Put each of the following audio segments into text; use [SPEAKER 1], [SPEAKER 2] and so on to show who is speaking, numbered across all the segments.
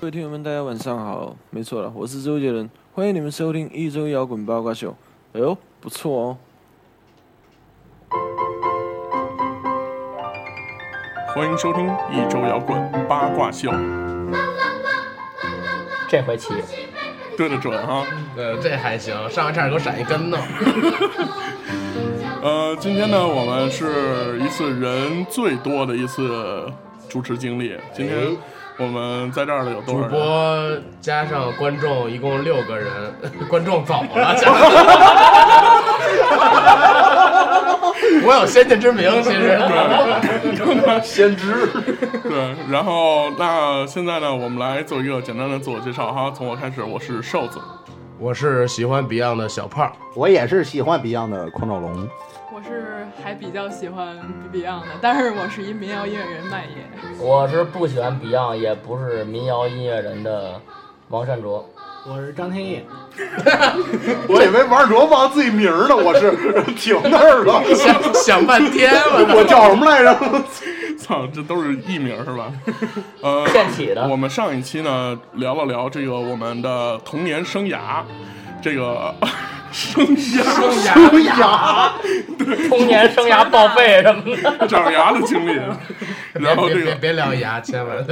[SPEAKER 1] 各位听友们，大家晚上好。没错了，我是周杰伦，欢迎你们收听一周摇滚八卦秀。哎呦，不错哦。
[SPEAKER 2] 欢迎收听一周摇滚八卦秀，
[SPEAKER 3] 这回起，
[SPEAKER 2] 对得准啊哈。
[SPEAKER 4] 呃，这还行，上回差点给我闪一跟头。
[SPEAKER 2] 呃，今天呢，我们是一次人最多的一次主持经历。今天我们在这儿的有多
[SPEAKER 4] 主
[SPEAKER 2] 少人？
[SPEAKER 4] 播加上观众一共六个人， 观众走了。加上我有先见之 明，其实。
[SPEAKER 2] 先知。对，然后那现在呢，我们来做一个简单的自我介绍哈。从我开始，我是瘦子。
[SPEAKER 4] 我是喜欢 Beyond 的小胖，
[SPEAKER 5] 我也是喜欢 Beyond 的匡兆龙，
[SPEAKER 6] 我是还比较喜欢 Beyond 的，但是我是一民谣音乐人麦爷。
[SPEAKER 3] 我是不喜欢 Beyond，也不是民谣音乐人的王善卓。
[SPEAKER 7] 我是张天翼，
[SPEAKER 5] 我以为王卓忘自己名儿呢，我是 停那儿 了，
[SPEAKER 4] 想想半天，我操
[SPEAKER 5] 我叫什么 来着？
[SPEAKER 2] 操，这都是艺名是吧？呃，
[SPEAKER 3] 现起的
[SPEAKER 2] 我们上一期呢聊了聊这个我们的童年生涯，这个 生涯
[SPEAKER 4] 生涯
[SPEAKER 5] 呀，
[SPEAKER 3] 童年生涯报废什么 的，
[SPEAKER 2] 长牙的经 历，然后这
[SPEAKER 4] 别别别
[SPEAKER 2] 个。
[SPEAKER 4] 别聊牙，千万。
[SPEAKER 2] 啊，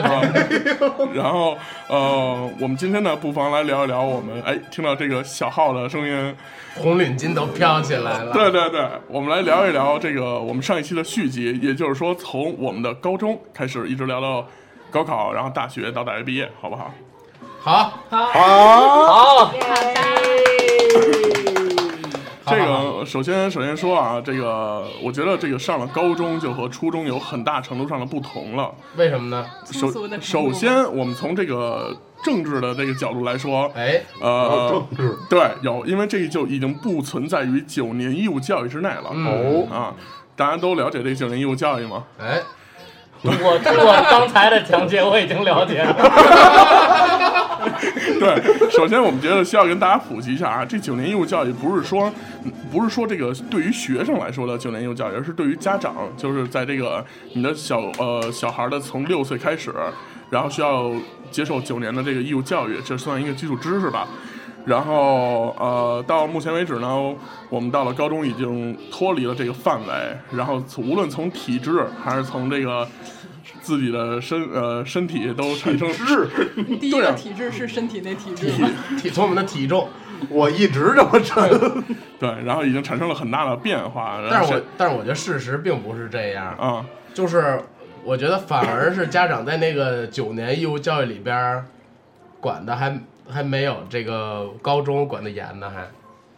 [SPEAKER 2] 然后呃，我们今天呢，不妨来聊一聊我们哎，听到这个小号的声音，
[SPEAKER 4] 红领巾都飘起来了。
[SPEAKER 2] 对对对，我们来聊一聊这个我们上一期的续集，也就是说从我们的高中开始，一直聊到高考，然后大学到大学毕业，好不好？
[SPEAKER 4] 好，
[SPEAKER 3] 好，
[SPEAKER 2] 这个首先首先说啊，这个我觉得这个上了高中就和初中有很大程度上的不同了。
[SPEAKER 4] 为什么呢？
[SPEAKER 2] 首
[SPEAKER 6] 粗俗的程
[SPEAKER 2] 首
[SPEAKER 6] 度
[SPEAKER 2] 先，我们从这个政治的这个角度来说，
[SPEAKER 4] 哎，
[SPEAKER 2] 呃，
[SPEAKER 5] 政治
[SPEAKER 2] 对，有，因为这就已经不存在于九年义务教育之内了。
[SPEAKER 4] 嗯
[SPEAKER 2] 啊，大家都了解这个九年义务教育吗？
[SPEAKER 4] 哎，
[SPEAKER 3] 我通过刚才的讲解我已经了解了。
[SPEAKER 2] 对，首先我们觉得需要跟大家普及一下啊，这九年义务教育不是说，不是说这个对于学生来说的九年义务教育，而是对于家长，就是在这个你的小呃小孩的从六岁开始，然后需要接受九年的这个义务教育，这算一个基础知识吧。然后呃，到目前为止呢，我们到了高中已经脱离了这个范围，然后从无论从体制还是从这个自己的身呃身体都产生
[SPEAKER 5] 是，
[SPEAKER 6] 第一
[SPEAKER 2] 对啊
[SPEAKER 6] 个体质是身体内体质
[SPEAKER 2] 体
[SPEAKER 6] 吗？
[SPEAKER 4] 体从我们的体重，
[SPEAKER 5] 我一直这么 沉，
[SPEAKER 2] 对，然后已经产生了很大的变化。然
[SPEAKER 4] 但
[SPEAKER 2] 后
[SPEAKER 4] 是
[SPEAKER 2] 现
[SPEAKER 4] 我但是我觉得事实并不是这样。
[SPEAKER 2] 啊、
[SPEAKER 4] 就是我觉得反而是家长在那个九年义务教育里边儿管的还还没有这个高中管的严呢，还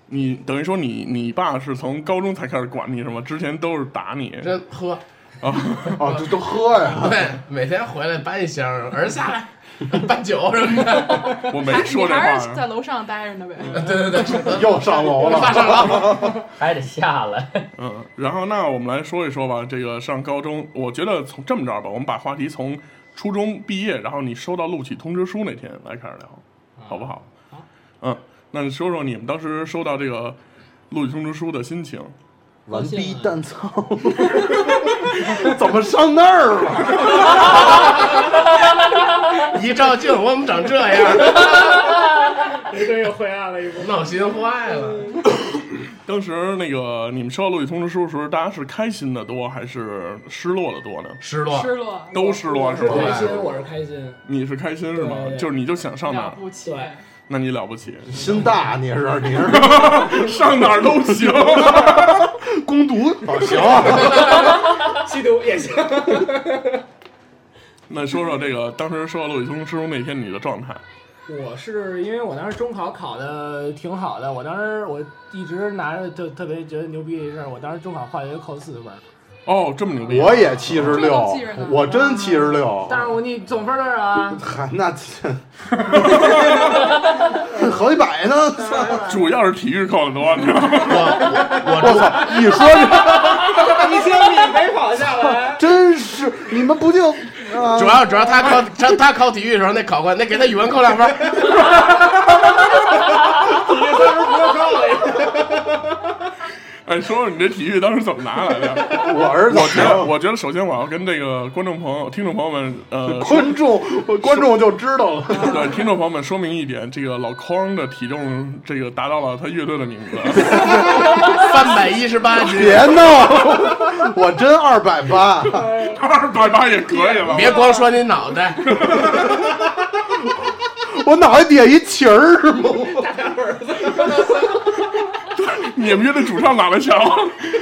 [SPEAKER 2] 你等于说你你爸是从高中才开始管你是吗？之前都是打你
[SPEAKER 4] 真喝，
[SPEAKER 5] 啊，这都喝 呀，
[SPEAKER 4] 对，每天回来搬一箱儿子下来搬酒什么的，
[SPEAKER 2] 我没
[SPEAKER 6] 还
[SPEAKER 2] 说
[SPEAKER 6] 你
[SPEAKER 2] 这话
[SPEAKER 6] 还
[SPEAKER 2] 嗯
[SPEAKER 6] 是在楼上待着呢呗。
[SPEAKER 4] 对对对，
[SPEAKER 5] 又上楼了，
[SPEAKER 4] 上了，
[SPEAKER 3] 还得下来，
[SPEAKER 2] 嗯，然后那我们来说一说吧，这个上高中，我觉得从这么着吧，我们把话题从初中毕业，然后你收到录取通知书那天来开始聊，
[SPEAKER 4] 啊
[SPEAKER 2] 好不好？嗯，那你说说你们当时收到这个录取通知书的心情？
[SPEAKER 5] 完逼蛋操， 怎么上那儿了？
[SPEAKER 4] 一照镜我怎么长这样，
[SPEAKER 7] 这又嗯灰暗了一波。
[SPEAKER 4] 闹心坏了。
[SPEAKER 2] 当时那个你们收到录取通知书的时候，大家是开心的多还是失落的多呢？
[SPEAKER 4] 失落，
[SPEAKER 6] 失落，
[SPEAKER 2] 都失落
[SPEAKER 7] 我
[SPEAKER 2] 是
[SPEAKER 7] 是
[SPEAKER 2] 吗？
[SPEAKER 7] 开心，我是开心。
[SPEAKER 2] 你是开心是吗
[SPEAKER 7] 对对？对
[SPEAKER 2] 就是你就想上哪
[SPEAKER 6] 了
[SPEAKER 2] 儿，
[SPEAKER 6] 不起。
[SPEAKER 7] 对
[SPEAKER 2] 那你了不起，
[SPEAKER 5] 心大你是你是
[SPEAKER 2] 上哪儿都行。
[SPEAKER 5] 攻读，啊行，
[SPEAKER 7] 吸毒也行。
[SPEAKER 2] 那说说这个当时收到录取通知书那天你的状态，
[SPEAKER 7] 我是因为我当时中考考的挺好的，我当时我一直拿着就特别觉得牛逼的一事儿，我当时中考化学扣四十分儿，
[SPEAKER 2] 哦，这么牛逼，
[SPEAKER 5] 我也七十
[SPEAKER 6] 这
[SPEAKER 5] 六
[SPEAKER 6] 都记着呢，
[SPEAKER 5] 我真七十六，
[SPEAKER 7] 但是
[SPEAKER 4] 哦
[SPEAKER 7] 我你总分多少啊？
[SPEAKER 5] 还那 好几百 呢，
[SPEAKER 2] 主要是体育扣的多，你知道吗？
[SPEAKER 5] 我操，一说这。
[SPEAKER 7] 一千米没跑下来。
[SPEAKER 5] 真是，你们不就啊
[SPEAKER 4] 主要主要他考他他考体育的时候，那考官那给他语文扣两 分，
[SPEAKER 2] 哎，哎，说说你这体育当时怎么拿来的？
[SPEAKER 5] 我儿子
[SPEAKER 2] 我觉得，我觉得首先我要跟这个观众朋友、听众朋友们，呃，说
[SPEAKER 5] 观众观众就知道了，
[SPEAKER 2] 对听众朋友们说明一点，这个老匡的体重这个达到了他乐队的名字。
[SPEAKER 4] 三百一十八斤，
[SPEAKER 5] 别闹，我真二百八，
[SPEAKER 2] 二百八也可以了。
[SPEAKER 4] 别光说你脑袋，
[SPEAKER 5] 我脑袋底下一旗儿是吗？
[SPEAKER 2] 你们乐队主唱哪个强？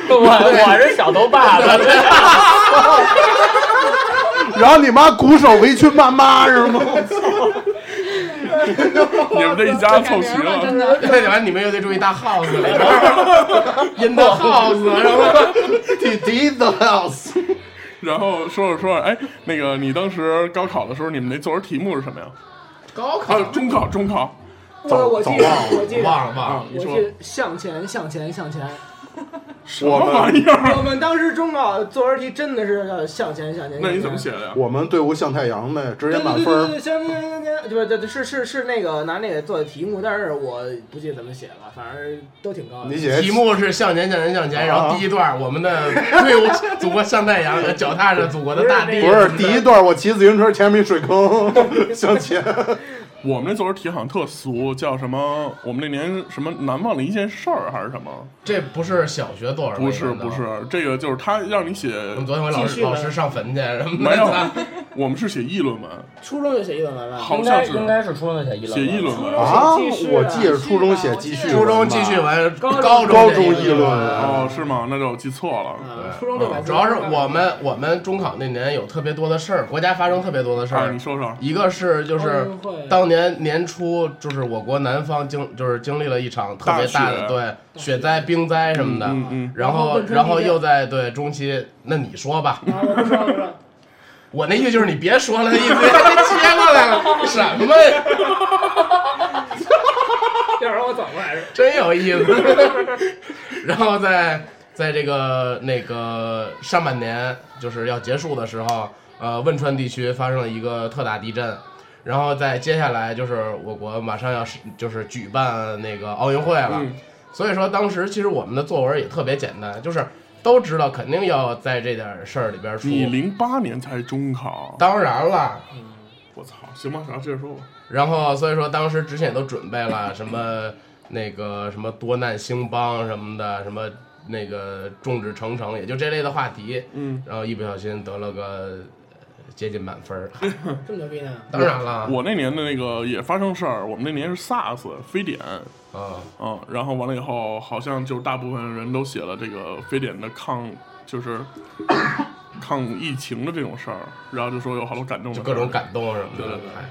[SPEAKER 3] 我我是小头爸爸，
[SPEAKER 5] 然后你妈鼓手围裙妈妈是吗？
[SPEAKER 2] 你们这一家凑齐
[SPEAKER 6] 改名吧真
[SPEAKER 2] 了。
[SPEAKER 6] 的。
[SPEAKER 4] 那完你们又得住一大耗子里边，阴的耗子，然后
[SPEAKER 5] 弟弟 the house，
[SPEAKER 2] 然后说着说着，哎，那个你当时高考的时候，你们那作文题目是什么呀？
[SPEAKER 4] 高考
[SPEAKER 2] 啊，中考，中考。
[SPEAKER 7] 我我记得，我记得，
[SPEAKER 4] 忘了忘了，
[SPEAKER 2] 你
[SPEAKER 7] 我
[SPEAKER 2] 说
[SPEAKER 7] 记得向前，向前，向前。
[SPEAKER 2] 什么玩意儿？啊
[SPEAKER 7] 我们当时中考作文题真的是要向前，向前。
[SPEAKER 2] 那你
[SPEAKER 7] 向前
[SPEAKER 2] 怎么写？的呀？
[SPEAKER 5] 我们队伍像太阳呗，直接
[SPEAKER 7] 对
[SPEAKER 5] 满
[SPEAKER 7] 对对
[SPEAKER 5] 分
[SPEAKER 7] 对
[SPEAKER 5] 儿。
[SPEAKER 7] 对，向前向前，对对对，是是是那个拿那个做的题目，但是我不记得怎么写了，反正都挺高的。
[SPEAKER 5] 你写
[SPEAKER 4] 题目是向前向前向前，然后第一段我们的队伍，祖国向太阳，脚踏着祖国的大地。
[SPEAKER 5] 不是第一段，我骑自行车前面一水 坑向前，
[SPEAKER 2] 我们那作文题好像特俗，叫什么？我们那年什么难忘的一件事儿还是什么？
[SPEAKER 4] 这不是小学作文，
[SPEAKER 2] 不是不。是，这个就是他让你写，
[SPEAKER 4] 我们昨天我老师老师上坟去，然后
[SPEAKER 2] 没有，我们是写议论文，
[SPEAKER 7] 初中就写一等文了。
[SPEAKER 2] 好
[SPEAKER 3] 应
[SPEAKER 2] 像
[SPEAKER 3] 该
[SPEAKER 2] 是
[SPEAKER 3] 应该是初中的小一了。
[SPEAKER 2] 写议论文。
[SPEAKER 5] 啊！
[SPEAKER 7] 记叙啊
[SPEAKER 5] 我记着初中写记叙文吧，
[SPEAKER 4] 初中记叙文，
[SPEAKER 7] 高
[SPEAKER 4] 高
[SPEAKER 7] 中
[SPEAKER 5] 高
[SPEAKER 4] 中
[SPEAKER 5] 中
[SPEAKER 4] 这
[SPEAKER 5] 议
[SPEAKER 4] 一
[SPEAKER 5] 论
[SPEAKER 2] 哦，是吗？那就我记错了。
[SPEAKER 7] 啊，初中对吧？
[SPEAKER 4] 嗯主要是我们我们中考那年有特别多的事儿，国家发生特别多的事
[SPEAKER 2] 啊，
[SPEAKER 4] 儿
[SPEAKER 2] 你。说说，
[SPEAKER 4] 一个是就是
[SPEAKER 7] 奥运会
[SPEAKER 4] 当年年初，就是我国南方经就是经历了一场特别大的
[SPEAKER 2] 大雪
[SPEAKER 4] 对雪灾、冰灾什么的，
[SPEAKER 2] 嗯嗯
[SPEAKER 4] 然
[SPEAKER 7] 然后
[SPEAKER 4] 后
[SPEAKER 7] 汶川地震
[SPEAKER 4] 然后又在对中期，那你说吧，
[SPEAKER 7] 啊，我不说了，不说了。
[SPEAKER 4] 我那意思就是你别说了，意思接过来了，什么呀，
[SPEAKER 7] 要不然我走过来着。
[SPEAKER 4] 真有意思。 然后在在这个那个上半年就是要结束的时候，呃，汶川地区发生了一个特大地震。然后在接下来就是我国马上要是就是举办那个奥运会了，
[SPEAKER 2] 嗯
[SPEAKER 4] 所以说当时其实我们的作文也特别简单，就是都知道肯定要在这点事儿里边出。
[SPEAKER 2] 你零八年才中考，
[SPEAKER 4] 呃当然了，
[SPEAKER 2] 我操！行吧，啥接着说吧。
[SPEAKER 4] 然后所以说当时之前也都准备 了什么那个什么多难兴邦什么的，什么那个众志成城，也就这类的话题。
[SPEAKER 2] 嗯，
[SPEAKER 4] 然后一不小心得了个呃接近满 分儿。
[SPEAKER 7] 这么牛逼呢？
[SPEAKER 4] 当然了，
[SPEAKER 2] 我那年的那个也发生事儿，我们那年是 SARS 非典，
[SPEAKER 4] 啊，
[SPEAKER 2] 嗯，然后完了以后，好像就大部分人都写了这个非典的抗，就是 抗疫情的这种事儿，然后就说有好多感动的，
[SPEAKER 4] 就各种。感动什么的。
[SPEAKER 2] 对对对
[SPEAKER 4] 哎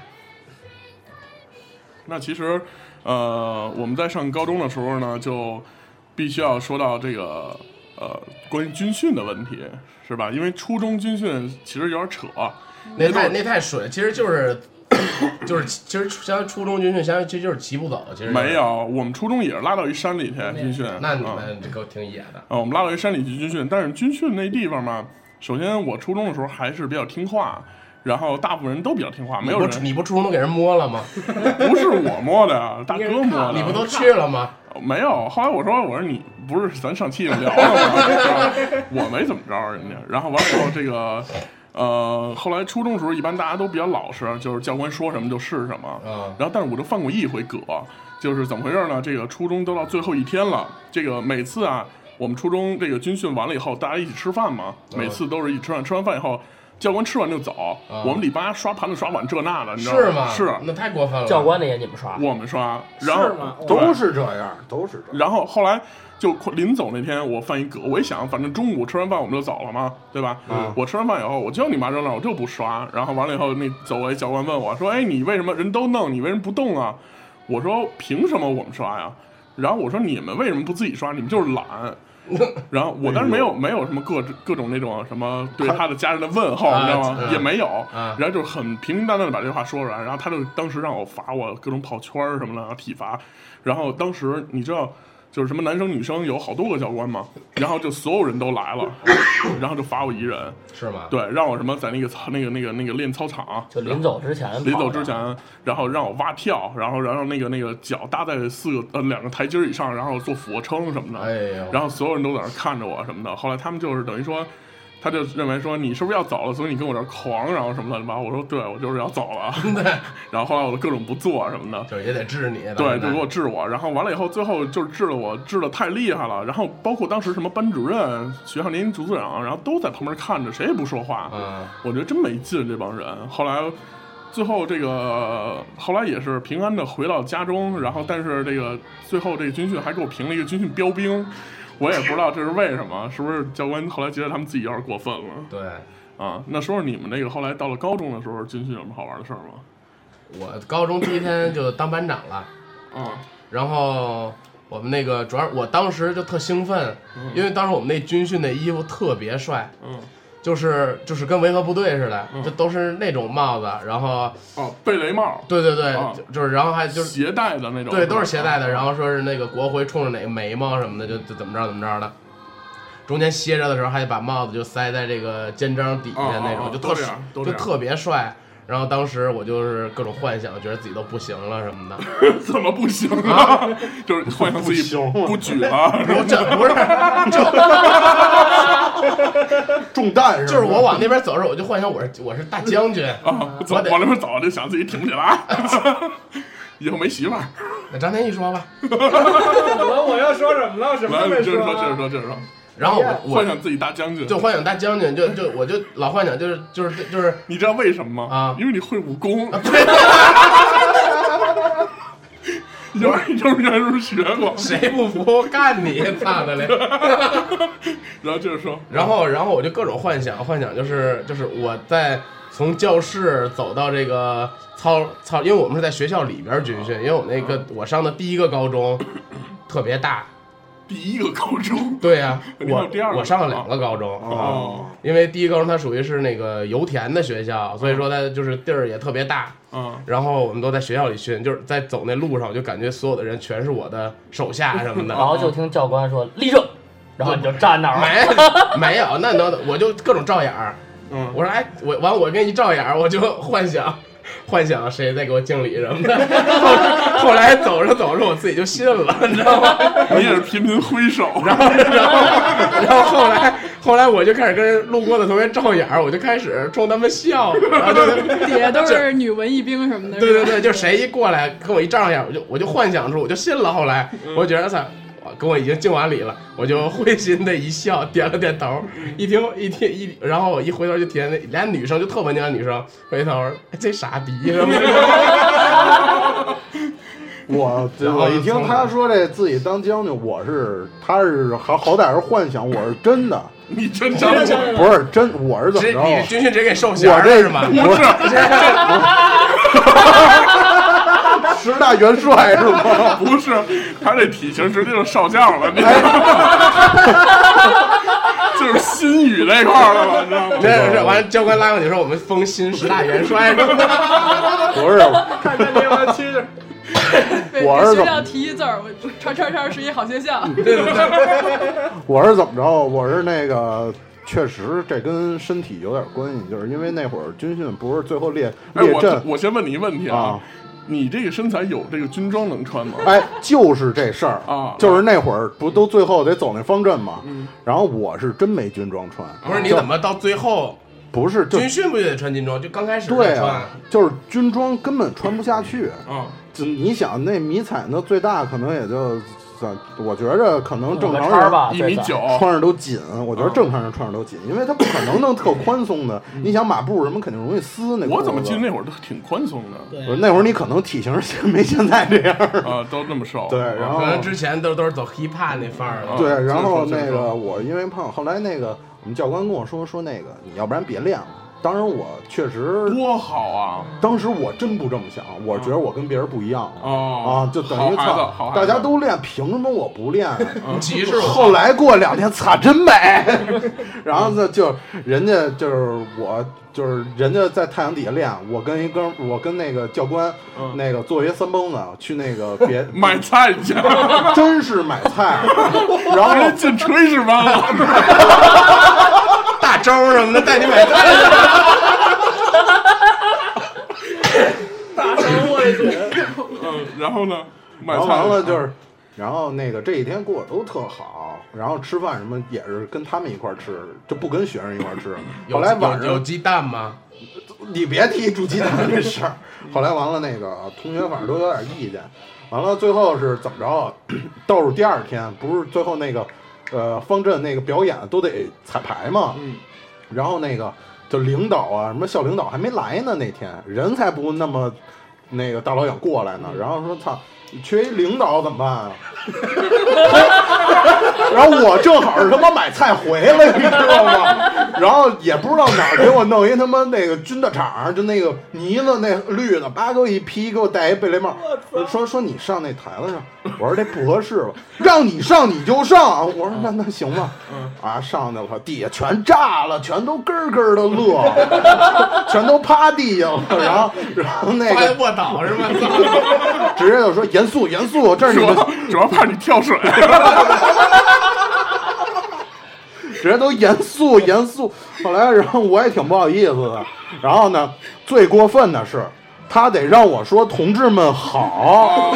[SPEAKER 2] 那其实，呃，我们在上高中的时候呢，就必须要说到这个呃关于军训的问题，是吧？因为初中军训其实有点扯，
[SPEAKER 4] 那太那太水，其实就是就是其实相初中军训，相当于其实就是齐步走，其实就是
[SPEAKER 2] 没。有，我们初中也是拉到一山里去军训。
[SPEAKER 4] 那你
[SPEAKER 2] 嗯
[SPEAKER 4] 们这够挺野的，
[SPEAKER 2] 啊，我们拉到一山里去军训，但是军训那地方嘛，首先我初中的时候还是比较听话，然后大部分人都比较听话，没有
[SPEAKER 4] 你
[SPEAKER 2] 人
[SPEAKER 4] 不你不初中都给人摸了吗？
[SPEAKER 2] 不是我摸的呀，大哥摸的，啊
[SPEAKER 4] 你不都去了吗？
[SPEAKER 2] 没有？后来我说我说你不是咱上期已经聊了吗？是吧我没怎么着人家，然后完了以后这个。呃，后来初中的时候，一般大家都比较老实，就是教官说什么就是什么。
[SPEAKER 4] 嗯
[SPEAKER 2] 然后，但是我就犯过一回葛，就是怎么回事呢？这个初中都到最后一天了，这个每次啊，我们初中这个军训完了以后，大家一起吃饭嘛，每次都是一起吃饭，吃完饭以后，教官吃完就走。
[SPEAKER 4] 啊
[SPEAKER 2] 我们里吧刷盘子刷碗这那的，你知道
[SPEAKER 4] 是吗？
[SPEAKER 2] 是，啊
[SPEAKER 4] 那太过分了。
[SPEAKER 3] 教官的也你们刷，
[SPEAKER 2] 我们刷，然后
[SPEAKER 7] 是吗
[SPEAKER 2] 对
[SPEAKER 5] 都是这样，都是这样。
[SPEAKER 2] 然后后来就快临走那天，我犯一葛，我一想，反正中午吃完饭我们就走了嘛，对吧？
[SPEAKER 5] 嗯
[SPEAKER 2] 我吃完饭以后，我就你妈扔那儿，我就不刷。然后完了以后，那走过来教官问我说：“哎，你为什么人都弄，你为什么不动啊？”我说：“凭什么我们刷呀？”然后我说：“你们为什么不自己刷？你们就是懒。”然后我当时没有没有什么各各种那种什么对他的家人的问候，
[SPEAKER 4] 啊
[SPEAKER 2] 你知道吗？
[SPEAKER 4] 嗯
[SPEAKER 2] 也哦没有，
[SPEAKER 4] 啊
[SPEAKER 2] 然后就很平平淡淡的把这话说出来，然后他就当时让我罚我各种跑圈儿什么的，然后体罚。然后当时你知道，就是什么男生女生有好多个教官嘛，然后就所有人都来了，然后就罚我一人，
[SPEAKER 4] 是吗？
[SPEAKER 2] 对，让我什么在那个操那个那个那个练操场，
[SPEAKER 3] 就临走之前，
[SPEAKER 2] 临走之，前，然后让我蛙跳，然后然后那个那个脚搭在四个呃两个台阶儿以上，然后做俯卧撑什么的，
[SPEAKER 4] 哎呦，
[SPEAKER 2] 然后所有人都在那儿看着我什么的。后来他们就是等于说，他就认为说你是不是要走了，所以你跟我这儿狂，然后什么乱七八糟。我说对，我就是要走了。然后后来我就各种不做什么的，
[SPEAKER 4] 就是也得治你，
[SPEAKER 2] 对，
[SPEAKER 4] 当
[SPEAKER 2] 就
[SPEAKER 4] 然
[SPEAKER 2] 给我治我。然后完了以后，最后就是治了我，治的太厉害了。然后包括当时什么班主任、学校年级组组长，然后都在旁边看着，谁也不说话。
[SPEAKER 4] 嗯，
[SPEAKER 2] 我觉得真没劲，这帮人。后来，最后这个后来也是平安的回到家中，然后但是这个最后这个军训还给我评了一个军训标兵，我也不知道这是为什么，是不是教官后来觉得他们自己有点过分了
[SPEAKER 4] 对。
[SPEAKER 2] 啊？那说说你们那个后来到了高中的时候，军训有什么好玩的事儿吗？
[SPEAKER 4] 我高中第一天就当班长了，
[SPEAKER 2] 啊，
[SPEAKER 4] 然后我们那个主要我当时就特兴奋，因为当时我们那军训那衣服特别帅，
[SPEAKER 2] 嗯，
[SPEAKER 4] 就是就是跟维和部队似的
[SPEAKER 2] 嗯，
[SPEAKER 4] 就都是那种帽子，然后
[SPEAKER 2] 哦，贝雷帽，
[SPEAKER 4] 对对对
[SPEAKER 2] 啊，
[SPEAKER 4] 就就是然后还就是
[SPEAKER 2] 携带的那种，
[SPEAKER 4] 对，都是携带的。然
[SPEAKER 2] 后啊
[SPEAKER 4] 后说是那个国徽冲着哪个眉毛什么的，就就怎么着怎么着的。中间歇着的时候，还得把帽子就塞在这个肩章底下
[SPEAKER 2] 哦哦
[SPEAKER 4] 那种，
[SPEAKER 2] 哦
[SPEAKER 4] 就
[SPEAKER 2] 都
[SPEAKER 4] 特
[SPEAKER 2] 这样都
[SPEAKER 4] 就
[SPEAKER 2] 这样
[SPEAKER 4] 特别帅。然后当时我就是各种幻想，觉得自己都不行了什 么的。
[SPEAKER 2] 怎么不行啊？就是幻想自己不举了，
[SPEAKER 4] 不是，这不是，
[SPEAKER 5] 中弹是吧？
[SPEAKER 4] 就是我往那边走的时候，我就幻想我是我是大将军。
[SPEAKER 2] 啊，走往那边走就想自己挺不起 来，以后没媳妇儿。
[SPEAKER 4] 那张天翼说吧。
[SPEAKER 7] 我我要说什么了？什么
[SPEAKER 2] 来，
[SPEAKER 7] 都
[SPEAKER 2] 你
[SPEAKER 7] 没
[SPEAKER 2] 接着说，接着
[SPEAKER 7] 啊。
[SPEAKER 2] 说，接着说，
[SPEAKER 4] 然后我
[SPEAKER 2] 幻
[SPEAKER 4] 我
[SPEAKER 2] 想自己当将军。
[SPEAKER 4] 就幻想大将军，就就我就老幻想就是就是就是
[SPEAKER 2] 你知道为什么吗？
[SPEAKER 4] 啊
[SPEAKER 2] 因为你会武功。幼儿幼儿园时候学过，
[SPEAKER 4] 谁不服干你，操的嘞！
[SPEAKER 2] 然后接着说，
[SPEAKER 4] 然后，然后我就各种幻想，幻想就是就是我在从教室走到这个操操，因为我们是在学校里边军训，因为我那
[SPEAKER 2] 哦
[SPEAKER 4] 个我上的第一个高中特别大，
[SPEAKER 2] 第一个高中
[SPEAKER 4] 对呀、
[SPEAKER 2] 哦你还有第二
[SPEAKER 4] 我
[SPEAKER 2] 个
[SPEAKER 4] 我上了两个高中，
[SPEAKER 2] 哦，
[SPEAKER 4] 因为第一高中它属于是那个油田的学校，所以说它就是地儿也特别大，
[SPEAKER 2] 嗯，
[SPEAKER 4] 然后我们都在学校里训，就是在走那路上，我就感觉所有的人全是我的手下什么
[SPEAKER 7] 啊
[SPEAKER 4] 的，
[SPEAKER 3] 然后就听教官说立正，然后你就
[SPEAKER 7] 嗯
[SPEAKER 3] 站那儿了。
[SPEAKER 4] 没没有，那能我就各种照眼儿。
[SPEAKER 2] 嗯
[SPEAKER 4] 我说哎，我完我跟一照眼儿，我就幻想。幻想谁在给我敬礼什么的，后后来走着走着，我自己就信了，你知道吗？
[SPEAKER 2] 你也是频频挥手，然后
[SPEAKER 4] 然后，然后后来，后来我就开始跟路过的同学照眼儿，我就开始冲他们笑，然后就
[SPEAKER 6] 底下都是女文艺兵什么的。
[SPEAKER 4] 对对
[SPEAKER 6] 是吧
[SPEAKER 4] 对，就谁一过来跟我一照眼，我就我就幻想出，我就信了。后来我觉得操，我跟我已经敬完礼了，我就会心的一笑，点了点头。一听 一听一，然后我一回头就听那俩女生就特文静的女生回头， 哎这傻逼 什么的。
[SPEAKER 5] 我
[SPEAKER 4] 然后
[SPEAKER 5] 我一听他说这自己当将军，我是他是好好歹是幻想，我是真的，
[SPEAKER 2] 你真当我
[SPEAKER 5] 不是真，我是怎么
[SPEAKER 4] 这
[SPEAKER 5] 着
[SPEAKER 4] 你
[SPEAKER 5] 啊
[SPEAKER 4] 是？军训直接给受
[SPEAKER 5] 我
[SPEAKER 4] 降
[SPEAKER 5] 这
[SPEAKER 4] 是吗？
[SPEAKER 5] 不是十大元帅是吗？
[SPEAKER 2] 不是，他这体型直接就少将了，你知道哎吗？ 就是心语那块儿了吧，你知道 吗？
[SPEAKER 4] 真是完了，教官拉过去说我们封新十大元帅什么的。
[SPEAKER 5] 不是，
[SPEAKER 7] 看看这帮亲戚，
[SPEAKER 6] 被
[SPEAKER 5] 我儿
[SPEAKER 6] 被
[SPEAKER 5] 子
[SPEAKER 6] 学校提一字儿，我叉叉叉是一好学校。
[SPEAKER 2] 嗯
[SPEAKER 5] 我是怎么着？我是那个，确实这跟身体有点关系，就是因为那会儿军训不是最后列
[SPEAKER 2] 哎，
[SPEAKER 5] 列阵
[SPEAKER 2] 我我先问你一问题啊
[SPEAKER 5] 啊，
[SPEAKER 2] 你这个身材有这个军装能穿吗？
[SPEAKER 5] 哎，就是这事儿
[SPEAKER 2] 啊嗯
[SPEAKER 5] 就是那会儿不都最后得走那方阵嘛，然后我是真没军装穿，
[SPEAKER 2] 啊
[SPEAKER 4] 不是你怎么到最后
[SPEAKER 5] 不是就
[SPEAKER 4] 军训不就得穿军装？就刚开始就
[SPEAKER 5] 对
[SPEAKER 4] 穿
[SPEAKER 5] 啊，就是军装根本穿不下去，
[SPEAKER 2] 啊，
[SPEAKER 5] 就你想那迷彩那最大可能也就，我觉着可能正
[SPEAKER 3] 个
[SPEAKER 5] 常
[SPEAKER 3] 叉儿
[SPEAKER 5] 人
[SPEAKER 3] 吧，
[SPEAKER 2] 一米
[SPEAKER 3] 最
[SPEAKER 2] 九
[SPEAKER 3] 早，，
[SPEAKER 5] 穿着都紧，我
[SPEAKER 2] 啊
[SPEAKER 5] 觉得正常人穿着都紧，因为他不可能弄特宽松的。你想马布什么肯定容易撕那裤子。
[SPEAKER 2] 嗯我怎么记得那会儿都挺宽松的
[SPEAKER 5] 不是那会儿你 可能体型是没现在这样。
[SPEAKER 2] 啊，都那么瘦。
[SPEAKER 5] 对，然后
[SPEAKER 4] 可能之前都都是走 hip hop 那范儿的。
[SPEAKER 5] 哦对
[SPEAKER 2] 啊，
[SPEAKER 5] 然后
[SPEAKER 2] 就是说
[SPEAKER 5] 那
[SPEAKER 2] 就是
[SPEAKER 5] 个
[SPEAKER 2] 说
[SPEAKER 5] 我因为胖，后来那个我们教官跟我说说那个你要不然别练了，当然我确实，
[SPEAKER 2] 多好啊！
[SPEAKER 5] 当时我真不这么想，我觉得我跟别人不一样
[SPEAKER 2] 哦
[SPEAKER 5] 啊，就等
[SPEAKER 2] 好孩子，
[SPEAKER 5] 于操
[SPEAKER 2] 好，孩子嗯
[SPEAKER 5] 大家都练，凭什么我不练啊？
[SPEAKER 4] 你歧视我？
[SPEAKER 5] 后来过两天，擦，真美。 然后呢，就人家就是我，就是人家在太阳底下练，我跟一哥们，我跟那个教官，
[SPEAKER 2] 嗯
[SPEAKER 5] 那个作为三蹦子去那 个别
[SPEAKER 2] 买菜 去，
[SPEAKER 5] 真是买菜， 然后
[SPEAKER 2] 人进炊事班了，
[SPEAKER 4] 大招什么的带你买菜，
[SPEAKER 7] 大神我也觉得，
[SPEAKER 2] 嗯，然后呢，买
[SPEAKER 5] 然
[SPEAKER 2] 菜啊
[SPEAKER 5] 后完了就是，然后那个这一天过得都特好，然后吃饭什么也是跟他们一块儿吃，就不跟学生一块儿吃。
[SPEAKER 4] 有
[SPEAKER 5] 后来晚
[SPEAKER 4] 有有
[SPEAKER 5] 上
[SPEAKER 4] 鸡蛋吗？
[SPEAKER 5] 你别提煮鸡蛋这事儿。后来完了那个同学反正都有点意见，完了最后是怎么着？倒数第二天不是最后那个呃方阵那个表演都得彩排嘛，
[SPEAKER 2] 嗯，
[SPEAKER 5] 然后那个就领导啊什么校领导还没来呢，那天人才不那么那个大老远过来呢，然后说操。缺一领导怎么办啊？ 然后我正好是他妈买菜回来，你知道吗？然后也不知道哪儿给我弄一他妈那个军的场，就那个呢子那绿的，叭给我一披，给我戴一贝雷帽，说说你上那台子上，我说这不合适吧，让你上你就上，我说那那行吧，啊上去了，底下全炸了，全都咯咯的乐，全都趴地下了，然后 然后那
[SPEAKER 4] 发
[SPEAKER 5] 个
[SPEAKER 4] 现卧倒是吗？ 操
[SPEAKER 5] 直接就说严肃严肃，这是
[SPEAKER 2] 主
[SPEAKER 5] 你们
[SPEAKER 2] 要主要怕你跳水，
[SPEAKER 5] 直接都严肃严肃。后来，然后我也挺不好意思的。然后呢，最过分的是，他得让我说“同志们好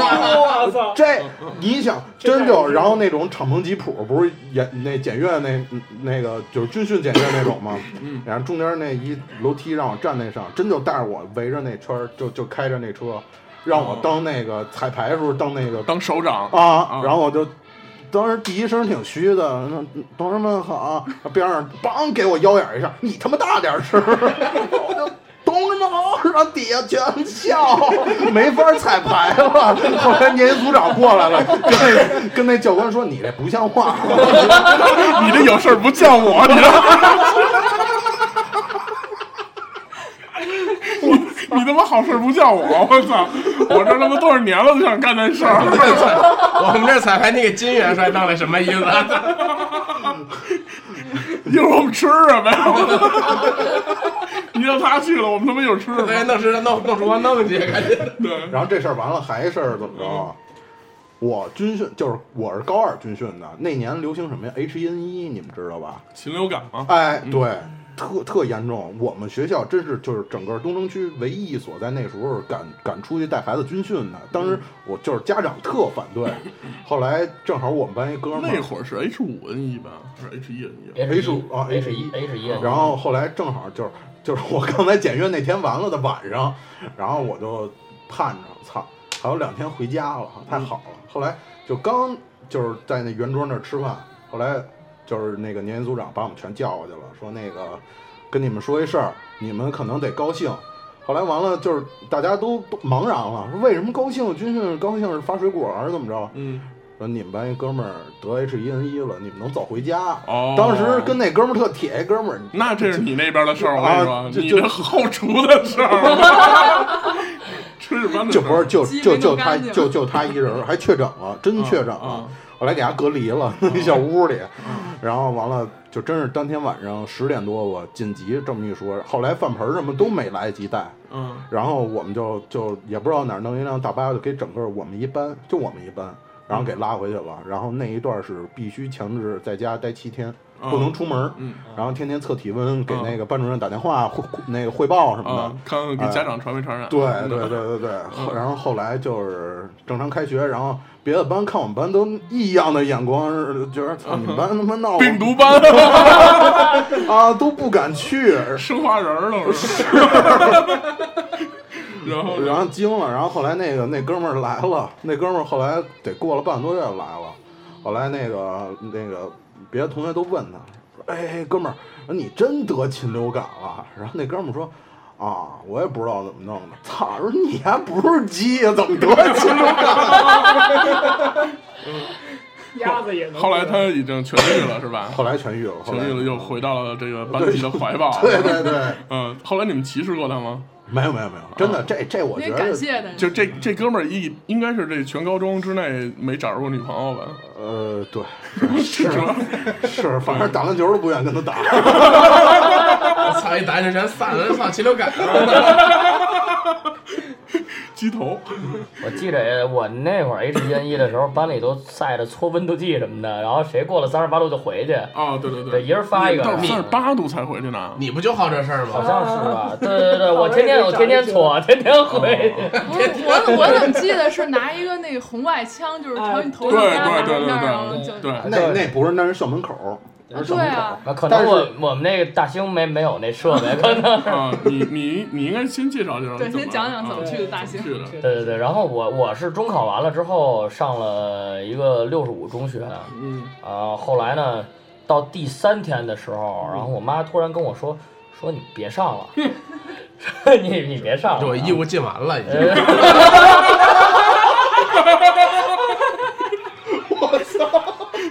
[SPEAKER 7] 我操”，！
[SPEAKER 5] 这你想真就然后那种敞篷吉普不是演那检阅那那个就是军训检阅那种吗？然后中间那一楼梯让我站那上，真就带着我围着那圈儿就就开着那车，让我当那个彩排的时候当那个
[SPEAKER 2] 当首长，
[SPEAKER 5] 啊，然后我就当时第一声挺虚的，说同志们好，啊边上梆给我腰眼一下，你他妈大点声，我就。同志们好，然后底下全笑，没法彩排了。后来年级组长过来了，跟那跟那教官说：“你这不像话。
[SPEAKER 2] 你这有事儿不叫我，你知道吗？你你他妈好事儿不叫我，我操！我这他妈多少年了都想干这事儿，
[SPEAKER 4] 我们这儿彩排那个金元帅到底什么意 思？
[SPEAKER 2] 一会儿我们吃什么呀？ 你让他去了，我们他妈有吃
[SPEAKER 4] 大家
[SPEAKER 2] 的。
[SPEAKER 4] 哎弄吃的弄弄厨房弄去，赶紧。
[SPEAKER 2] 对”，
[SPEAKER 5] 然后这事儿完了，还事儿怎么着啊？我军训就是我是高二军训的，那年流行什么呀？H N 一，你们知道吧？
[SPEAKER 2] 禽流感吗？嗯
[SPEAKER 5] 哎，对，特特严重。我们学校真是就是整个东城区唯一一所在那时候敢敢出去带孩子军训的。
[SPEAKER 2] 嗯
[SPEAKER 5] 当时我就是家长特反 对，后来正好我们班一哥们
[SPEAKER 2] 那
[SPEAKER 5] 儿，
[SPEAKER 2] 会儿是 H 五 N 一吧，还是 H 一 N 一？
[SPEAKER 5] H 五啊
[SPEAKER 3] H 一 H
[SPEAKER 2] 嗯
[SPEAKER 3] 一，
[SPEAKER 5] 然后后来正好就是就是我刚才检阅那天完了的晚上，然后我就盼着，操，还有两天回家了，太
[SPEAKER 2] 嗯
[SPEAKER 5] 好了。后来就刚就是在那圆桌那儿吃饭，后来就是那个年级组长把我们全叫过去了，说那个跟你们说一事儿，你们可能得高兴。后来完了，就是大家都都茫然了，说为什么高兴？军训高兴是发水果还是怎么着？
[SPEAKER 2] 嗯，
[SPEAKER 5] 说你们班一哥们儿得 H 一 N 一了，你们能早回家。
[SPEAKER 2] 哦，
[SPEAKER 5] 当时跟那哥们儿特铁，一哥们儿
[SPEAKER 2] 那这是你那边的事儿，我跟你
[SPEAKER 5] 啊
[SPEAKER 2] 说，
[SPEAKER 5] 就
[SPEAKER 2] 你
[SPEAKER 5] 就
[SPEAKER 2] 这后厨的事 儿，炊事班的事
[SPEAKER 5] 就
[SPEAKER 2] 儿
[SPEAKER 5] 不是就
[SPEAKER 6] 鸡没
[SPEAKER 5] 就
[SPEAKER 6] 弄
[SPEAKER 5] 就他
[SPEAKER 6] 干净嗯
[SPEAKER 5] 就就他一人儿，还确诊了，真确诊
[SPEAKER 2] 啊
[SPEAKER 5] 了，后来给他隔离了，那小屋里，
[SPEAKER 6] 嗯
[SPEAKER 5] 然后完了就真是当天晚上十点多我紧急这么一说，后来饭盆儿什么都没来得及带，
[SPEAKER 2] 嗯，
[SPEAKER 5] 然后我们就就也不知道哪儿弄一辆大巴，就给整个我们一班就我们一班，然后给拉回去了，然后那一段是必须强制在家待七天，
[SPEAKER 2] 嗯
[SPEAKER 5] 不能出门儿，
[SPEAKER 2] 嗯
[SPEAKER 5] 然后天天测体温，给
[SPEAKER 2] 嗯
[SPEAKER 5] 那个班主任打电话汇那个汇报什么的
[SPEAKER 6] 嗯
[SPEAKER 2] 啊，，看看给家长传没传染？
[SPEAKER 5] 对 对对对对，后然后后来就是正常开学，然后别的班看我们班都异样的眼光，是觉得操你们班他妈闹
[SPEAKER 2] 病毒班
[SPEAKER 5] 啊，都不敢去，
[SPEAKER 2] 生化人儿了是吧？ 然后
[SPEAKER 5] 然后惊了，然后后来那个那哥们儿来了，那哥们儿后来得过了半个多月来了，后来那个那个别的同学都问他，说哎哎哥们儿，你真得禽流感了？然后那哥们儿说。啊，我也不知道怎么弄的。操！说你 还不是鸡呀？怎么得禽流感？
[SPEAKER 7] 鸭子也能。
[SPEAKER 2] 后来他已经痊愈了，是吧？
[SPEAKER 5] 后来痊愈了，后
[SPEAKER 2] 痊
[SPEAKER 5] 来
[SPEAKER 2] 愈了，又回到了这个班级的怀抱。
[SPEAKER 5] 对对对，
[SPEAKER 2] 嗯，后来你们歧视过他吗？
[SPEAKER 5] 没有没有没有，真的这这我
[SPEAKER 6] 那
[SPEAKER 5] 觉
[SPEAKER 6] 感
[SPEAKER 5] 得
[SPEAKER 6] 谢的人
[SPEAKER 2] 就这这哥们儿一应该是这全高中之内没找着过女朋友吧？
[SPEAKER 5] 呃对是是，反正打篮球都不愿意跟他打。
[SPEAKER 4] 我操！一打就全散了，操，禽流感
[SPEAKER 2] 鸡头，
[SPEAKER 3] 我记着我那会儿 H 1 N 一的时候，班里都晒着搓温度计什么的，然后谁过了三十八度就回去，
[SPEAKER 2] 哦，对对
[SPEAKER 3] 对，一人发一个。
[SPEAKER 2] 到三十八度才回去呢。
[SPEAKER 4] 你不就好这事儿
[SPEAKER 3] 好
[SPEAKER 4] 吗？
[SPEAKER 3] 像是
[SPEAKER 7] 啊
[SPEAKER 3] 吧？对对 对，我天天我天天搓，天天回
[SPEAKER 5] 哦
[SPEAKER 3] 去。
[SPEAKER 6] 不是我怎我怎么记得是拿一个那个红外枪，就是朝你头上
[SPEAKER 2] 对
[SPEAKER 6] 压，
[SPEAKER 2] 对对对
[SPEAKER 6] 然
[SPEAKER 2] 对
[SPEAKER 6] 后就啊
[SPEAKER 2] 对，
[SPEAKER 5] 那那不是那是校门口，那是校
[SPEAKER 6] 对
[SPEAKER 5] 门口
[SPEAKER 6] 啊。，
[SPEAKER 3] 那可
[SPEAKER 5] 但
[SPEAKER 3] 能
[SPEAKER 5] 是
[SPEAKER 3] 我我们那个大兴没没有那设备，可能
[SPEAKER 2] 啊，你你你应该先介绍介绍，
[SPEAKER 6] 对，先讲讲怎么
[SPEAKER 2] 啊
[SPEAKER 6] 去的大兴。
[SPEAKER 2] 去的。
[SPEAKER 3] 对对对。然后我我是中考完了之后上了一个六十五中学，
[SPEAKER 1] 嗯，
[SPEAKER 3] 啊，后来呢，到第三天的时候，然后我妈突然跟我说，说你别上了，说 你你别上
[SPEAKER 4] 就
[SPEAKER 3] 了
[SPEAKER 4] 我
[SPEAKER 3] 啊。
[SPEAKER 4] 义务尽完了，已经。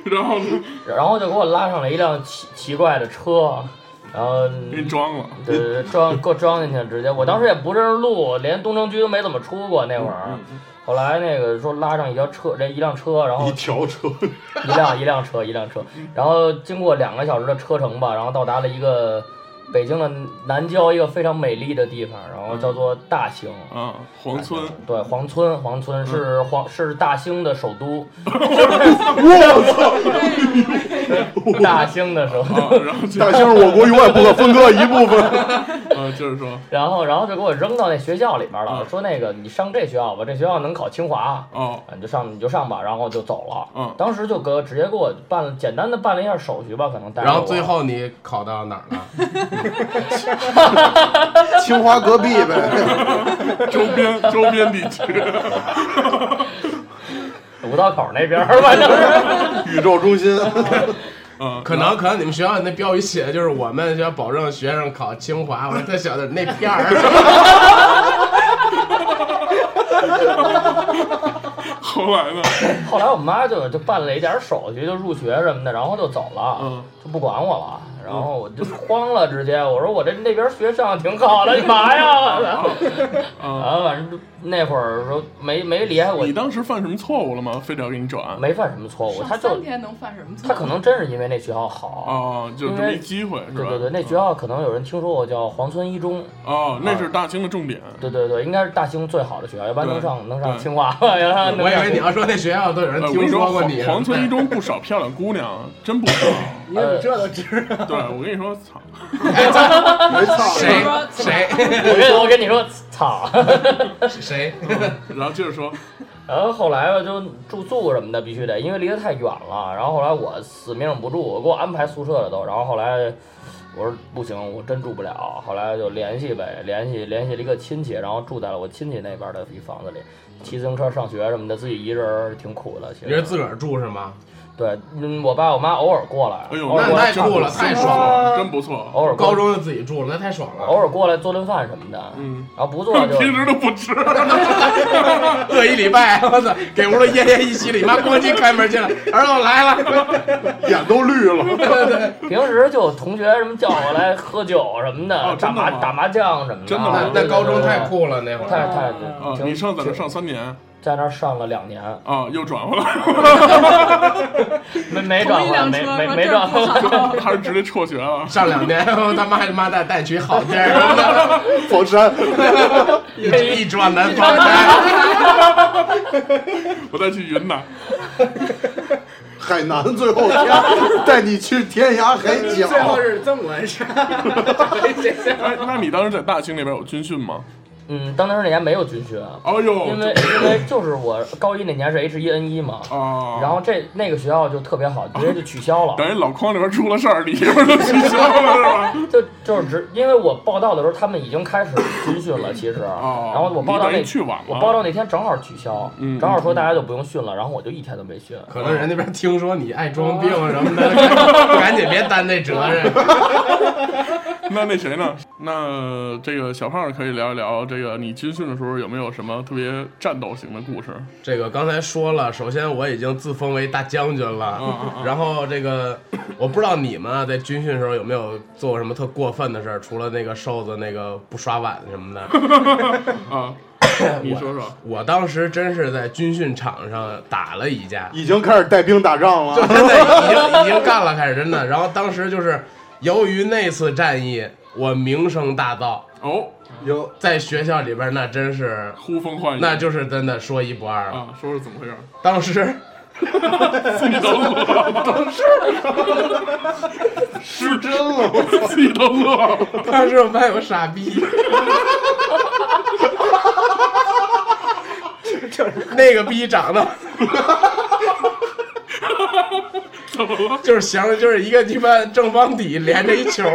[SPEAKER 2] 然后呢
[SPEAKER 3] 然后就给我拉上了一辆奇奇怪的车，然后
[SPEAKER 4] 嗯
[SPEAKER 2] 给你装了，
[SPEAKER 3] 对对对装给我装进去了，直接我当时也不认识路，连东城区都没怎么出过那会儿。后来那个说拉上一辆车，这一辆车，然后
[SPEAKER 5] 一条车，
[SPEAKER 3] 一辆一辆车一辆车，然后经过两个小时的车程吧，然后到达了一个北京的南郊一个非常美丽的地方，然后叫做大兴。
[SPEAKER 4] 嗯
[SPEAKER 2] 啊，黄村，
[SPEAKER 3] 对，黄村，黄村是黄是大兴的首 都， 大兴的首
[SPEAKER 2] 啊
[SPEAKER 4] 嗯
[SPEAKER 3] 都。，
[SPEAKER 2] 然后就
[SPEAKER 5] 大兴是我国永远不可分割的一部分。
[SPEAKER 2] 啊，就是说，
[SPEAKER 3] 然后，然后就给我扔到那学校里边了，
[SPEAKER 2] 嗯
[SPEAKER 3] 说那个你上这学校吧，这学校能考清华，
[SPEAKER 2] 哦，
[SPEAKER 4] 嗯
[SPEAKER 3] 啊你就上你就上吧，然后就走了。
[SPEAKER 2] 嗯，
[SPEAKER 3] 当时就给我直接给我办了简单的办了一下手续吧，可能带着
[SPEAKER 4] 然后
[SPEAKER 3] 我
[SPEAKER 4] 最后你考到哪儿了？
[SPEAKER 5] 清华隔壁呗，
[SPEAKER 2] 周边周边地区，
[SPEAKER 3] 五道口那边儿，反正是。
[SPEAKER 5] 宇宙中心。
[SPEAKER 2] 啊，
[SPEAKER 4] 可能可能你们学校那标语写的就是我们要保证学生考清华，我在想的那片 儿，
[SPEAKER 2] 后来呢？
[SPEAKER 3] 后来我妈就就办了一点手续，就入学什么的，然后就走了，
[SPEAKER 2] 嗯
[SPEAKER 3] 就不管我了。然后我就慌了，直接我说我这那边学上挺好的，你嘛呀？然后
[SPEAKER 2] 啊，
[SPEAKER 3] 啊，反正就那会儿说没没离开我
[SPEAKER 2] 你，当时犯什么错误了吗？非得要给你转？
[SPEAKER 3] 没犯什么错误，他
[SPEAKER 6] 上
[SPEAKER 3] 就
[SPEAKER 6] 三天能犯什么错？
[SPEAKER 3] 他可能真是因为那学校好，
[SPEAKER 2] 哦，就这么一机会是
[SPEAKER 3] 对
[SPEAKER 2] 吧？嗯
[SPEAKER 3] 对对，那学啊校可能有人听说过叫黄村一中，
[SPEAKER 2] 哦，那是大兴的重点。
[SPEAKER 3] 对对对，应该是大兴最好的学校，要不然能上能上
[SPEAKER 2] 对
[SPEAKER 3] 清华，要不然能
[SPEAKER 4] 我以
[SPEAKER 3] 上
[SPEAKER 4] 为你要说那学校都有人
[SPEAKER 2] 呃我跟
[SPEAKER 4] 听
[SPEAKER 2] 你
[SPEAKER 4] 说
[SPEAKER 2] 说，
[SPEAKER 4] 过
[SPEAKER 2] 黄
[SPEAKER 4] 你。啊
[SPEAKER 2] 黄村一中不少漂亮姑娘，真不少。
[SPEAKER 7] 你怎么这都知道？
[SPEAKER 2] 对，我跟你说，操，
[SPEAKER 5] 没操，
[SPEAKER 4] 谁谁
[SPEAKER 3] 我跟我跟你说，操！
[SPEAKER 4] 谁？
[SPEAKER 2] 然后接着说，
[SPEAKER 3] 然后后来吧，就住宿什么的必须得，因为离得太远了。然后后来我死命不住，我给我安排宿舍了都。然后后来我说不行，我真住不了。后来就联系呗，联系联系了一个亲戚，然后住在了我亲戚那边的一房子里。骑自行车上学什么的，自己一人儿挺苦的。其
[SPEAKER 4] 你是
[SPEAKER 3] 实
[SPEAKER 4] 自个儿住是吗？
[SPEAKER 3] 对，嗯，我爸我妈偶尔过来，
[SPEAKER 2] 哎呦，
[SPEAKER 3] 偶尔
[SPEAKER 4] 那
[SPEAKER 3] 过来
[SPEAKER 4] 太酷了，太爽了！
[SPEAKER 2] 了，真不错。
[SPEAKER 3] 偶尔过
[SPEAKER 4] 高
[SPEAKER 3] 来
[SPEAKER 4] 中就自己住了，那太爽
[SPEAKER 3] 偶
[SPEAKER 4] 了。
[SPEAKER 3] 尔过来做顿饭什么的，
[SPEAKER 2] 嗯，
[SPEAKER 3] 然后不做就
[SPEAKER 2] 平时都不吃，
[SPEAKER 3] 哦
[SPEAKER 4] 饿一礼拜，我操，给屋里奄奄一息里，妈咣叽开门进来，儿子我来了。
[SPEAKER 5] 眼都绿了。
[SPEAKER 3] 平时就同学什么叫我来喝酒什么的，
[SPEAKER 2] 哦
[SPEAKER 3] 打
[SPEAKER 2] 真的吗
[SPEAKER 3] 麻打麻将什么的。
[SPEAKER 2] 真的吗
[SPEAKER 4] 那
[SPEAKER 3] 对
[SPEAKER 4] 那高中哦太。
[SPEAKER 3] 对对对
[SPEAKER 4] 酷了，那会
[SPEAKER 3] 太
[SPEAKER 4] 儿
[SPEAKER 3] 太
[SPEAKER 2] 啊！
[SPEAKER 3] 挺
[SPEAKER 2] 你上在那
[SPEAKER 3] 挺
[SPEAKER 2] 上三年
[SPEAKER 3] 在那儿上了两年，
[SPEAKER 2] 啊，又转回来了，
[SPEAKER 3] 没没
[SPEAKER 6] 同
[SPEAKER 3] 转
[SPEAKER 6] 一
[SPEAKER 3] 回来，
[SPEAKER 6] 辆
[SPEAKER 3] 没
[SPEAKER 6] 车
[SPEAKER 3] 没
[SPEAKER 6] 说
[SPEAKER 3] 没
[SPEAKER 6] 这
[SPEAKER 3] 转
[SPEAKER 6] 儿
[SPEAKER 3] 回
[SPEAKER 6] 不
[SPEAKER 3] 来。
[SPEAKER 6] 好，
[SPEAKER 2] 他是直接辍学了。
[SPEAKER 4] 上两年，我他妈妈带带去好 地儿，
[SPEAKER 5] 房山，
[SPEAKER 4] 一一转南方来。
[SPEAKER 2] 我再去云南，
[SPEAKER 5] 海南最后天，带你去天涯海角。
[SPEAKER 7] 最后是这么完事儿。
[SPEAKER 2] 哎，那你当时在大兴那边有军训吗？
[SPEAKER 3] 嗯，当时那年没有军训，啊
[SPEAKER 2] 哎呦，
[SPEAKER 3] 因为因为就是我高一那年是 H 一 N 一嘛，
[SPEAKER 2] 啊，
[SPEAKER 3] 然后这那个学校就特别好，直接就取消了。
[SPEAKER 2] 等于老匡那边出了事儿，你这边都取消了是吧？
[SPEAKER 3] 就就是只因为我报道的时候，他们已经开始军训了，其实。
[SPEAKER 2] 哦
[SPEAKER 3] 然后我报道
[SPEAKER 2] 你等
[SPEAKER 3] 那
[SPEAKER 2] 于去晚了
[SPEAKER 3] 我报道那天正好取消，
[SPEAKER 2] 嗯
[SPEAKER 3] 正好说大家就不用训了，然后我就一天都没训。
[SPEAKER 4] 可能人那边 听说你爱装病什么的，赶紧别担那责任。
[SPEAKER 2] 那那谁呢？那这个小胖儿可以聊一聊，这个你军训的时候有没有什么特别战斗型的故事？
[SPEAKER 4] 这个刚才说了，首先我已经自封为大将军了，然后这个我不知道你们啊，在军训的时候有没有做过什么特过分的事儿？除了那个瘦子那个不刷碗什么的，
[SPEAKER 2] 啊，你说说，
[SPEAKER 4] 我当时真是在军训场上打了一架，
[SPEAKER 5] 已经开始带兵打仗
[SPEAKER 4] 就
[SPEAKER 5] 了。
[SPEAKER 4] 真的已经已经干了，开始真的。然后当时就是由于那次战役，我名声大噪，
[SPEAKER 2] 哦，
[SPEAKER 5] 有
[SPEAKER 4] 在学校里边那真是，
[SPEAKER 2] 呼风唤雨，
[SPEAKER 4] 那就是真的说一不二了。
[SPEAKER 2] 啊，说说怎么回事？
[SPEAKER 4] 当时
[SPEAKER 2] 自己都乐了，
[SPEAKER 5] 失真 了，
[SPEAKER 2] 自己都乐了，
[SPEAKER 4] 当时我发现我傻逼。那个逼长得，
[SPEAKER 2] 怎么了？
[SPEAKER 4] 就是想着就是一个鸡巴正方体连着一球，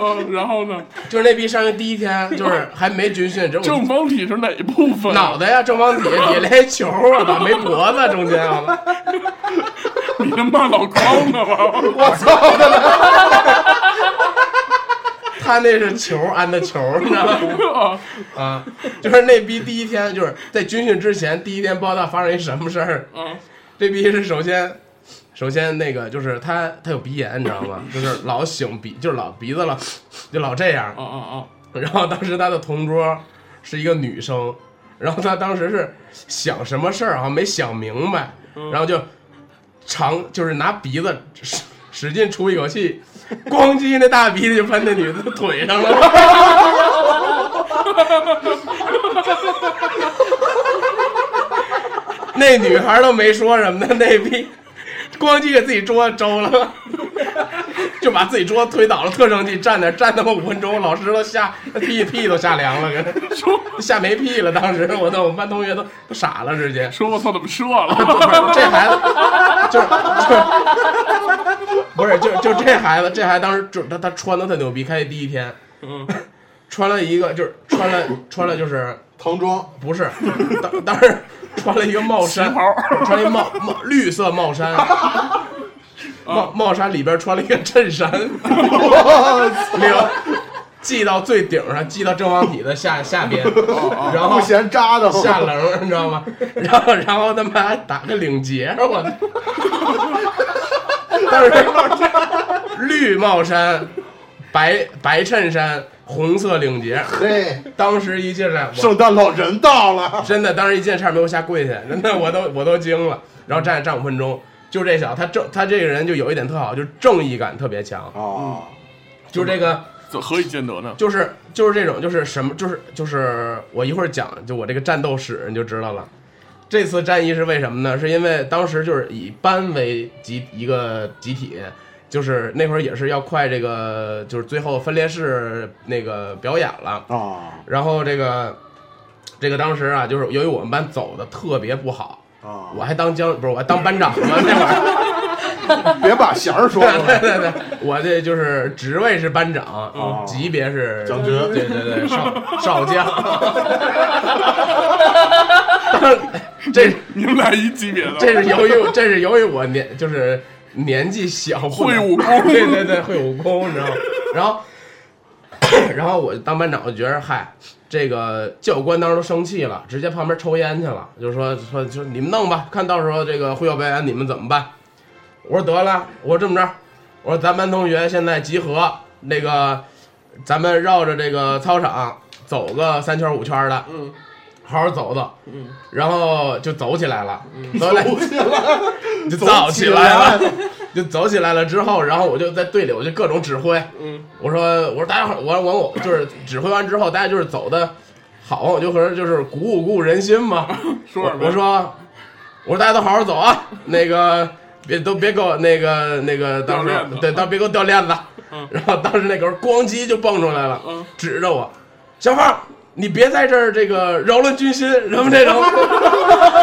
[SPEAKER 2] 嗯，然后呢？
[SPEAKER 4] 就是那逼上学第一天 就是还没军训，这
[SPEAKER 2] 正方体是哪一部分？啊
[SPEAKER 4] 脑袋呀正方体也连一球啊，咋没脖子中间啊？
[SPEAKER 2] 你他骂老高呢吧？
[SPEAKER 4] 我操他妈！他那是球安的球，你知道吗？
[SPEAKER 2] 啊，
[SPEAKER 4] 啊， 就是那逼第一天就是在军训之前第一天，不知道发生一什么事儿。
[SPEAKER 2] 嗯，
[SPEAKER 4] 这逼是首先，首先那个就是他他有鼻炎，你知道吗？就是老擤鼻，就是老鼻子老，就老这样
[SPEAKER 2] 啊。啊啊！。
[SPEAKER 4] 然后当时他的同桌是一个女生，然后他当时是想什么事儿啊没想明白，然后就长就是拿鼻子使使劲出一口气，咣叽那大鼻子就喷那女的腿上了。 那女孩都没说什么的，那逼咣叽给自己桌子周了。就把自己桌子推倒了，特生气，站那儿站他妈五分钟，老师都吓屁屁都吓凉了，跟吓没屁了。当时我的我们班同学都都傻了，直接
[SPEAKER 2] 说我啊操，怎么射了？
[SPEAKER 4] 这孩子就是就是不是就就这孩子，这孩子当时就是他他穿的特牛逼，开学第一天
[SPEAKER 2] 嗯，
[SPEAKER 4] 穿了一个就是穿了穿了就是
[SPEAKER 5] 唐装
[SPEAKER 4] 不是当当时穿了一个帽
[SPEAKER 2] 旗
[SPEAKER 4] 衫，
[SPEAKER 2] 袍，
[SPEAKER 4] 穿了一帽帽绿色帽衫，帽帽衫里边穿了一个衬衫，领系到最顶上，系到正方体的下下边，然后
[SPEAKER 5] 不嫌扎的慌，
[SPEAKER 4] 下棱，你知道吗？然后然后他妈还打个领结，我，但是绿帽衫，白白衬衫，红色领结，
[SPEAKER 5] 嘿，
[SPEAKER 4] 当时一进来我
[SPEAKER 5] 圣诞老人到了，
[SPEAKER 4] 真的，当时一进来差点没有吓跪下，真的我都我都惊了。然后站站五分钟，就这小子他正他这个人就有一点特好，就是正义感特别强，
[SPEAKER 5] 哦，
[SPEAKER 4] 就是这个
[SPEAKER 2] 怎何以见得呢？
[SPEAKER 4] 就是就是这种就是什么就是就是我一会儿讲就我这个战斗史你就知道了。这次战役是为什么呢？是因为当时就是以班为集一个集体，就是那会儿也是要快这个就是最后分列式那个表演了，
[SPEAKER 5] 啊
[SPEAKER 4] 然后这个这个当时啊，就是由于我们班走的特别不好，
[SPEAKER 5] 啊
[SPEAKER 4] 我还当将不是我还当班长嘛那会儿，
[SPEAKER 5] 别把弦儿说出
[SPEAKER 4] 对
[SPEAKER 5] 来，
[SPEAKER 4] 对对，我这就是职位是班长，
[SPEAKER 5] 哦
[SPEAKER 4] 级别是
[SPEAKER 5] 将军
[SPEAKER 4] 对对对， 少少将。 这
[SPEAKER 2] 你们俩一级别的，
[SPEAKER 4] 这是由于这是由于我年就是年纪小，不
[SPEAKER 2] 会
[SPEAKER 4] 能
[SPEAKER 2] 武功
[SPEAKER 4] 对对对，会武功，你知道吗？然后 然后我当班长，我觉得嗨，这个教官当时都生气了，直接旁边抽烟去了，就说说就你们弄吧，看到时候这个汇报表演你们怎么办？我说得了，我说这么着，我说咱班同学现在集合，那个咱们绕着这个操场走个三圈五圈的，
[SPEAKER 2] 嗯，
[SPEAKER 4] 好好走走，
[SPEAKER 2] 嗯，
[SPEAKER 4] 然后就走起来了，走起来
[SPEAKER 5] 走起来，
[SPEAKER 4] 就
[SPEAKER 5] 走
[SPEAKER 4] 走
[SPEAKER 5] 起
[SPEAKER 4] 起
[SPEAKER 5] 来
[SPEAKER 4] 来了，就走起来了之后，然后我就在队里我就各种指挥，
[SPEAKER 2] 嗯，
[SPEAKER 4] 我说我说大家伙儿，我我我就是指挥完之后，大家就是走的好，我就和就是鼓舞鼓舞人心嘛。
[SPEAKER 2] 说什么呀
[SPEAKER 4] 我我说我说大家都好好走啊，那个别都别给我那个那个到时
[SPEAKER 2] 掉
[SPEAKER 4] 候
[SPEAKER 2] 链子
[SPEAKER 4] 对，到时候别给我掉链子
[SPEAKER 2] 嗯。
[SPEAKER 4] 然后当时那狗咣叽就蹦出来了
[SPEAKER 2] 嗯，
[SPEAKER 4] 指着我，小胖，你别在这儿这个扰乱军心什么这种，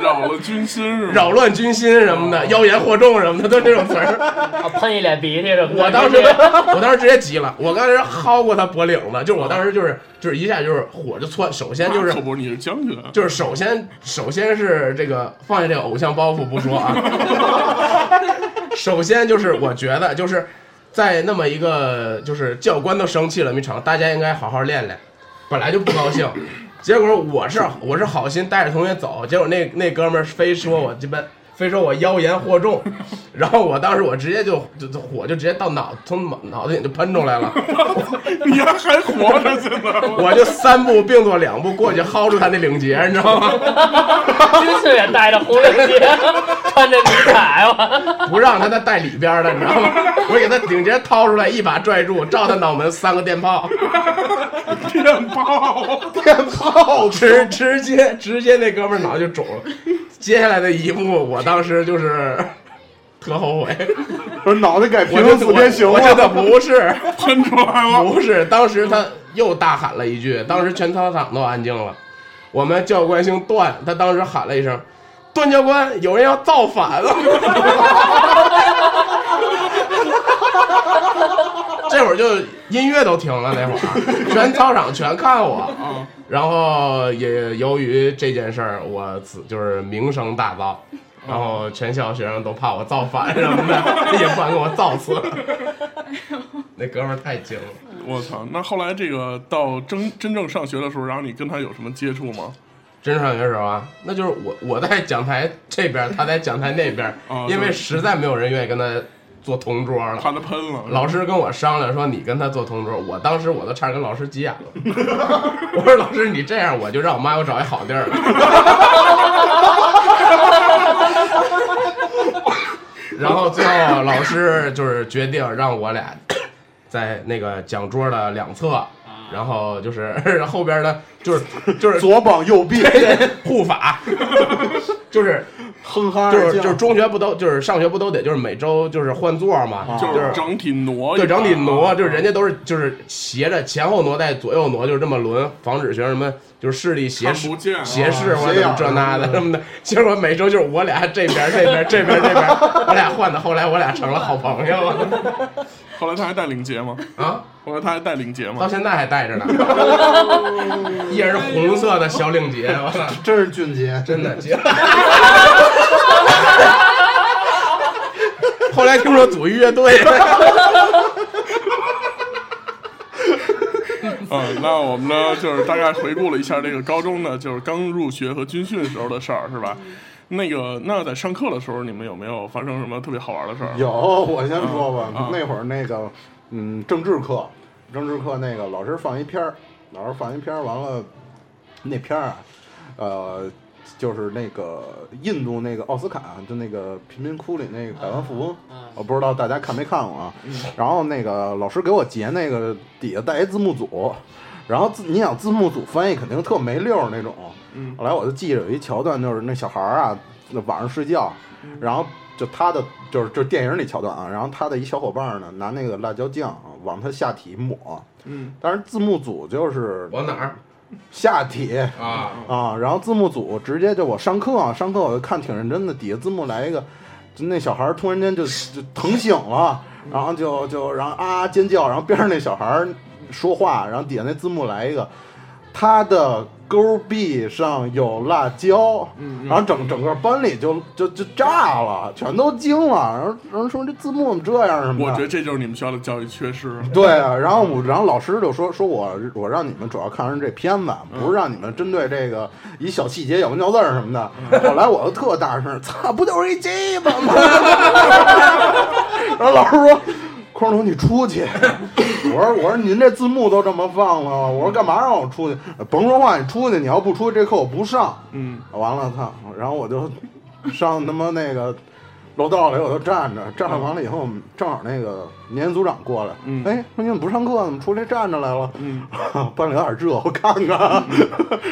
[SPEAKER 2] 扰了军心是吗？
[SPEAKER 4] 扰乱军心什么的，妖言惑众什么的，都是这种词儿。
[SPEAKER 3] 啊喷一脸鼻涕什么的。
[SPEAKER 4] 我当时
[SPEAKER 3] 直接，
[SPEAKER 4] 我当时直接急了，我刚才薅过他脖领子，就是我当时就是就是一下就是火就窜，首先就是
[SPEAKER 2] 那可不，你是将军啊，
[SPEAKER 4] 就是首先，首先是这个放下这个偶像包袱不说啊，首先就是我觉得就是在那么一个就是教官都生气了一场，大家应该好好练练，本来就不高兴，结果我是我是好心带着同学走，结果那那哥们儿非说我鸡巴。非说我妖言惑众，然后我当时我直接就就就火就直接到脑从脑脑子里就喷出来了，
[SPEAKER 2] 你还还活着现在？
[SPEAKER 4] 我就三步并作两步过去薅住他那领结，你知道吗？
[SPEAKER 3] 军训也带着红领结， 穿着啊迷彩，我
[SPEAKER 4] 不让他再带里边了，你知道吗？我给他领结掏出来，一把拽住，照他脑门三个电炮，
[SPEAKER 2] 电炮，
[SPEAKER 5] 炮
[SPEAKER 4] 直直接直接那哥们儿脑就肿了。接下来的一幕，我当时就是特后悔，
[SPEAKER 5] 不是脑袋改
[SPEAKER 4] 我
[SPEAKER 5] 平
[SPEAKER 4] 真
[SPEAKER 5] 行
[SPEAKER 4] 的
[SPEAKER 5] 四边形
[SPEAKER 4] 我
[SPEAKER 5] 了
[SPEAKER 4] 我，真的不是
[SPEAKER 2] 喷出来了！
[SPEAKER 4] 不是，当时他又大喊了一句，当时全操场都安静了。我们教官姓段，他当时喊了一声：“段教官，有人要造反了！”这会儿就音乐都停了，那会儿全操场全看我。然后也由于这件事儿，我此就是名声大噪，然后全校学生都怕我造反什么的，也不敢跟我造次。 那哥们儿太精了。
[SPEAKER 2] 我操！那后来这个到真真正上学的时候，然后你跟他有什么接触吗？
[SPEAKER 4] 真上学时候啊，那就是我我在讲台这边，他在讲台那边
[SPEAKER 2] 哦，
[SPEAKER 4] 因为
[SPEAKER 2] 对
[SPEAKER 4] 实在没有人愿意跟他做同桌了。
[SPEAKER 2] 怕他喷了，
[SPEAKER 4] 老师跟我商量说你跟他做同桌，我当时我都差点跟老师急眼了。 我说老师你这样，我就让我妈给我找一好地儿 了。然后最后老师就是决定让我俩在那个讲桌的两侧，
[SPEAKER 2] 啊
[SPEAKER 4] 然后就是 后边的，就是就是
[SPEAKER 5] 左膀右臂，
[SPEAKER 4] 护 法，就是
[SPEAKER 5] 哼哈
[SPEAKER 4] 就
[SPEAKER 5] 二
[SPEAKER 4] 是
[SPEAKER 5] 将
[SPEAKER 4] 就是中学不都就是上学不都得就是每周就是换座
[SPEAKER 5] 啊
[SPEAKER 4] 嘛，
[SPEAKER 2] 就
[SPEAKER 4] 就是是
[SPEAKER 2] 整体挪一
[SPEAKER 4] 对
[SPEAKER 2] 下，啊
[SPEAKER 4] 整体挪，就是人家都是就是斜着前后挪带左右挪，就是这么轮，防止学生什么就是视力斜
[SPEAKER 2] 看
[SPEAKER 4] 视
[SPEAKER 2] 不见啊
[SPEAKER 4] 斜视或者
[SPEAKER 5] 斜眼
[SPEAKER 4] 怎
[SPEAKER 5] 儿嗯
[SPEAKER 4] 么这那的什么的。结果每周就是我俩这边这边这边这边，我俩换的，后来我俩成了好朋友了
[SPEAKER 2] 后来他还戴领结吗？
[SPEAKER 4] 啊，
[SPEAKER 2] 后来他还戴领结
[SPEAKER 4] 到
[SPEAKER 2] 吗？
[SPEAKER 4] 现在还戴着 呢，一人红色的小领结，我操！
[SPEAKER 5] 真是俊杰，
[SPEAKER 4] 真的。 结后来听说组一 乐队，
[SPEAKER 2] 嗯，那我们呢，就是大概回顾了一下这个高中呢，就是刚入学和军训时候的事儿，是吧？那个，那在上课的时候，你们有没有发生什么特别好玩的事儿？
[SPEAKER 5] 有，我先说吧，
[SPEAKER 2] 啊啊
[SPEAKER 5] 那会儿那个，嗯，政治课，政治课那个老师放一片儿，老师放一片儿，完了，那片儿啊，呃，就是那个印度那个奥斯卡，就那个贫民窟里那个百万富翁，我不知道大家看没看过啊。然后那个老师给我截那个底下带一字幕组，然后字你想字幕组翻译肯定特没溜儿那种。后来我就记着有一桥段，就是那小孩儿啊，晚上睡觉，然后就他的就是就是电影里桥段啊，然后他的一小伙伴儿呢拿那个辣椒酱啊往他下体抹，
[SPEAKER 2] 嗯，
[SPEAKER 5] 但是字幕组就是
[SPEAKER 4] 往哪儿
[SPEAKER 5] 下体
[SPEAKER 4] 啊？
[SPEAKER 5] 啊，然后字幕组直接就我上课啊，上课我就看挺认真的，底下字幕来一个，就那小孩儿突然间就就疼醒了，然后就就然后啊尖叫，然后边上那小孩儿说话，然后底下那字幕来一个，他的钩臂上有辣椒，
[SPEAKER 2] 嗯
[SPEAKER 5] 然后整整个班里就就就炸了，全都惊了，然后然后说这字幕怎么这样什么的。
[SPEAKER 2] 我觉得这就是你们学校的教育缺失。
[SPEAKER 5] 对啊，然后我，然后老师就说说我我让你们主要看是这片子，不是让你们针对这个一小细节咬文嚼字儿什么的。后来我就特大声，操，不就是一鸡巴吗？然后老师说。匡叔，你出去！我说，我说，您这字幕都这么放了，我说干嘛让我出去？甭说话，你出去，你要不出去，这课我不上。
[SPEAKER 2] 嗯，
[SPEAKER 5] 完了，操！然后我就上他妈那个楼道里，我就站着，站着完了以后，正好那个年级组长过来，
[SPEAKER 2] 嗯
[SPEAKER 5] 哎，说你怎么不上课，怎么出来站着来了？
[SPEAKER 2] 嗯，
[SPEAKER 5] 班里有点热，我看看。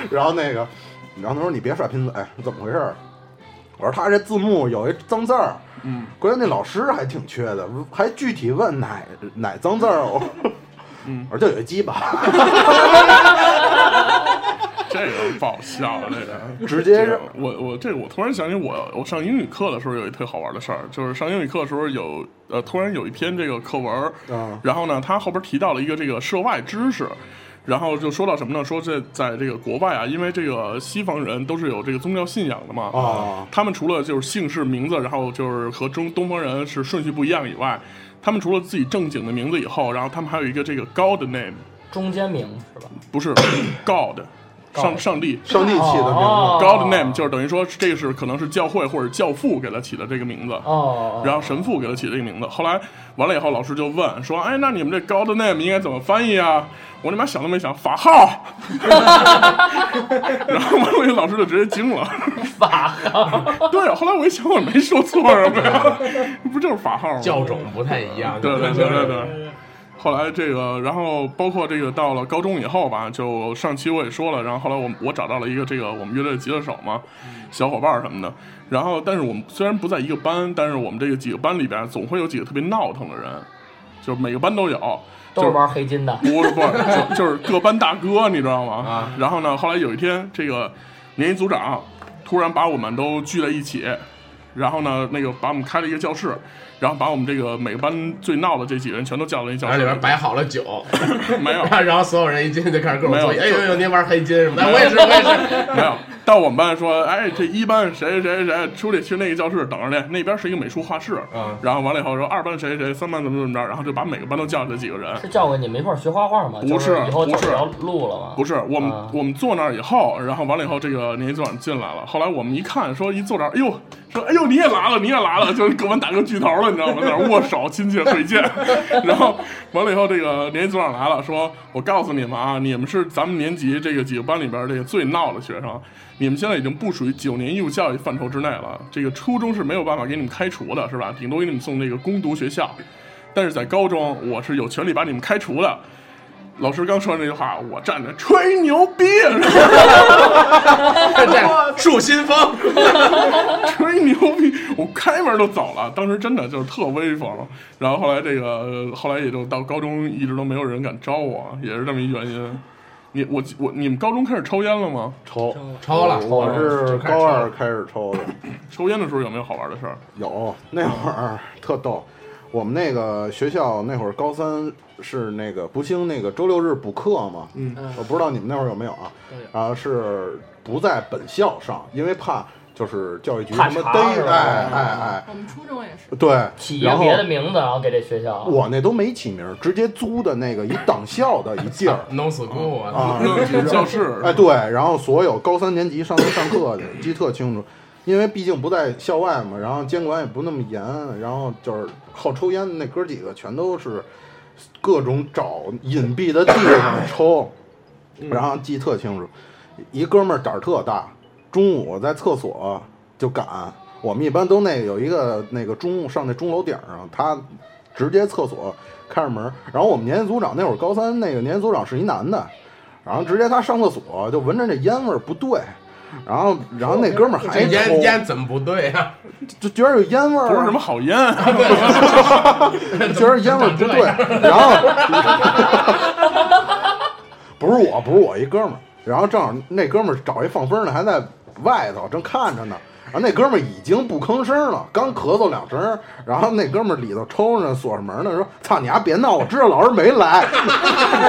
[SPEAKER 5] 然后那个，然后他说你别耍贫嘴，怎么回事儿？我说他这字幕有一脏字儿，
[SPEAKER 2] 嗯，
[SPEAKER 5] 关键那老师还挺缺的，还具体问哪哪脏字儿。我
[SPEAKER 2] 嗯
[SPEAKER 5] 我说就有一鸡巴，
[SPEAKER 2] 这个爆笑，这个
[SPEAKER 5] 直接是
[SPEAKER 2] 我我这个我突然想起我我上英语课的时候有一特好玩的事儿，就是上英语课的时候有呃突然有一篇这个课文儿，
[SPEAKER 5] 啊
[SPEAKER 2] 然后呢他后边提到了一个这个涉外知识。然后就说到什么呢？说这在这个国外啊，因为这个西方人都是有这个宗教信仰的嘛，
[SPEAKER 5] 啊
[SPEAKER 2] 他们除了就是姓氏名字，然后就是和中东方人是顺序不一样以外，他们除了自己正经的名字以后，然后他们还有一个这个 God name，
[SPEAKER 3] 中间名是吧？
[SPEAKER 2] 不 是 God，上上帝
[SPEAKER 5] 上帝起的名字
[SPEAKER 3] 哦
[SPEAKER 2] God name 就是等于说这是可能是教会或者教父给他起的这个名字，
[SPEAKER 3] 哦，
[SPEAKER 2] 然后神父给他起这个名字。后来完了以后，老师就问说：“哎，那你们这 God name 应该怎么翻译啊？”我你妈想都没想，法号。 然后完了，老师就直接惊了。
[SPEAKER 3] 法号，
[SPEAKER 2] 对，后来我一想，我没说错什么 呀，不就是法号吗？
[SPEAKER 4] 教种不太一样。
[SPEAKER 2] 对对对对对。后来这个，然后包括这个到了高中以后吧，就上期我也说了，然后后来我我找到了一个这个我们乐队的吉他手嘛，小伙伴儿什么的。然后，但是我们虽然不在一个班，但是我们这个几个班里边总会有几个特别闹腾的人，就是每个班都有，
[SPEAKER 3] 哦都是玩黑金的。
[SPEAKER 2] 不是不 是，就就是各班大哥，你知道吗？
[SPEAKER 4] 啊
[SPEAKER 2] 然后呢，后来有一天，这个年级组长突然把我们都聚在一起，然后呢，那个把我们开了一个教室，然后把我们这个每个班最闹的这几个人全都叫到那教
[SPEAKER 4] 然后
[SPEAKER 2] 室
[SPEAKER 4] 里边摆好了酒，
[SPEAKER 2] 没 有
[SPEAKER 4] 然后然后所有人一进去就开始各种作揖，哎
[SPEAKER 2] 没有
[SPEAKER 4] 呦呦，您玩黑金什么的，哎我也是我也是，
[SPEAKER 2] 没有到我们班说，哎，这一班谁谁谁出去去那个教室等着去，那边是一个美术画室，
[SPEAKER 4] 嗯
[SPEAKER 2] 然后完了以后说二班谁谁，三班怎么怎么着，然后就把每个班都叫来几个人，
[SPEAKER 3] 是叫过你们一块儿学画画吗？
[SPEAKER 2] 不
[SPEAKER 3] 就是以后走
[SPEAKER 2] 不是
[SPEAKER 3] 这条路了吗？
[SPEAKER 2] 不是，我们、
[SPEAKER 3] 啊
[SPEAKER 2] 我们坐那儿以后，然后完了以后，这个年级组长进来了。后来我们一看，说一坐这儿，哎呦，说哎呦你也来了，你也来了，就是各班打个巨头了，你知道吗？在那儿握手、亲切、会 见。然后完了以后，这个年级组长来了，说我告诉你们啊，你们是咱们年级这个几个班里边儿这个最闹的学生，你们现在已经不属于九年义务教育范畴之内了。这个初中是没有办法给你们开除的，是吧？顶多给你们送这个攻读学校。但是在高中，我是有权利把你们开除的。老师刚说完这句话，我站着吹牛逼，
[SPEAKER 4] 这树新风，
[SPEAKER 2] 吹牛逼，我开门就走了。当时真的就是特威风。然后后来这个，呃后来也就到高中，一直都没有人敢招我，也是这么一原因。你我我你们高中开始抽烟了吗？
[SPEAKER 5] 抽，
[SPEAKER 4] 抽了，
[SPEAKER 2] 哦
[SPEAKER 5] 我是高二开始抽的，
[SPEAKER 2] 抽烟的时候有没有好玩的事 儿？
[SPEAKER 5] 有那会
[SPEAKER 3] 哦
[SPEAKER 5] 儿特逗。我们那个学校那会儿高三是那个不兴那个周六日补课嘛，嗯
[SPEAKER 7] 嗯
[SPEAKER 5] 我不知道你们那会儿有没有啊
[SPEAKER 7] 都有，
[SPEAKER 5] 然后是不在本校上，因为怕就是教育局
[SPEAKER 3] 怕
[SPEAKER 5] 什么
[SPEAKER 3] 查是
[SPEAKER 5] 逮，
[SPEAKER 3] 吧嗯
[SPEAKER 5] 哎哎
[SPEAKER 6] 我们初中也是
[SPEAKER 5] 哎，对
[SPEAKER 3] 起，一个
[SPEAKER 5] 然后
[SPEAKER 3] 别的名字，然后给这学校。
[SPEAKER 5] 我那都没起名儿，直接租的那个一党校的一 地儿
[SPEAKER 4] no school
[SPEAKER 2] 哦
[SPEAKER 4] 啊，
[SPEAKER 5] 啊，
[SPEAKER 2] 教室
[SPEAKER 5] 哎，对，然后所有高三年级上那上课去，记得特清楚，因为毕竟不在校外嘛，然后监管也不那么严，然后就是好抽烟的那哥几个全都是各种找隐蔽的地方抽，然后记得特清楚，一哥们儿胆儿特大，中午在厕所就敢，我们一般都那有一个那个中午上那钟楼顶上，他直接厕所开着门儿，然后我们年级组长那会儿高三那个年级组长是一男的。然后直接他上厕所就闻着那烟味儿不对，然后然后那哥们儿还
[SPEAKER 4] 这
[SPEAKER 2] 哎
[SPEAKER 4] 烟
[SPEAKER 5] 抽
[SPEAKER 4] 烟怎么不对啊？
[SPEAKER 2] 哦
[SPEAKER 5] 就觉得有烟味儿，
[SPEAKER 2] 不是什么好烟，
[SPEAKER 5] 觉得烟味儿不对，然后不是我，不是我一哥们儿，然后正好那哥们儿找一放风的还在外头正看着呢，然后那哥们儿已经不吭声了，刚咳嗽两声儿，然后那哥们儿里头抽着呢，锁着门呢，说：“操你丫别闹，我知道老师没来。”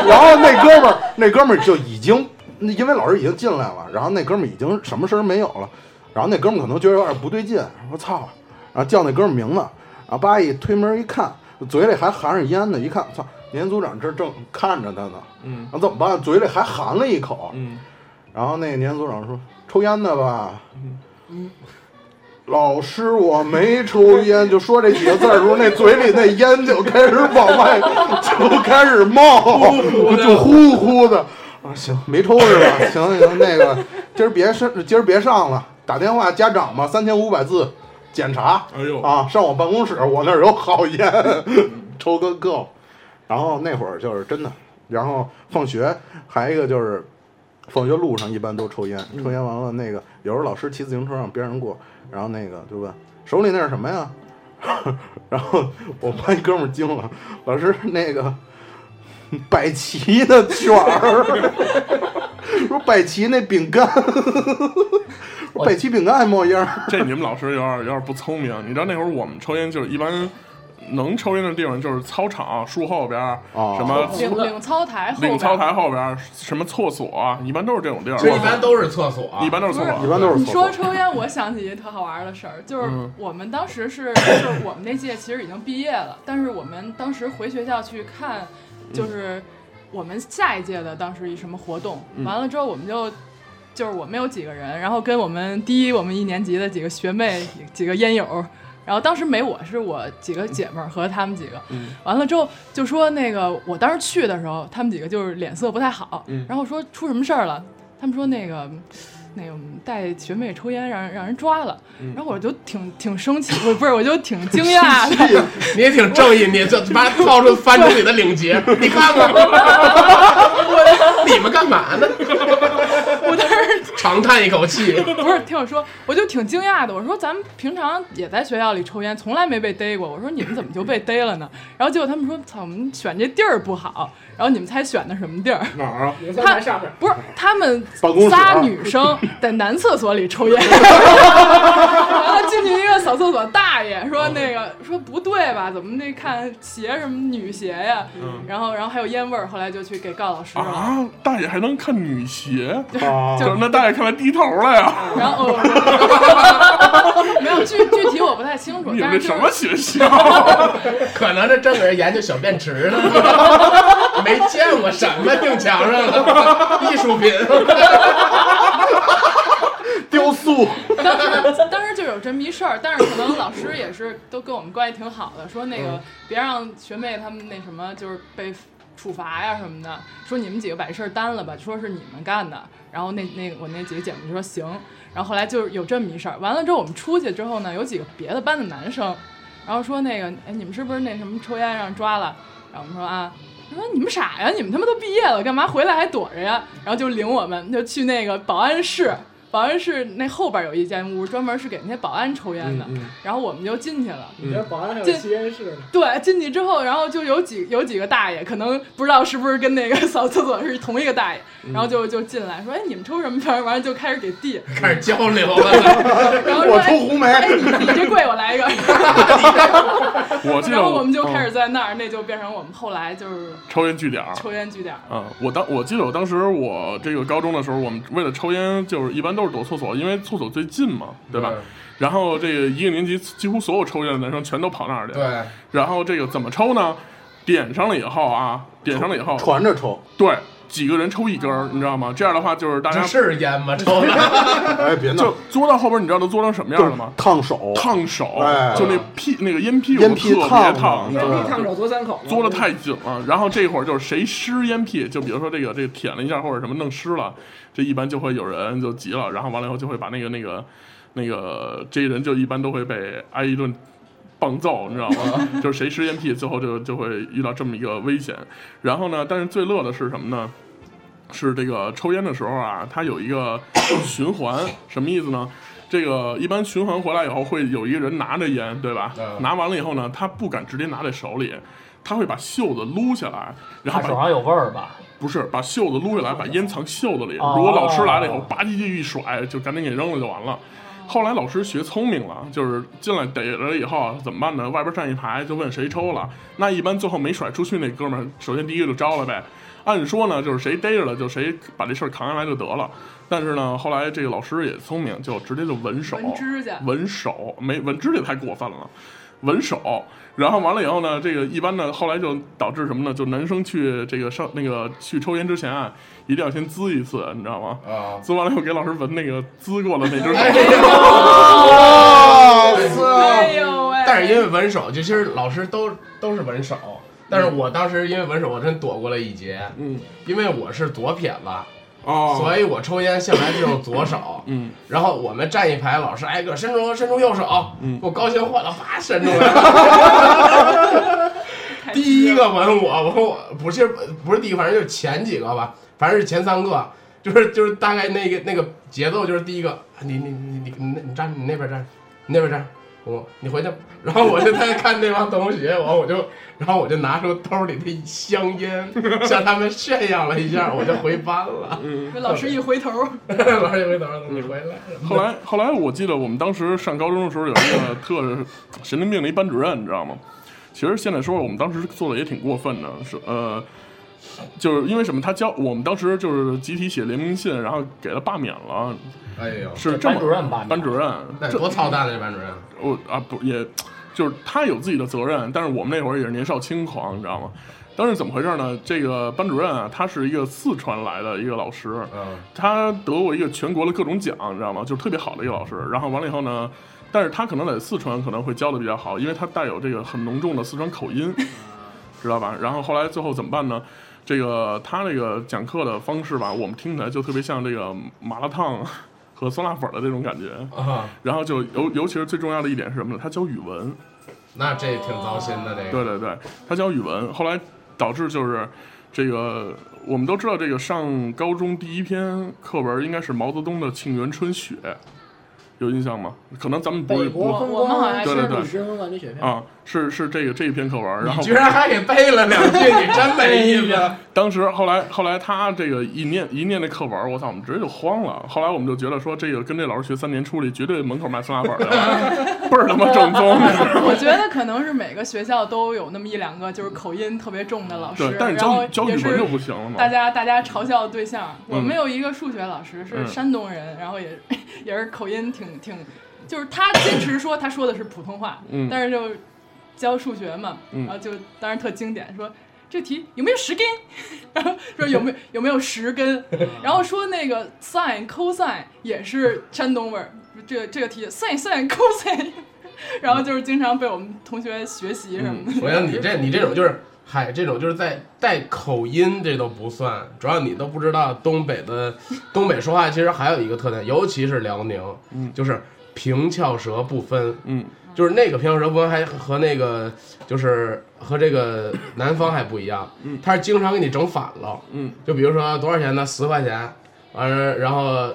[SPEAKER 5] 然后那哥们儿那哥们儿就已经因为老师已经进来了，然后那哥们儿已经什么声儿没有了，然后那哥们儿可能觉得有点不对劲，说：“操！”然后叫那哥们儿名字，然后叭一推门一看，嘴里还含着烟呢，一看，操，年组长这正看着他呢，嗯，然后怎么办？嘴里还含了一口，嗯，然后那年组长说：“抽烟的吧？”嗯，老师，我没抽烟，就说这几个字儿的时候，那嘴里那烟就开始往外就开始冒，就呼呼的。啊，行，没抽是吧？行行，那个今儿别上，今儿别上了，打电话家长吧，三千五百字检查。
[SPEAKER 2] 哎呦，
[SPEAKER 5] 啊，上我办公室，我那儿有好烟， 抽个够。然后那会儿就是真的，然后放学还有一个就是，放学路上一般都抽烟，抽烟完了那个有时候老师骑自行车让别人过，然后那个就问手里那是什么 呀？然后我们班一哥们儿惊了，老师那个百奇的卷儿， 说百奇那饼干， 说百奇饼干还冒烟儿。
[SPEAKER 2] 这你们老师有点有点不聪明。你知道那会儿我们抽烟就是一般能抽烟的地方就是操场、树后边儿，
[SPEAKER 5] 哦
[SPEAKER 2] 什么
[SPEAKER 6] 领领操台后边
[SPEAKER 2] 领操台后边儿，什么厕所，啊一般都是这种地儿。
[SPEAKER 4] 这一般都是厕所，啊
[SPEAKER 2] 一般都是
[SPEAKER 6] 不
[SPEAKER 2] 厕
[SPEAKER 6] 是
[SPEAKER 2] 所，
[SPEAKER 5] 一般都是
[SPEAKER 6] 你
[SPEAKER 5] 厕所
[SPEAKER 6] 说抽烟，我想起一特好玩的事儿，就是
[SPEAKER 2] 嗯
[SPEAKER 6] 我们当时是，就是我们那届其实已经毕业了，但是我们当时回学校去看，就是我们下一届的当时一什么活动，完了之后我们就。就是我们有几个人，然后跟我们第一我们一年级的几个学妹、几个烟友，然后当时没我是我几个姐们儿和她们几个，完了之后就说那个我当时去的时候，她们几个就是脸色不太好，然后说出什么事儿了，她们说那个那个我们带学妹抽烟让人让人抓了，然后我就挺挺生气，不是不是，我就挺惊讶的，
[SPEAKER 4] 你也挺正义，你就把掏出翻出你的领 结，你看看，你们干嘛呢？
[SPEAKER 6] 我当时
[SPEAKER 4] 长叹一口气，
[SPEAKER 6] 不是听我说，我就挺惊讶的，我说咱们平常也在学校里抽烟，从来没被逮过，我说你们怎么就被逮了呢？然后结果他们说，操，我们选这地儿不好，然后你们猜选的什么地儿？
[SPEAKER 5] 哪儿啊？
[SPEAKER 7] 你先来上边。
[SPEAKER 6] 不是，他们
[SPEAKER 5] 办公室啊
[SPEAKER 6] 仨女生在男厕所里抽烟，然后进去一个扫厕所大爷说那个说不对吧？怎么那看鞋什么女鞋呀？然后然后还有烟味儿，后来就去给告老师了。
[SPEAKER 2] 啊，大爷还能看女鞋，
[SPEAKER 5] 啊
[SPEAKER 2] 就是那大爷看来低头了呀。
[SPEAKER 6] 然后哦没有具具体我不太清楚，
[SPEAKER 2] 你们
[SPEAKER 6] 但
[SPEAKER 2] 这
[SPEAKER 6] 是就
[SPEAKER 2] 什
[SPEAKER 6] 是
[SPEAKER 2] 么学 校？
[SPEAKER 4] 可能这正个人研究小便池呢，没见过什么钉墙上了，艺术品。
[SPEAKER 5] 雕塑，
[SPEAKER 6] 当时当时就有这么一事儿，但是可能老师也是都跟我们关系挺好的，说那个别让学妹她们那什么就是被处罚呀什么的，说你们几个把这事儿担了吧，说是你们干的。然后那那我那几个姐妹就说行，然后后来就是有这么一事儿。完了之后我们出去之后呢，有几个别的班的男生，然后说那个哎你们是不是那什么抽烟让人抓了？然后我们说啊。他说你们傻呀，你们他妈都毕业了，干嘛回来还躲着呀？然后就领我们就去那个保安室，保安室那后边有一间屋，专门是给那些保安抽烟的。然后我们就进去了。
[SPEAKER 7] 你这保安还有吸烟室呢，
[SPEAKER 6] 对，进去之后，然后就有几有几个大爷，可能不知道是不是跟那个扫厕所是同一个大爷，然后就就进来说：“哎，你们抽什么烟？”完了就开始给递，
[SPEAKER 4] 开始交流了，
[SPEAKER 6] 然后 说：“
[SPEAKER 5] 我抽
[SPEAKER 6] 哎，
[SPEAKER 5] 红梅，
[SPEAKER 6] 哎你你这贵，我来一个。
[SPEAKER 2] 我”记得
[SPEAKER 6] 然后我们就开始
[SPEAKER 2] 嗯
[SPEAKER 6] 在那儿，那就变成我们后来就是
[SPEAKER 2] 抽烟据点儿。
[SPEAKER 6] 抽烟据点儿。
[SPEAKER 2] 啊，我当我记得我当时我这个高中的时候，我们为了抽烟，就是一般都是躲厕所，因为厕所最近嘛，对吧？然后这个一个年级几乎所有抽烟的男生全都跑那儿去，
[SPEAKER 4] 对，
[SPEAKER 2] 然后这个怎么抽呢？点上了以后啊，点上了以后，
[SPEAKER 5] 传着 抽。
[SPEAKER 2] 对，几个人抽一根儿，你知道吗？这样的话就是大
[SPEAKER 4] 这
[SPEAKER 2] 家
[SPEAKER 4] 是烟吗？抽的，
[SPEAKER 5] 哎，别闹
[SPEAKER 2] 就，嘬到后边，你知道都嘬成什么
[SPEAKER 5] 就
[SPEAKER 2] 样
[SPEAKER 5] 是
[SPEAKER 2] 了吗？
[SPEAKER 5] 烫手，
[SPEAKER 2] 烫手，
[SPEAKER 5] 哎
[SPEAKER 2] 就那屁那个烟屁股
[SPEAKER 5] 烟屁
[SPEAKER 2] 特别
[SPEAKER 5] 烫
[SPEAKER 2] 烫，
[SPEAKER 5] 烟
[SPEAKER 7] 烟
[SPEAKER 5] 屁
[SPEAKER 7] 屁烫手嘬三口嘛，
[SPEAKER 2] 嘬的太紧了，然后这会儿就是谁湿烟屁，就比如说这个这个舔了一下或者什么弄湿了，这一般就会有人就急了，然后完了以后就会把那个那个那个这人就一般都会被挨一顿棒揍，你知道吗？ 就是谁湿烟屁，最后就就会遇到这么一个危险。然后呢，但是最乐的是什么呢？是这个抽烟的时候啊，它有一个循环，什么意思呢？这个一般循环回来以后，会有一个人拿着烟，对吧？
[SPEAKER 4] 嗯
[SPEAKER 2] 拿完了以后呢，他不敢直接拿在手里，他会把袖子撸下来，然后
[SPEAKER 3] 他手
[SPEAKER 2] 把
[SPEAKER 3] 上有味儿吧？啊
[SPEAKER 2] 不是把袖子撸下来，把烟藏袖子里。
[SPEAKER 3] 哦
[SPEAKER 2] 如果老师来了以后，吧唧唧一甩，就赶紧给扔了就完了。后来老师学聪明了，就是进来逮了以后怎么办呢？外边站一排就问谁抽了。那一般最后没甩出去那哥们儿，首先第一个就招了呗。按说呢，就是谁逮着了就谁把这事儿扛下来就得了。但是呢，后来这个老师也聪明，就直接就闻手
[SPEAKER 6] 闻指甲
[SPEAKER 2] 闻手没闻指甲太过分了，闻手。然后完了以后呢，这个一般呢，后来就导致什么呢？就男生去这个上那个去抽烟之前啊，一定要先滋一次，你知道吗？
[SPEAKER 4] 啊，
[SPEAKER 2] 滋完了以后给老师闻那个滋过了那只
[SPEAKER 4] 哎
[SPEAKER 2] 手，
[SPEAKER 5] 哇
[SPEAKER 6] 哎
[SPEAKER 5] 塞！
[SPEAKER 6] 呦喂！
[SPEAKER 4] 但是因为闻手，就其实老师都都是闻手，但是我当时因为闻手，我真躲过了一劫。
[SPEAKER 2] 嗯，
[SPEAKER 4] 因为我是左撇子，
[SPEAKER 2] 哦，
[SPEAKER 4] 所以我抽烟向来是用左手。
[SPEAKER 2] 嗯，
[SPEAKER 4] 然后我们站一排，老师挨个伸出伸出右手，
[SPEAKER 2] 嗯
[SPEAKER 4] 我高兴坏了，啪伸出来了。
[SPEAKER 6] 太
[SPEAKER 4] 第一个吻我，我说我不是不是第一个，反正就是前几个吧，反正是前三个，就是就是大概那个那个节奏就是第一个，你你你你你你站你那边站，你那边站，我你回去吧。然后我就在看那帮同学，完我就，然后我就拿出兜里的香烟，向他们炫耀了一下，我就回班了。
[SPEAKER 6] 给老师一回头，
[SPEAKER 4] 老师也回头了，你回来了。
[SPEAKER 2] 后来后来我记得我们当时上高中的时候有一个呃特神经病的一班主任，你知道吗？其实现在说我们当时做的也挺过分的，是呃，就是因为什么？他教我们当时就是集体写联名信，然后给他罢免了，
[SPEAKER 4] 哎呦，
[SPEAKER 2] 是这么
[SPEAKER 3] 班主任吧？
[SPEAKER 2] 班主任，
[SPEAKER 4] 那多操蛋啊！这班主任，
[SPEAKER 2] 我啊不也，就是他有自己的责任，但是我们那会儿也是年少轻狂，你知道吗？当时怎么回事呢？这个班主任啊，他是一个四川来的一个老师，
[SPEAKER 4] 嗯，
[SPEAKER 2] 他得过一个全国的各种奖，你知道吗？就是特别好的一个老师。然后完了以后呢，但是他可能在四川可能会教的比较好，因为他带有这个很浓重的四川口音， 知道吧？然后后来最后怎么办呢？这个他这个讲课的方式吧，我们听起来就特别像这个麻辣烫和酸辣粉的这种感觉。
[SPEAKER 4] 啊，
[SPEAKER 2] 然后就尤尤其是最重要的一点是什么呢？他教语文，
[SPEAKER 4] 那这挺糟心的，这个
[SPEAKER 2] 对对对，他教语文，后来导致就是这个我们都知道，这个上高中第一篇课文应该是毛泽东的《沁园春雪》，有印象吗？可能咱们不
[SPEAKER 7] 北
[SPEAKER 2] 是
[SPEAKER 7] 国
[SPEAKER 2] 不
[SPEAKER 7] 风
[SPEAKER 6] 我们好
[SPEAKER 7] 光
[SPEAKER 6] 像
[SPEAKER 2] 对对对
[SPEAKER 7] 历史人文感觉雪片，
[SPEAKER 2] 啊，是是这个这一篇课文，然后
[SPEAKER 4] 你居然还给背了两句，你真没意思。
[SPEAKER 2] 当时后来后来他这个一念一念那课文，我操，我们直接就慌了。后来我们就觉得说，这个跟这老师学三年出来，绝对门口卖酸辣粉的 了，倍儿他妈正宗。
[SPEAKER 6] 我觉得可能是每个学校都有那么一两个就是口音特别重的老师
[SPEAKER 2] 对，，但是
[SPEAKER 6] 然后
[SPEAKER 2] 教教
[SPEAKER 6] 也
[SPEAKER 2] 语文
[SPEAKER 6] 是
[SPEAKER 2] 就不行了嘛
[SPEAKER 6] 大。家大家嘲笑的对象。我们
[SPEAKER 2] 嗯
[SPEAKER 6] 有一个数学老师是
[SPEAKER 2] 嗯
[SPEAKER 6] 山东人，然后也 也是口音挺挺，就是他坚持说他说的是普通话，
[SPEAKER 2] 嗯
[SPEAKER 6] 但是就教数学嘛，
[SPEAKER 2] 嗯
[SPEAKER 6] 然后就当然特经典说。这题有没有十根？然后说有没有有没有十根？然后说那个 sin、cosine 也是山东味儿，这个这个题 sin、sin、cosine，然 后就是经常被我们同学学习什么
[SPEAKER 2] 嗯
[SPEAKER 6] 的。
[SPEAKER 4] 我想你这你这种就是，嗨，这种就是在带口音，这都不算，主要你都不知道东北的东北说话其实还有一个特点，尤其是辽宁，
[SPEAKER 2] 嗯
[SPEAKER 4] 就是平翘舌不分，
[SPEAKER 2] 嗯，
[SPEAKER 4] 就是那个平翘舌不分还和那个就是和这个南方还不一样，
[SPEAKER 2] 嗯，
[SPEAKER 4] 他是经常给你整反了，
[SPEAKER 2] 嗯，
[SPEAKER 4] 就比如说多少钱呢？十块钱，完了然后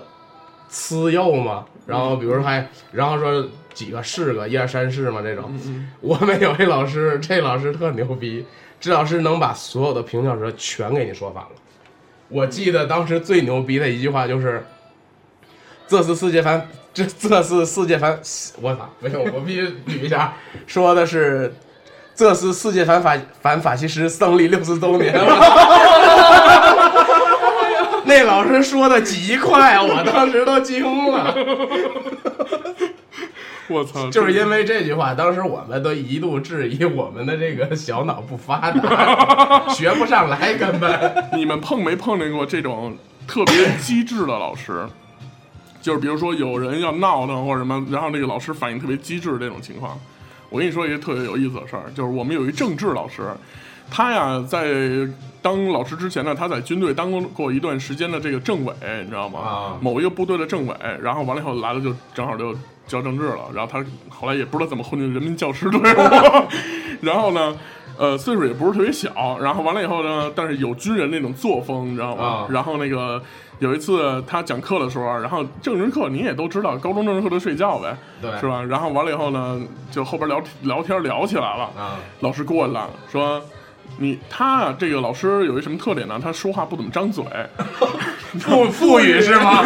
[SPEAKER 4] 呲又嘛，然后比如说还然后说几个是个一二三四嘛这
[SPEAKER 2] 嗯
[SPEAKER 4] 种。我们有一老师，这老师特牛逼，这老师能把所有的平翘舌全给你说反了。我记得当时最牛逼的一句话就是：“这是世界凡，这这是世界凡，我操，没有，我必须捋一下，说的是。”这是世界反法反法西斯胜利六十周年。 那老师说的极快，我当时都惊了。
[SPEAKER 2] 我操，
[SPEAKER 4] 就是因为这句话，当时我们都一度质疑我们的这个小脑不发达，学不上来，根本。
[SPEAKER 2] 你们碰没碰见过这种特别机智的老师？就是比如说有人要闹腾或者什么，然后那个老师反应特别机智这种情况。我跟你说一个特别有意思的事儿，就是我们有一政治老师，他呀在当老师之前呢，他在军队当过一段时间的这个政委，你知道吗？
[SPEAKER 4] 啊
[SPEAKER 2] 某一个部队的政委，然后完了以后来了就正好就教政治了，然后他后来也不知道怎么混进人民教师队伍， 然后呢，呃，岁数也不是特别小，然后完了以后呢，但是有军人那种作风，你知道吗
[SPEAKER 4] 啊？
[SPEAKER 2] 然后那个有一次他讲课的时候，啊然后政治课你也都知道，高中政治课都睡觉呗，
[SPEAKER 4] 对
[SPEAKER 2] 是吧？然后完了以后呢，就后边聊聊天聊起来了，
[SPEAKER 4] 啊，
[SPEAKER 2] 老师过来了，说你他啊这个老师有一什么特点呢？他说话不怎么张 嘴，
[SPEAKER 4] 富富裕是吗？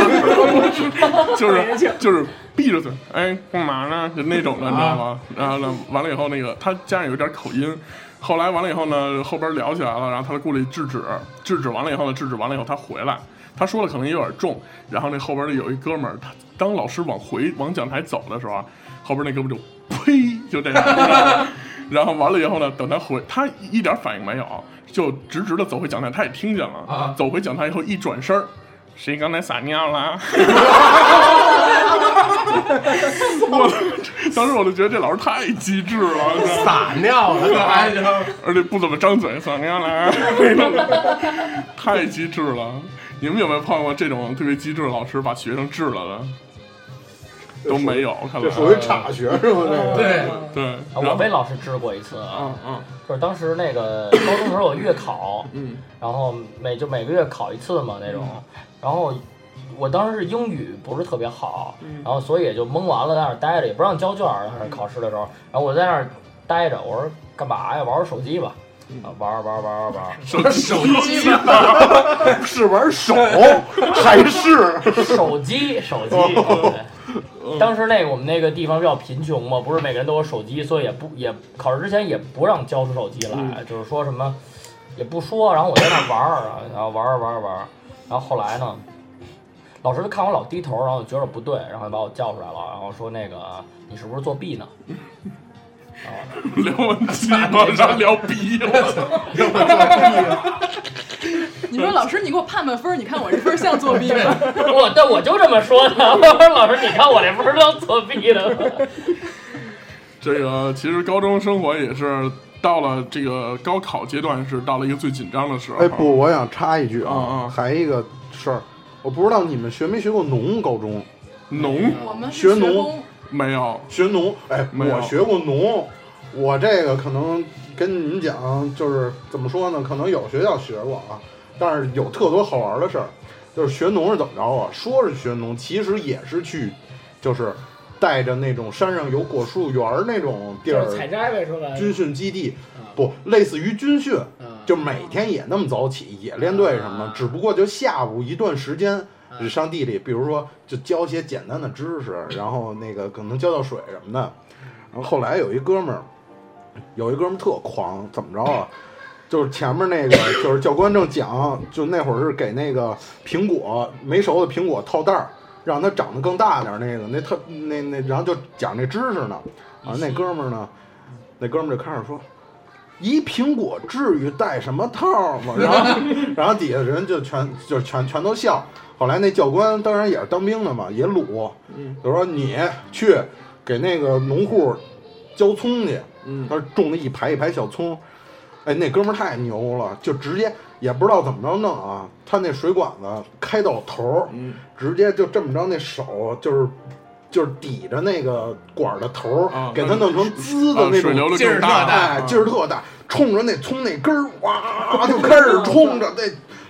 [SPEAKER 2] 就是就是闭着嘴，哎，干嘛呢？就那种的，你知道吗？然后呢，完了以后那个他加上有点口音。后来完了以后呢，后边聊起来了，然后他过来制止，制止完了以后呢，制止完了以后他回来，他说的可能也有点重，然后那后边有一哥们儿，他当老师往回往讲台走的时候啊，后边那哥们就呸，就这样，你知道吗然后完了以后呢，等他回，他一点反应没有，就直直的走回讲台，他也听见了，
[SPEAKER 4] 啊
[SPEAKER 2] 走回讲台以后一转身儿，谁刚才撒尿了？ 我当时我就觉得这老师太机智了，你知道吗
[SPEAKER 4] 撒 尿了，这还行。
[SPEAKER 2] 而且不怎么张嘴，撒尿了那种的，太机智了。你们有没有碰过这种特别机智的老师把学生治了的？都没有，看
[SPEAKER 5] 这
[SPEAKER 2] 来
[SPEAKER 5] 属于差学是吗？这个
[SPEAKER 4] 对，
[SPEAKER 2] 对，
[SPEAKER 3] 啊
[SPEAKER 2] 然
[SPEAKER 3] 我
[SPEAKER 2] 后
[SPEAKER 3] 被老师治过一次啊。
[SPEAKER 2] 嗯嗯
[SPEAKER 3] 就是当时那个高中时候有月考，
[SPEAKER 2] 嗯，
[SPEAKER 3] 然后每就每个月考一次嘛那种，然后我当时是英语不是特别好，
[SPEAKER 7] 嗯
[SPEAKER 3] 然后所以也就蒙完了，在那儿待着，也不让交卷儿，
[SPEAKER 2] 嗯
[SPEAKER 3] 当时考试的时候，然后我在那儿待着，我说干嘛呀？玩会儿手机吧，
[SPEAKER 2] 嗯
[SPEAKER 3] 啊，玩儿玩儿玩儿玩儿玩儿，
[SPEAKER 2] 手手机 吧，
[SPEAKER 5] 是玩手还 是
[SPEAKER 3] 手 机手机。对当时那个我们那个地方比较贫穷嘛，不是每个人都有手机，所以也不也考试之前也不让交出手机来，就是说什么也不说，然后我在那玩儿啊，然后玩儿玩儿玩儿，然后后来呢，老师就看我老低头，然后觉得不对，然后就把我叫出来了，然后说那个你是不是作弊呢？ 然后
[SPEAKER 2] 聊完鸡巴，然后聊逼，我操！
[SPEAKER 6] 你说老师，你给我判判分儿，你看我这分儿像作弊吗？
[SPEAKER 3] 我但我就这么说的， 我说老师，你看我这不是当作弊的，
[SPEAKER 2] 这个其实高中生活也是到了这个高考阶段，是到了一个最紧张的时候。
[SPEAKER 5] 哎，不，我想插一句
[SPEAKER 2] 嗯
[SPEAKER 5] 啊，
[SPEAKER 2] 嗯
[SPEAKER 5] 还一个事儿，我不知道你们学没学过农高中
[SPEAKER 2] 农
[SPEAKER 6] 我们是
[SPEAKER 5] 学
[SPEAKER 6] 学
[SPEAKER 5] 农
[SPEAKER 6] 工，
[SPEAKER 2] 没有，
[SPEAKER 5] 学农，哎，
[SPEAKER 2] 没有
[SPEAKER 5] 我学过农，我这个可能跟你们讲，就是怎么说呢？可能有学校学过啊，但是有特多好玩的事儿，就是学农是怎么着啊？说是学农，其实也是去，就是带着那种山上有果树园儿那种地
[SPEAKER 7] 就
[SPEAKER 5] 儿
[SPEAKER 7] 是采摘呗，说白了，
[SPEAKER 5] 军训基地，
[SPEAKER 7] 啊
[SPEAKER 5] 不类似于军训，
[SPEAKER 7] 啊
[SPEAKER 5] 就每天也那么早起，也练队什么的，
[SPEAKER 7] 啊
[SPEAKER 5] 只不过就下午一段时间
[SPEAKER 7] 啊
[SPEAKER 5] 就上地里，比如说就教些简单的知识，然后那个可能浇浇水什么的。然后后来有一哥们儿，有一哥们儿特狂，怎么着啊？就是前面那个，就是教官正讲，就那会儿是给那个苹果没熟的苹果套袋儿，让它长得更大点儿。那个那特那那，然后就讲这知识呢。啊，那哥们儿呢，那哥们儿就开始说，一苹果至于戴什么套儿吗？然 后然后底下人就全就全全都笑。后来那教官当然也是当兵的嘛，也鲁，
[SPEAKER 2] 嗯
[SPEAKER 5] 就说你去给那个农户浇葱去，
[SPEAKER 1] 嗯，
[SPEAKER 5] 他种了一排一排小葱。哎，那哥们儿太牛了，就直接也不知道怎么着弄啊，他那水管子开到头儿，
[SPEAKER 1] 嗯
[SPEAKER 5] 直接就这么着，那手就是就是抵着那个管儿的头儿，
[SPEAKER 2] 啊
[SPEAKER 5] 给它弄成滋的
[SPEAKER 2] 啊，
[SPEAKER 5] 那
[SPEAKER 2] 水
[SPEAKER 5] 种
[SPEAKER 2] 流的
[SPEAKER 4] 劲
[SPEAKER 2] 更
[SPEAKER 4] 儿嗯特
[SPEAKER 2] 大，
[SPEAKER 5] 哎，劲儿特大，冲着那葱那根儿，哇，就 开始冲着那，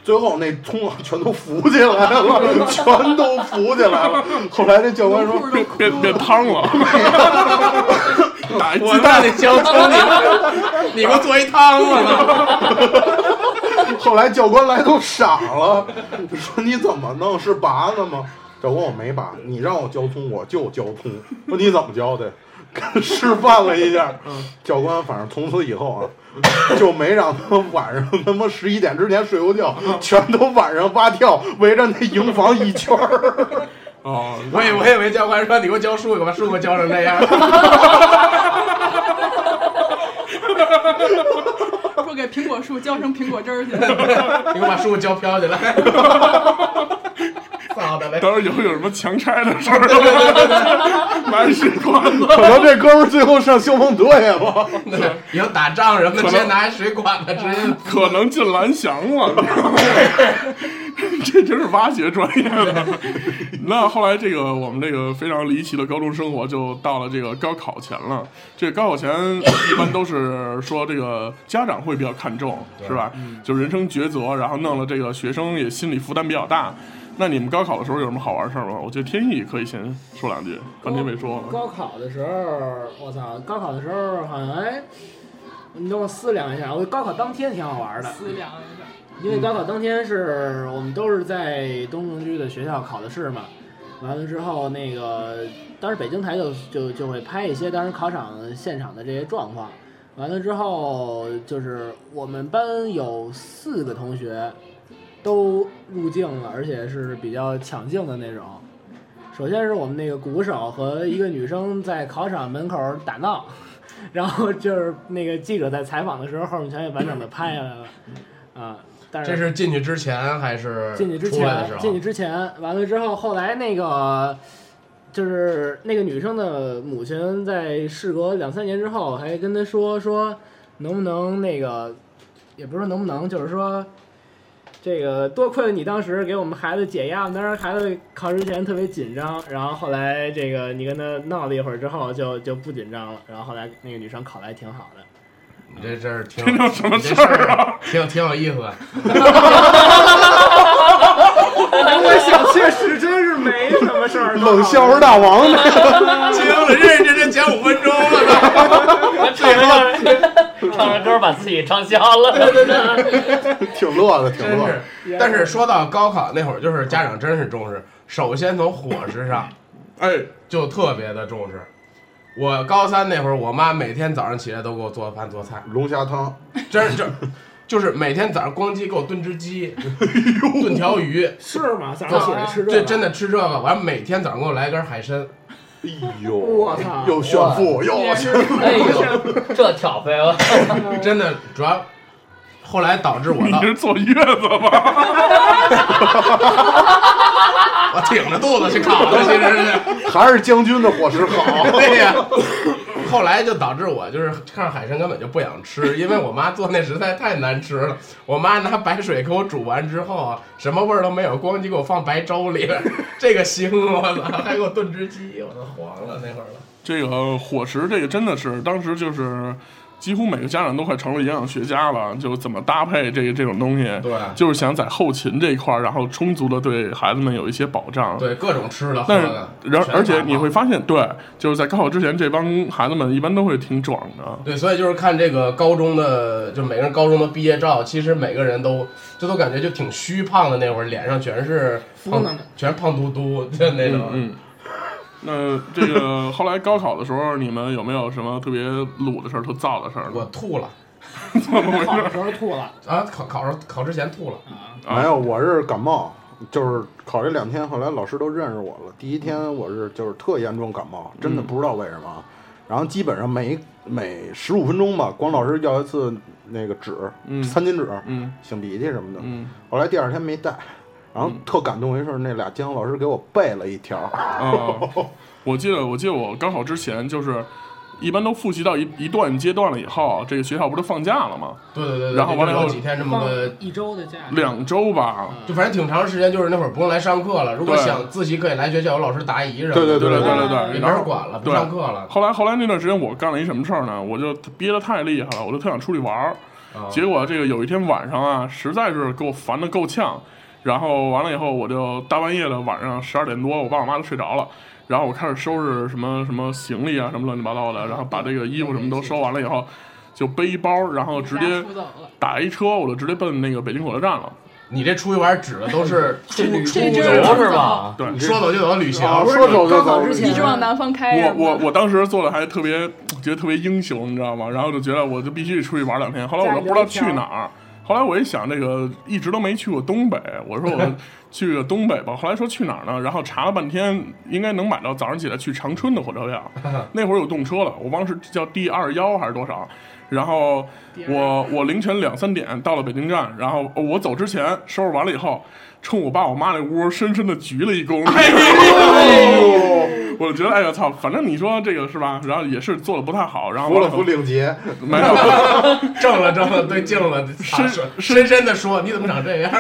[SPEAKER 5] 最后那葱啊全都浮起来 了，全都浮起来了。后来那教官说
[SPEAKER 6] 农户都哭
[SPEAKER 2] 变变
[SPEAKER 6] 了。
[SPEAKER 2] 汤 了，打一
[SPEAKER 4] 我
[SPEAKER 2] 鸡
[SPEAKER 4] 那
[SPEAKER 2] 蛋
[SPEAKER 4] 得浇葱，你 你给我做一汤吧。：“
[SPEAKER 5] 后来教官来都傻了， 说你怎么弄？是拔的吗？”教官我没拔，你让我浇葱我就浇葱。说你怎么浇的？示范了 一下，
[SPEAKER 4] 嗯
[SPEAKER 5] 教官反正从此以后啊， 就没让他们晚上他妈十一点之前睡过觉，
[SPEAKER 4] 嗯
[SPEAKER 5] 全都晚上蛙跳围着那营房一圈儿。
[SPEAKER 2] 哦，
[SPEAKER 4] 我以我以为教官说你给我浇树，给把树给我浇成这样。
[SPEAKER 6] 说给苹果树浇成苹果汁儿去。
[SPEAKER 4] 你给我把树浇飘起来。操的嘞！
[SPEAKER 2] 当时以后有什么强拆的事 儿，拿一水管子，
[SPEAKER 5] 可能这哥们儿最后上消防队了。
[SPEAKER 4] 以后打仗什么的，直接拿一水管子直接。
[SPEAKER 2] 可能进蓝翔了，你知道吗 这真是挖掘专业的。那后来这个我们这个非常离奇的高中生活就到了这个高考前了。这高考前一般都是说这个家长会比较看重，是吧？就人生抉择，然后弄了这个学生也心理负担比较大。那你们高考的时候有什么好玩事儿吗？我觉得天意可以先说两句，半天没说了。
[SPEAKER 7] 高考的时候，我操！高考的时候好像哎，你等我思量一下，我高考当天挺好玩的，
[SPEAKER 6] 思量一下，
[SPEAKER 7] 因为高考当天是我们都是在东城区的学校考的试嘛，完了之后那个当时北京台就就就会拍一些当时考场现场的这些状况，完了之后就是我们班有四个同学都入境了，而且是比较抢镜的那种。首先是我们那个鼓手和一个女生在考场门口打闹，然后就是那个记者在采访的时候，后面全给完整的拍下来了，啊，但是
[SPEAKER 4] 这是进去之前还是
[SPEAKER 7] 进去之
[SPEAKER 4] 出来的
[SPEAKER 7] 前
[SPEAKER 4] 时，候？
[SPEAKER 7] 进去之前，完了之后，后来那个就是那个女生的母亲，在事隔两三年之后，还跟她说说能不能那个，也不是说能不能，就是说。这个多亏了你当时给我们孩子解压，我们当时孩子考试之前特别紧张，然后后来这个你跟他闹了一会儿之后就就不紧张了，然后后来那个女生考的还挺好的，
[SPEAKER 4] 你这事儿挺
[SPEAKER 2] 这叫什么
[SPEAKER 4] 你这
[SPEAKER 2] 事儿啊
[SPEAKER 4] 挺挺有意思的。
[SPEAKER 7] 我小确实真是没什么事儿。
[SPEAKER 5] 冷笑话大 王呢？
[SPEAKER 4] 行，认认真真讲五分钟了，
[SPEAKER 3] 唱着唱着歌把自己唱瞎 了。
[SPEAKER 5] 挺乐的，挺
[SPEAKER 4] 真
[SPEAKER 5] 乐
[SPEAKER 4] 是
[SPEAKER 5] 的。。
[SPEAKER 4] 但是说到高考那会儿，就是家长真是重视，首先从伙食上
[SPEAKER 2] 哎，
[SPEAKER 4] 就特别的重视。我高三那会儿，我妈每天早上起来都给我做饭做菜，
[SPEAKER 5] 龙虾汤，
[SPEAKER 4] 真是这，就是每天早上咣叽给我炖只鸡，炖条鱼，
[SPEAKER 7] 是吗？早上起来吃
[SPEAKER 4] 这
[SPEAKER 7] 这
[SPEAKER 4] 真
[SPEAKER 7] 的
[SPEAKER 4] 的吃这个，完每天早上给我来根海参，
[SPEAKER 5] 哎呦，
[SPEAKER 7] 我操
[SPEAKER 5] 又炫富又炫富，
[SPEAKER 3] 哎呦，这挑费了，
[SPEAKER 4] 真的主要后来导致我
[SPEAKER 2] 你
[SPEAKER 4] 到
[SPEAKER 2] 是坐月子吧？
[SPEAKER 4] 我挺着肚子去考的，其实是。
[SPEAKER 5] 还是将军的伙食 好。
[SPEAKER 4] 对呀、 后来就导致我就是看着海参根本就不想吃，因为我妈做那实在太难吃了。我妈拿白水给我煮完之后啊，什么味儿都没有，咣叽给我放白粥里了。这个腥，我操！还给我炖只鸡，我都黄了那会儿了。
[SPEAKER 2] 这个伙食，这个真的是当时就是几乎每个家长都快成了营养学家了，就怎么搭配这个这种东西。
[SPEAKER 4] 对
[SPEAKER 2] 就是想在后勤这一块儿，然后充足的对孩子们有一些保障。。
[SPEAKER 4] 对，各种吃的喝
[SPEAKER 2] 但是
[SPEAKER 4] 的，，
[SPEAKER 2] 然
[SPEAKER 4] 全
[SPEAKER 2] 而且
[SPEAKER 4] 拿
[SPEAKER 2] 你
[SPEAKER 4] 嘛
[SPEAKER 2] 会发现，对，就是在高考之前，这帮孩子们一般都会挺壮的。
[SPEAKER 4] 对，所以就是看这个高中的，就每个人高中的毕业照，其实每个人都就都感觉就挺虚胖的，那会儿脸上全是胖
[SPEAKER 7] 呢，
[SPEAKER 4] 全是胖嘟嘟的那种。
[SPEAKER 2] 嗯。那这 个后来高考的时候，你们有没有什么特别鲁的事儿、特燥的事儿呢？
[SPEAKER 4] 我吐了
[SPEAKER 7] 考的时候吐了
[SPEAKER 4] 啊！考考上考之前吐了。
[SPEAKER 7] 啊！
[SPEAKER 2] 啊
[SPEAKER 5] 没有，我是感冒，就是考这两天，后来老师都认识我了。第一天我是就是特严重感冒，真的不知道为什么啊。然后基本上每每十五分钟吧，光老师要一次那个纸，
[SPEAKER 2] 嗯
[SPEAKER 5] 餐巾纸，
[SPEAKER 2] 嗯
[SPEAKER 5] 擤鼻涕什么的。
[SPEAKER 2] 嗯
[SPEAKER 5] 后来第二天没带，然后特感动一事儿，那俩监考老师给我背了一条，
[SPEAKER 2] 啊，我记得，我记得我高考之前就是。一般都复习到一一段阶段了以后，这个学校不是放假了吗？
[SPEAKER 4] 对对对，
[SPEAKER 2] 然后完了以后
[SPEAKER 4] 有几天这么
[SPEAKER 7] 放嗯
[SPEAKER 4] 个，
[SPEAKER 7] 一周的假，
[SPEAKER 2] 两周吧，
[SPEAKER 4] 就反正挺长时间，就是那会儿不用来上课了。如果
[SPEAKER 2] 对
[SPEAKER 4] 想自习，可以来学校，有老师答疑什么的。
[SPEAKER 5] 对对
[SPEAKER 2] 对对
[SPEAKER 4] 对
[SPEAKER 2] 对对对。
[SPEAKER 4] 也没
[SPEAKER 2] 然
[SPEAKER 4] 人
[SPEAKER 2] 后
[SPEAKER 4] 管了，不
[SPEAKER 2] 对
[SPEAKER 4] 上课了。
[SPEAKER 2] 后来后来那段时间我干了一什么事儿呢？我就憋得太厉害了，我就特想出去玩儿。
[SPEAKER 4] 啊
[SPEAKER 2] 结果这个有一天晚上啊，实在是给我烦得够呛，然后完了以后，我就大半夜的晚上十二点多，我爸我妈都睡着了，然后我开始收拾什么什么行李啊，什么乱七八糟的，然后把这个衣服什么都收完了以后，就背一包，然后直接
[SPEAKER 6] 出走了。
[SPEAKER 2] 打一车，我就直接奔那个北京火车站了。
[SPEAKER 4] 你这出去玩指的都是出
[SPEAKER 3] 这
[SPEAKER 4] 出
[SPEAKER 6] 这
[SPEAKER 3] 出
[SPEAKER 6] 就是
[SPEAKER 3] 游是吧？
[SPEAKER 2] 对，
[SPEAKER 4] 说走就走的旅行。
[SPEAKER 5] 啊说走就
[SPEAKER 7] 高
[SPEAKER 5] 走嗯
[SPEAKER 7] 考之。前
[SPEAKER 6] 一直往南方开。
[SPEAKER 2] 我我我当时做的还特别，觉得特别英雄，你知道吗？然后就觉得我就必须得出去玩两天。后来我都不知道去哪儿。后来我一想，这个一直都没去过东北，我说我去个东北吧。后来说去哪儿呢？然后查了半天，应该能买到早上起来去长春的火车票。那会儿有动车了，我忘了是叫 D 二幺还是多少。然后我我凌晨两三点到了北京站，然后我走之前收拾完了以后，冲我爸我妈那屋深深的鞠了一躬。
[SPEAKER 5] 哎
[SPEAKER 2] 我觉得哎呀操，反正你说这个是吧？然后也是做的不太好，然后
[SPEAKER 5] 扶了扶领结，
[SPEAKER 2] 没有，
[SPEAKER 4] 正了正了，对镜了，啊
[SPEAKER 2] 深
[SPEAKER 4] 深深的说，你怎么长这样？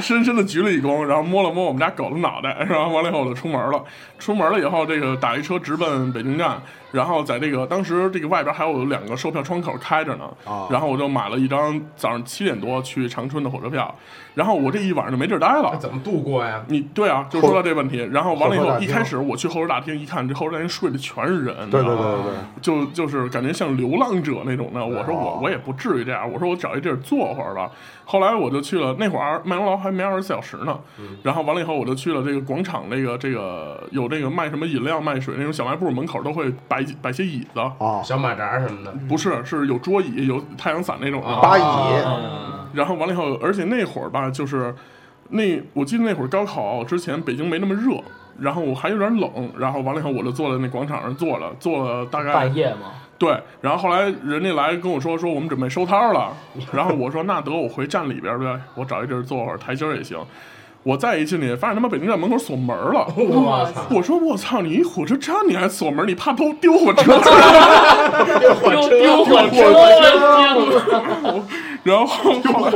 [SPEAKER 2] 深深的鞠了一躬，然后摸了摸我们家狗的脑袋，然后完了以后我就出门了。出门了以后，这个打一车直奔北京站，然后在这个当时这个外边还有两个售票窗口开着呢
[SPEAKER 5] 啊，
[SPEAKER 2] 然后我就买了一张早上七点多去长春的火车票，然后我这一晚上就没地儿待了。
[SPEAKER 4] 啊 怎么度过呀？
[SPEAKER 2] 你对啊，就是说到这问题，然后完了以
[SPEAKER 5] 后
[SPEAKER 2] 后，
[SPEAKER 5] 车大厅
[SPEAKER 2] 一开始我去候车大厅一看，这候车大厅睡的全是人，啊你知
[SPEAKER 5] 对
[SPEAKER 2] 道
[SPEAKER 5] 对
[SPEAKER 2] 吗
[SPEAKER 5] 对对对，
[SPEAKER 2] 就就是感觉像流浪者那种的。我说我我也不至于这样，我说我找一地儿坐会儿吧。后来我就去了，那会儿麦当劳还没二十四小时呢。然后完了以后，我就去了这个广场那个这个有这个卖什么饮料、卖水那种小卖部门口都会摆几摆些椅子，
[SPEAKER 5] 啊，
[SPEAKER 4] 小马扎什么的，
[SPEAKER 2] 不是是有桌椅、有太阳伞那种的。
[SPEAKER 4] 啊
[SPEAKER 5] 八椅，
[SPEAKER 2] 嗯然后完了以后，而且那会儿吧，就是那我记得那会儿高考之前，北京没那么热，然后我还有点冷，然后完了以后我就坐在那广场上坐了，坐了大概
[SPEAKER 3] 半夜嘛，
[SPEAKER 2] 对，然后后来人家来跟我说说我们准备收摊了，然后我说那得我回站里边儿呗，我找一地儿坐会儿，台阶儿也行。我再一进去，发现他妈北京站门口锁门了。
[SPEAKER 4] 我操！
[SPEAKER 2] 我说我操，你一火车站你还锁门，你怕偷丢火车？
[SPEAKER 3] 丢丢火车，天哪！
[SPEAKER 2] 然后后来，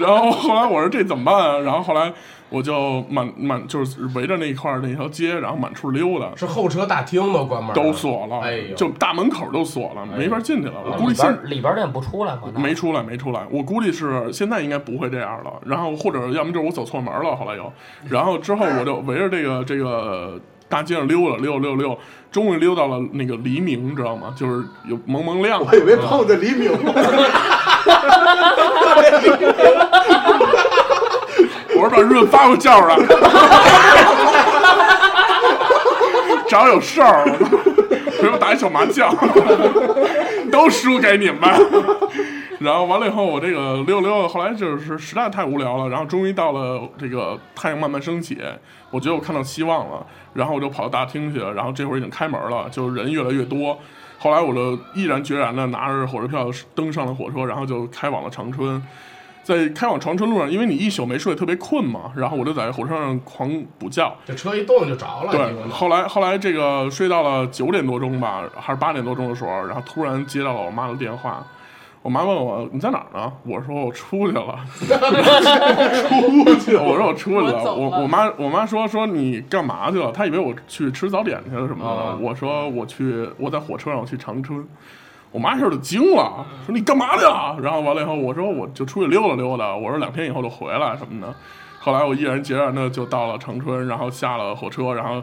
[SPEAKER 2] 然后后来我说这怎么办啊？然后后来我就满满就是围着那一块儿那条街，然后满处溜达，
[SPEAKER 4] 是后车大厅都关门了，
[SPEAKER 2] 都锁了，
[SPEAKER 4] 哎呦啊
[SPEAKER 2] 就大门口都锁了，没法进去了。 我估计
[SPEAKER 3] 里
[SPEAKER 2] 现
[SPEAKER 3] 边里边店不出来吗？那
[SPEAKER 2] 没出来，没出来。我估计是现在应该不会这样了。然后或者要么就是我走错门了，后来又，然后之后我就围着这个这个大街上溜了溜溜溜，终于溜到了那个黎明，你知道吗？就是有蒙蒙亮。
[SPEAKER 5] 我以为哎碰着黎明
[SPEAKER 2] 嗯
[SPEAKER 5] 了，
[SPEAKER 2] 我说把润发给我叫出来，找有事儿，陪我打一小麻将，都输给你们。然后完了以后，我这个溜溜，后来就是实在太无聊了，然后终于到了这个太阳慢慢升起，我觉得我看到希望了，然后我就跑到大厅去了，然后这会儿已经开门了，就人越来越多。后来我就毅然决然的拿着火车票登上了火车，然后就开往了长春。在开往长春路上，因为你一宿没睡，特别困嘛，然后我就在火车上狂补觉。
[SPEAKER 4] 这车一动就着了。
[SPEAKER 2] 对
[SPEAKER 4] 你说，呢
[SPEAKER 2] 后来后来这个睡到了九点多钟吧，还是八点多钟的时候，然后突然接到了我妈的电话，我妈问我你在哪儿呢？我说我出去了，出去了，我说我出去
[SPEAKER 6] 我走
[SPEAKER 2] 我
[SPEAKER 6] 了
[SPEAKER 2] 我妈我妈说说你干嘛去了？她以为我去吃早点去了什么的，
[SPEAKER 4] 啊
[SPEAKER 2] 我说我去我在火车上我去长春。我妈一下就惊了，说你干嘛去了？然后完了以后，我说我就出去溜达溜达，我说两天以后就回来什么的。后来我毅然决然的就到了长春，然后下了火车，然后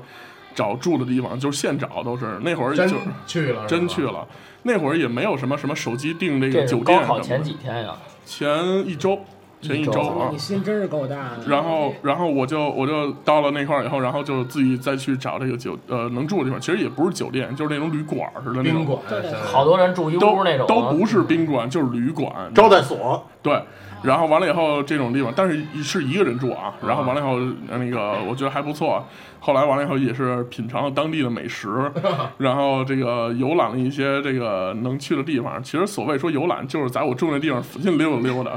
[SPEAKER 2] 找住的地方，就是现找都是。那会儿就
[SPEAKER 4] 真
[SPEAKER 2] 是
[SPEAKER 4] 去了，
[SPEAKER 2] 真去
[SPEAKER 4] 了。
[SPEAKER 2] 了，那会儿也没有什么什么手机订这
[SPEAKER 3] 这
[SPEAKER 2] 个
[SPEAKER 3] 是
[SPEAKER 2] 酒
[SPEAKER 3] 高
[SPEAKER 2] 店什
[SPEAKER 3] 考
[SPEAKER 2] 么
[SPEAKER 3] 前
[SPEAKER 2] 的，
[SPEAKER 3] 几天呀，
[SPEAKER 2] 前一周，前一周啊
[SPEAKER 7] 你。心真是够大的。
[SPEAKER 2] 然后，然后我就我就到了那块儿以后，然后就自己再去找这个酒呃能住的地方，其实也不是酒店，就是那种旅馆似的那
[SPEAKER 4] 宾
[SPEAKER 2] 种，
[SPEAKER 4] 馆
[SPEAKER 7] 对对对
[SPEAKER 3] 好多人住一
[SPEAKER 2] 都
[SPEAKER 3] 屋那种啊，
[SPEAKER 2] 都不是宾馆，就是旅馆，
[SPEAKER 5] 招待所
[SPEAKER 2] 对，然后完了以后这种地方，但是是一个人住啊。然后完了以后，呃那个我觉得还不错。后来完了以后也是品尝了当地的美 食，然后这个游览了一些这个能去的地方。其实所谓说游览，就是在我住那地方附近溜达溜 达，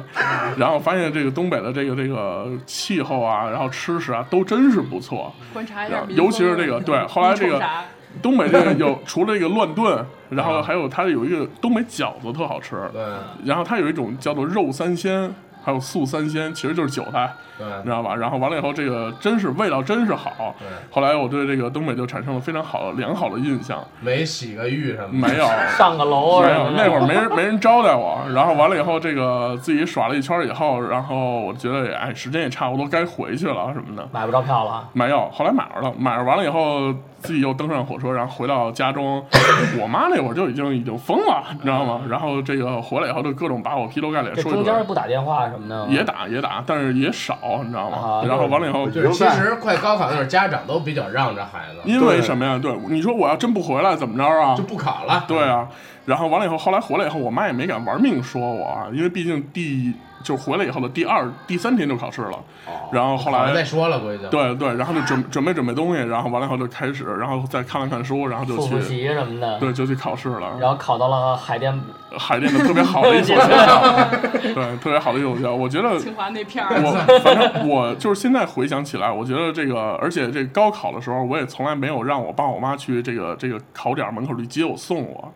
[SPEAKER 2] 然后发现这个东北的这个这个气候啊，然后吃食啊，都真是不错。
[SPEAKER 6] 观察一下
[SPEAKER 2] 然后
[SPEAKER 6] 民风
[SPEAKER 2] 尤其是这 个对后来这个
[SPEAKER 6] 民风啥
[SPEAKER 2] 东北这个 有除了这个乱炖，然
[SPEAKER 3] 啊
[SPEAKER 2] 后还有它有一个东北饺子特好吃，
[SPEAKER 4] 对
[SPEAKER 2] 然后它有一种叫做肉三鲜，还有素三鲜，其实就是韭菜，你知
[SPEAKER 4] 对
[SPEAKER 2] 道吧？然后完了以后，这个真是味道真是好。
[SPEAKER 4] 对，
[SPEAKER 2] 后来我对这个东北就产生了非常好的良好的印象，
[SPEAKER 4] 没洗个浴什么的。
[SPEAKER 2] 没有。
[SPEAKER 3] 上个楼啊
[SPEAKER 2] 没
[SPEAKER 3] 什
[SPEAKER 2] 有，
[SPEAKER 3] 么的
[SPEAKER 2] 啊那会儿没人没人招待我，然后完了以后，这个自己耍了一圈以后，然后我觉得也哎，时间也差不多该回去了什么的，
[SPEAKER 3] 买不着票了，
[SPEAKER 2] 没有，后来买着了，买着完了以后，自己又登上火车，然后回到家中， 我妈那会儿就已经已经疯了，你知道吗？然后这个回来以后就各种把我劈头盖脸
[SPEAKER 3] 这
[SPEAKER 2] 说一
[SPEAKER 3] 中间
[SPEAKER 2] 顿，
[SPEAKER 3] 不打电话什么的吗
[SPEAKER 2] 也打也打，但是也少，你知道吗
[SPEAKER 3] 啊？
[SPEAKER 2] 然后完了以后，
[SPEAKER 4] 就是其实快高考那会儿，家长都比较让着孩子，
[SPEAKER 2] 因为什么呀？对，你说我要真不回来怎么着啊
[SPEAKER 4] 就？不考了。
[SPEAKER 2] 对啊，然后完了以后，后来回来以后，我妈也没敢玩命说我，啊，因为毕竟第就回来以后的第二、第三天就考试了，
[SPEAKER 3] 哦
[SPEAKER 2] 然后后
[SPEAKER 4] 考
[SPEAKER 2] 来
[SPEAKER 4] 完再说了，估计就。
[SPEAKER 2] 对对，然后就准准备准备东西，然后完了以后就开始，然后再看了看书，然后就
[SPEAKER 3] 复复
[SPEAKER 2] 去
[SPEAKER 3] 习什么的，
[SPEAKER 2] 对就去考试了。
[SPEAKER 3] 然后考到了 海淀
[SPEAKER 2] 海淀的特别好的一 啊所学校， 对，特别好的一所学校。我觉得
[SPEAKER 6] 清华那片儿，
[SPEAKER 2] 我反正我就是现在回想起来，我觉得这个，而且这个高考的时候，我也从来没有让我爸我妈去这个这个考点门口去接我送我。
[SPEAKER 4] 嗯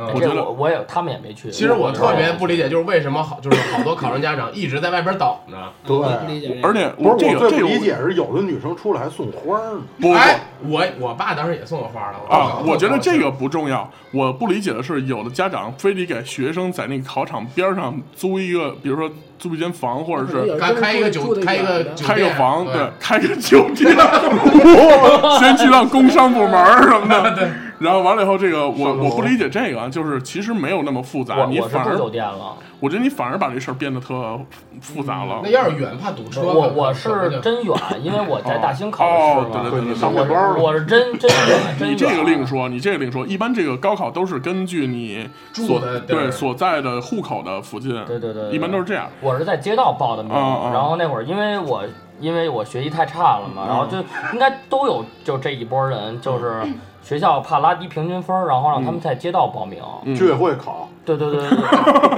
[SPEAKER 2] 我觉
[SPEAKER 3] 这
[SPEAKER 2] 得
[SPEAKER 3] 我我也他们也没去。
[SPEAKER 4] 其实我特别不理解，就是为什么好，就是好多考生家长一直在外边等着。
[SPEAKER 5] 对，
[SPEAKER 7] 我不理解这个
[SPEAKER 2] 而且
[SPEAKER 5] 不是
[SPEAKER 2] 这
[SPEAKER 5] 我
[SPEAKER 2] 个
[SPEAKER 5] 最
[SPEAKER 2] 这
[SPEAKER 5] 不
[SPEAKER 2] 个
[SPEAKER 5] 理解是有的女生出来还送花儿呢，
[SPEAKER 2] 不
[SPEAKER 4] 哎，我我爸当时也送我花了。
[SPEAKER 2] 啊，我觉得这个
[SPEAKER 4] 我
[SPEAKER 2] 不重要。我不理解的是，有的家长非得给学生在那个考场边上租一个，比如说租一间房，或者
[SPEAKER 7] 可能
[SPEAKER 2] 是
[SPEAKER 7] 有
[SPEAKER 4] 开
[SPEAKER 7] 人
[SPEAKER 4] 开一个酒
[SPEAKER 7] 住得
[SPEAKER 4] 开一个
[SPEAKER 7] 远的
[SPEAKER 4] 酒
[SPEAKER 2] 开个
[SPEAKER 4] 店
[SPEAKER 2] 房，
[SPEAKER 4] 对
[SPEAKER 2] 对，啊开个酒店， 哇先去到工商部门儿什么的。对，然后完了以后，这个我我不理解这个啊，就是其实没有那么复
[SPEAKER 3] 我
[SPEAKER 2] 杂，你
[SPEAKER 3] 我是
[SPEAKER 2] 反
[SPEAKER 3] 住
[SPEAKER 2] 而
[SPEAKER 3] 酒店了，
[SPEAKER 2] 我觉得你反而把这事儿变得特复杂了
[SPEAKER 4] 那。要是远怕堵车。
[SPEAKER 3] 我我
[SPEAKER 4] 可能
[SPEAKER 3] 是
[SPEAKER 4] 就
[SPEAKER 3] 真远，因为我在大兴考
[SPEAKER 2] 哦
[SPEAKER 3] 试，嘛。
[SPEAKER 2] 对对对对
[SPEAKER 5] 上
[SPEAKER 2] 对，
[SPEAKER 5] 过
[SPEAKER 3] 我
[SPEAKER 5] 班儿
[SPEAKER 3] 是
[SPEAKER 5] 了，
[SPEAKER 3] 我是真真远，真
[SPEAKER 2] 你这个
[SPEAKER 5] 啊
[SPEAKER 3] 远
[SPEAKER 2] 另说，你这个另说。一般这个高考都是根据你
[SPEAKER 4] 住
[SPEAKER 2] 所
[SPEAKER 4] 的地儿
[SPEAKER 2] 对所在的户口的附近，
[SPEAKER 3] 对对对对
[SPEAKER 2] 一般都是这样。
[SPEAKER 3] 我是在街道报的名，
[SPEAKER 2] 嗯嗯嗯
[SPEAKER 3] 然后那会儿因为我因为我学习太差了嘛，然后就应该都有就这一波人，就是
[SPEAKER 2] 嗯
[SPEAKER 3] 学校怕拉低平均分儿，然后让他们在街道报名。
[SPEAKER 2] 嗯
[SPEAKER 5] 居委会考，
[SPEAKER 3] 对对对对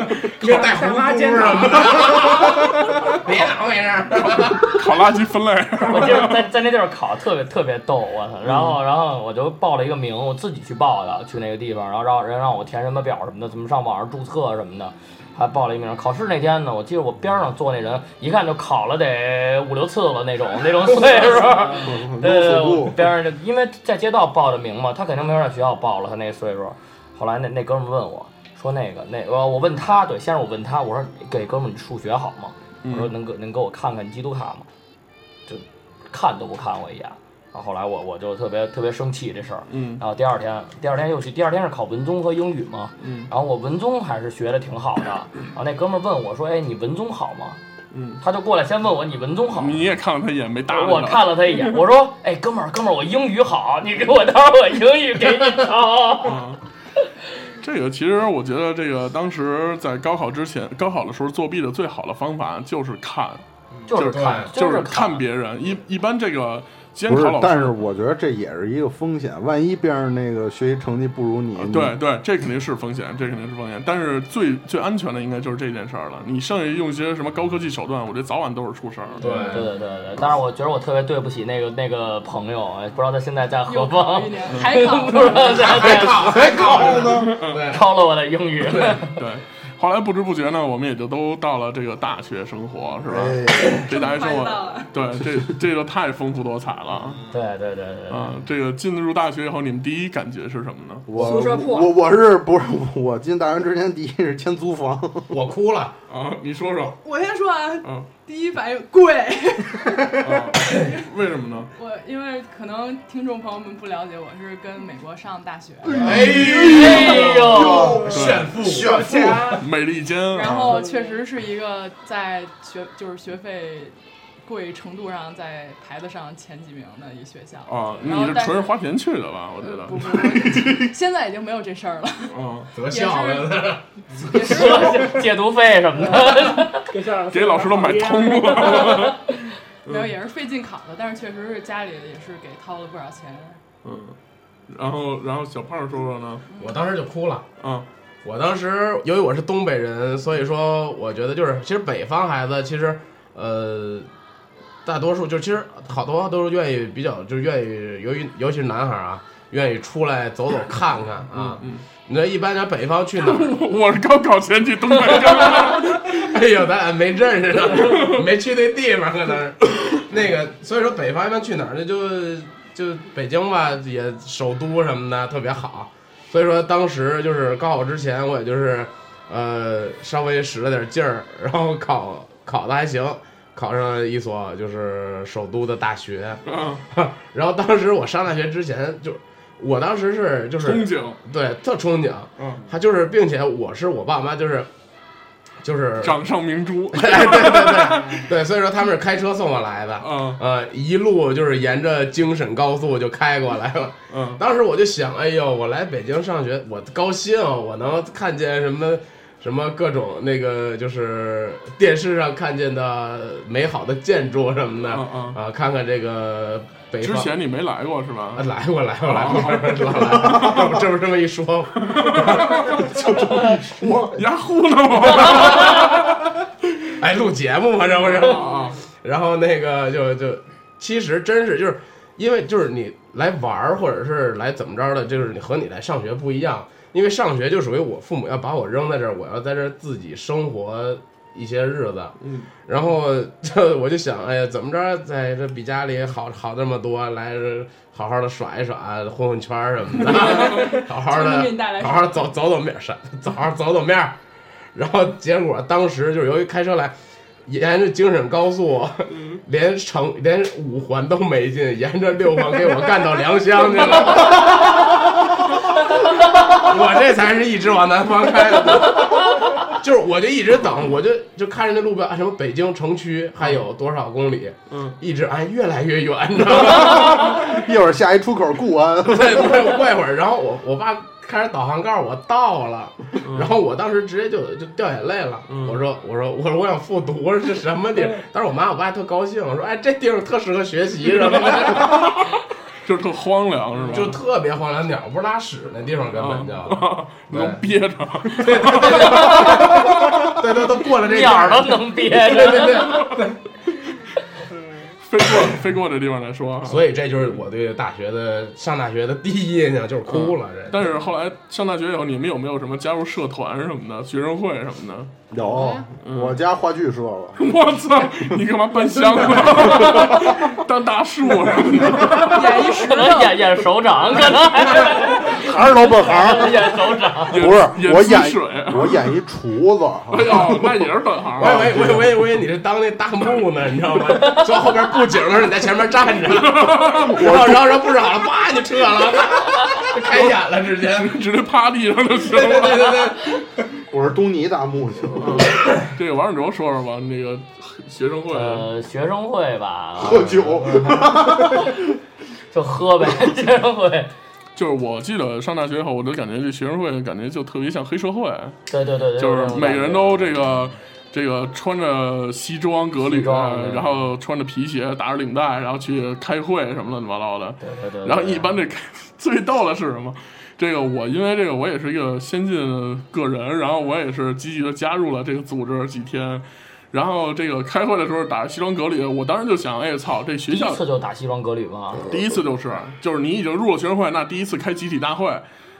[SPEAKER 3] 对，
[SPEAKER 4] 给我带红箍什么 的。别我没事。
[SPEAKER 2] 考垃圾分类。
[SPEAKER 3] 我记得在在那地儿考特别特别逗，我
[SPEAKER 2] 嗯
[SPEAKER 3] 操！然后然后我就报了一个名，我自己去报的，去那个地方，然后让人让我填什么表什么的，怎么上网上注册什么的。还报了一名。考试那天呢，我记得我边上坐那人，一看就考了得五六次了那种那种岁数。对对对，我边上就因为在街道报的名嘛，他肯定没法在学校报了，他那岁数。后来那那哥们儿问我说那个那我我问他，对，先是我问他，我说给哥们儿你数学好吗？我
[SPEAKER 1] 嗯
[SPEAKER 3] 说能给能给我看看你基督卡吗？就看都不看我一眼。然后后来我我就特别特别生气这事儿。
[SPEAKER 1] 嗯
[SPEAKER 3] 然后第二天第二天又去，第二天是考文综和英语嘛。
[SPEAKER 1] 嗯
[SPEAKER 3] 然后我文综还是学的挺好的。然后那哥们儿问我说：“哎，你文综好吗？”
[SPEAKER 1] 嗯，
[SPEAKER 3] 他就过来先问我：“你文综好吗
[SPEAKER 2] 你也看了他一眼没搭理他
[SPEAKER 3] 我看了他一眼，我说：“哎，哥们儿，哥们儿，我英语好，你给我待会儿我英语给你哦考。
[SPEAKER 2] 这个其实我觉得，这个当时在高考之前，高考的时候作弊的最好的方法就是看，”
[SPEAKER 3] 就是看，
[SPEAKER 2] 就是看别人。一一般这个监
[SPEAKER 5] 不是
[SPEAKER 2] 考，老
[SPEAKER 5] 但是
[SPEAKER 2] 师，
[SPEAKER 5] 我觉得这也是一个风险，万一边上那个学习成绩不如你，你
[SPEAKER 2] 对对，这肯定是风险，这肯定是风险。但是最最安全的应该就是这件事儿了。你剩下用一些什么高科技手段，我觉得早晚都是出事儿的。
[SPEAKER 4] 对
[SPEAKER 3] 对对对对，但是我觉得我特别对不起那个那个朋友，哎不知道他现在在何
[SPEAKER 6] 又考
[SPEAKER 3] 方
[SPEAKER 6] 了一，年，还考
[SPEAKER 3] 不知
[SPEAKER 6] 了。
[SPEAKER 3] 道在在
[SPEAKER 4] 考还考呢，对，
[SPEAKER 3] 超了我的英语。
[SPEAKER 2] 对，后来不知不觉呢，我们也就都到了这个大学生活，是吧？这大学生活
[SPEAKER 6] 快乐了，
[SPEAKER 2] 对，这这个太丰富多彩了。
[SPEAKER 3] 对对对对对，
[SPEAKER 2] 嗯，这个进入大学以后，你们第一感觉是什么呢？
[SPEAKER 5] 我
[SPEAKER 6] 宿舍铺
[SPEAKER 5] 我我是不是我进大学之前第一是签租房，
[SPEAKER 4] 我哭了，
[SPEAKER 2] 啊，你说说，
[SPEAKER 6] 我先说啊，
[SPEAKER 2] 嗯，
[SPEAKER 6] 第一反应贵。
[SPEAKER 2] 啊为什么呢？
[SPEAKER 6] 我因为可能听众朋友们不了解，我是跟美国上大学，
[SPEAKER 4] 哎
[SPEAKER 3] 哎呦，
[SPEAKER 4] 炫富，
[SPEAKER 5] 炫富
[SPEAKER 2] 美利坚
[SPEAKER 6] 然
[SPEAKER 2] 啊，
[SPEAKER 6] 后确实是一个在学就是学费贵程度上在排得上前几名的一学校。
[SPEAKER 2] 啊，
[SPEAKER 6] 然
[SPEAKER 2] 你
[SPEAKER 6] 后
[SPEAKER 2] 是
[SPEAKER 6] 但
[SPEAKER 2] 纯是花钱去的吧？我觉得
[SPEAKER 6] 不，不不，现在已经没有这事儿了，
[SPEAKER 2] 嗯，
[SPEAKER 4] 择校了，
[SPEAKER 6] 也是
[SPEAKER 3] 解读费什么的，
[SPEAKER 7] 给校长
[SPEAKER 2] 给老师都买通了。
[SPEAKER 6] 没有也是费劲考的，但是确实是家里也是给掏了不少钱。
[SPEAKER 2] 嗯，然后然后小胖说说呢，
[SPEAKER 4] 我当时就哭了。
[SPEAKER 2] 啊，
[SPEAKER 4] 我当时由于我是东北人，所以说我觉得就是，其实北方孩子其实，呃，大多数就是其实好多都是愿意比较就是愿意，由于尤其是男孩啊，愿意出来走走看看啊。你说一般咱北方去哪儿？
[SPEAKER 2] 嗯 我是高考前去东北干嘛？
[SPEAKER 4] 哎呦，咱俩没认识呢，没去那地方，可能是那个，所以说北方一般去哪儿呢？就就北京吧，也首都什么的特别好。所以说当时就是高考之前，我也就是呃稍微使了点劲儿，然后考考的还行，考上了一所就是首都的大学。
[SPEAKER 2] 啊，
[SPEAKER 4] 然后当时我上大学之前就，我当时是就是
[SPEAKER 2] 憧憬，
[SPEAKER 4] 对特憧憬，
[SPEAKER 2] 嗯，
[SPEAKER 4] 他就是并且我是我爸妈就是就是
[SPEAKER 2] 掌上明珠，
[SPEAKER 4] 哎，对对对对，所以说他们是开车送我来的，
[SPEAKER 2] 嗯
[SPEAKER 4] 呃，一路就是沿着京沈高速就开过来了。
[SPEAKER 2] 嗯，
[SPEAKER 4] 当时我就想，哎呦，我来北京上学，我高兴，我能看见什么什么各种那个，就是电视上看见的美好的建筑什么的，
[SPEAKER 2] 嗯
[SPEAKER 4] 啊、
[SPEAKER 2] 嗯
[SPEAKER 4] 看看这个北
[SPEAKER 2] 之
[SPEAKER 4] 方。
[SPEAKER 2] 前你没来过是
[SPEAKER 4] 啊
[SPEAKER 2] 吧？
[SPEAKER 4] 来过来过来过，老来过，这么这么一说，
[SPEAKER 2] 呀糊弄我，
[SPEAKER 4] 哎，录节目嘛，这不是？
[SPEAKER 2] 啊，
[SPEAKER 4] 然后那个就就，其实真是就是，因为就是你来玩儿或者是来怎么着的，就是你和你来上学不一样，因为上学就属于我父母要把我扔在这儿，我要在这儿自己生活一些日子，
[SPEAKER 2] 嗯，
[SPEAKER 4] 然后就我就想，哎呀，怎么着在这比家里好好这么多，来这好好的耍一耍，混混圈儿什么的， 好好
[SPEAKER 6] 真
[SPEAKER 4] 的
[SPEAKER 6] 的给你带来，
[SPEAKER 4] 好好走走走面儿，是走好走走面儿。然后结果当时就是由于开车来，沿着京沈高速，连城连五环都没进，沿着六环给我干到良乡去了。 我这才是一直往南方开的，就是我就一直等，我就就看着那路标，啊什么北京城区还有多少公里，
[SPEAKER 2] 嗯，
[SPEAKER 4] 一直哎越来越远，你知道吗？
[SPEAKER 5] 一会儿下一出口固安，
[SPEAKER 4] 对，过过一会儿，然后我我爸开始导航告诉我到了，然后我当时直接就就掉眼泪了。我说我说我说我想复读，我说这什么地儿？当时我妈我爸特高兴，我说哎这地方特适合学习什么的，
[SPEAKER 2] 就是特荒凉是吧？
[SPEAKER 4] 就特别荒凉鸟不拉屎那地方根本就，
[SPEAKER 2] 啊，能憋着，
[SPEAKER 4] 对对都过了这
[SPEAKER 3] 鸟
[SPEAKER 4] 坎
[SPEAKER 3] 儿
[SPEAKER 4] 儿
[SPEAKER 3] 都
[SPEAKER 4] 了。
[SPEAKER 3] 能憋
[SPEAKER 4] 对
[SPEAKER 3] 着。
[SPEAKER 4] 对对，
[SPEAKER 2] 飞过飞过这地方来说啊，
[SPEAKER 4] 所以这就是我对大学的上大学的第一印象，就是哭了。这
[SPEAKER 2] 但是后来上大学以后，你们有没有什么加入社团什么的、学生会什么的？
[SPEAKER 5] 有，我家话剧社了，
[SPEAKER 2] 我操！你干嘛搬箱 子？当大树什么的？
[SPEAKER 6] 演一石
[SPEAKER 3] 可能
[SPEAKER 6] 头，
[SPEAKER 3] 演演手掌，可能还是
[SPEAKER 5] 还是老本行。
[SPEAKER 3] 演手掌。
[SPEAKER 5] 不是
[SPEAKER 2] 演
[SPEAKER 5] 我
[SPEAKER 2] 滋
[SPEAKER 5] 演
[SPEAKER 2] 水
[SPEAKER 5] 我演一厨子，
[SPEAKER 2] 哎呦，那也是本行
[SPEAKER 4] 我以
[SPEAKER 2] 啊！
[SPEAKER 4] 为我以为我以为你是当那大幕呢，你知道吗？坐后边布景的时候你在前面站着，然后然后然后布置好了，叭就撤了，就开演了直接。
[SPEAKER 2] 直接趴地上就行
[SPEAKER 4] 对对
[SPEAKER 2] 了。
[SPEAKER 4] 对对对，
[SPEAKER 5] 我是东尼大木去了，
[SPEAKER 2] 这个王振卓说说吧，那个学生会，
[SPEAKER 3] 呃，学生会吧，
[SPEAKER 5] 喝酒，
[SPEAKER 3] 就喝呗，学生会。
[SPEAKER 2] 就是我记得上大学以后，我就感觉这学生会感觉就特别像黑社会，
[SPEAKER 3] 对对对，对
[SPEAKER 2] 就是每个人都这
[SPEAKER 3] 个。
[SPEAKER 2] 个这个穿着西装革履
[SPEAKER 3] 嗯西装嗯对
[SPEAKER 2] 然后穿着皮鞋，打着领带，然后去开会什么乱七八糟的。
[SPEAKER 3] 对对对。对
[SPEAKER 2] 然后一般这 最逗的是什么？这个我因为这个我也是一个先进个人，然后我也是积极的加入了这个组织几天。然后这个开会的时候打着西装革履，我当时就想，哎操，这学
[SPEAKER 3] 第
[SPEAKER 2] 校
[SPEAKER 3] 一次就打西装革履嘛，
[SPEAKER 2] 第一次就是，就是你已经入了学生会，那第一次开集体大会，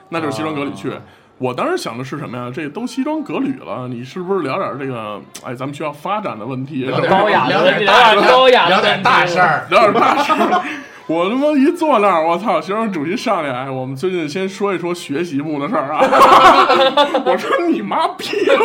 [SPEAKER 2] 那就是西装革履
[SPEAKER 4] 啊
[SPEAKER 2] 去。我当时想的是什么呀？这都西装革履了，你是不是聊点这个？哎，咱们学校发展的问题，聊
[SPEAKER 3] 高雅
[SPEAKER 4] 聊
[SPEAKER 3] 的
[SPEAKER 4] 点
[SPEAKER 3] 聊点高雅的
[SPEAKER 4] 聊点大事儿。
[SPEAKER 2] 点大事儿。我他妈一坐那儿，我操！学生主席上来，哎我们最近先说一说学习部的事儿啊。 我说你妈逼了，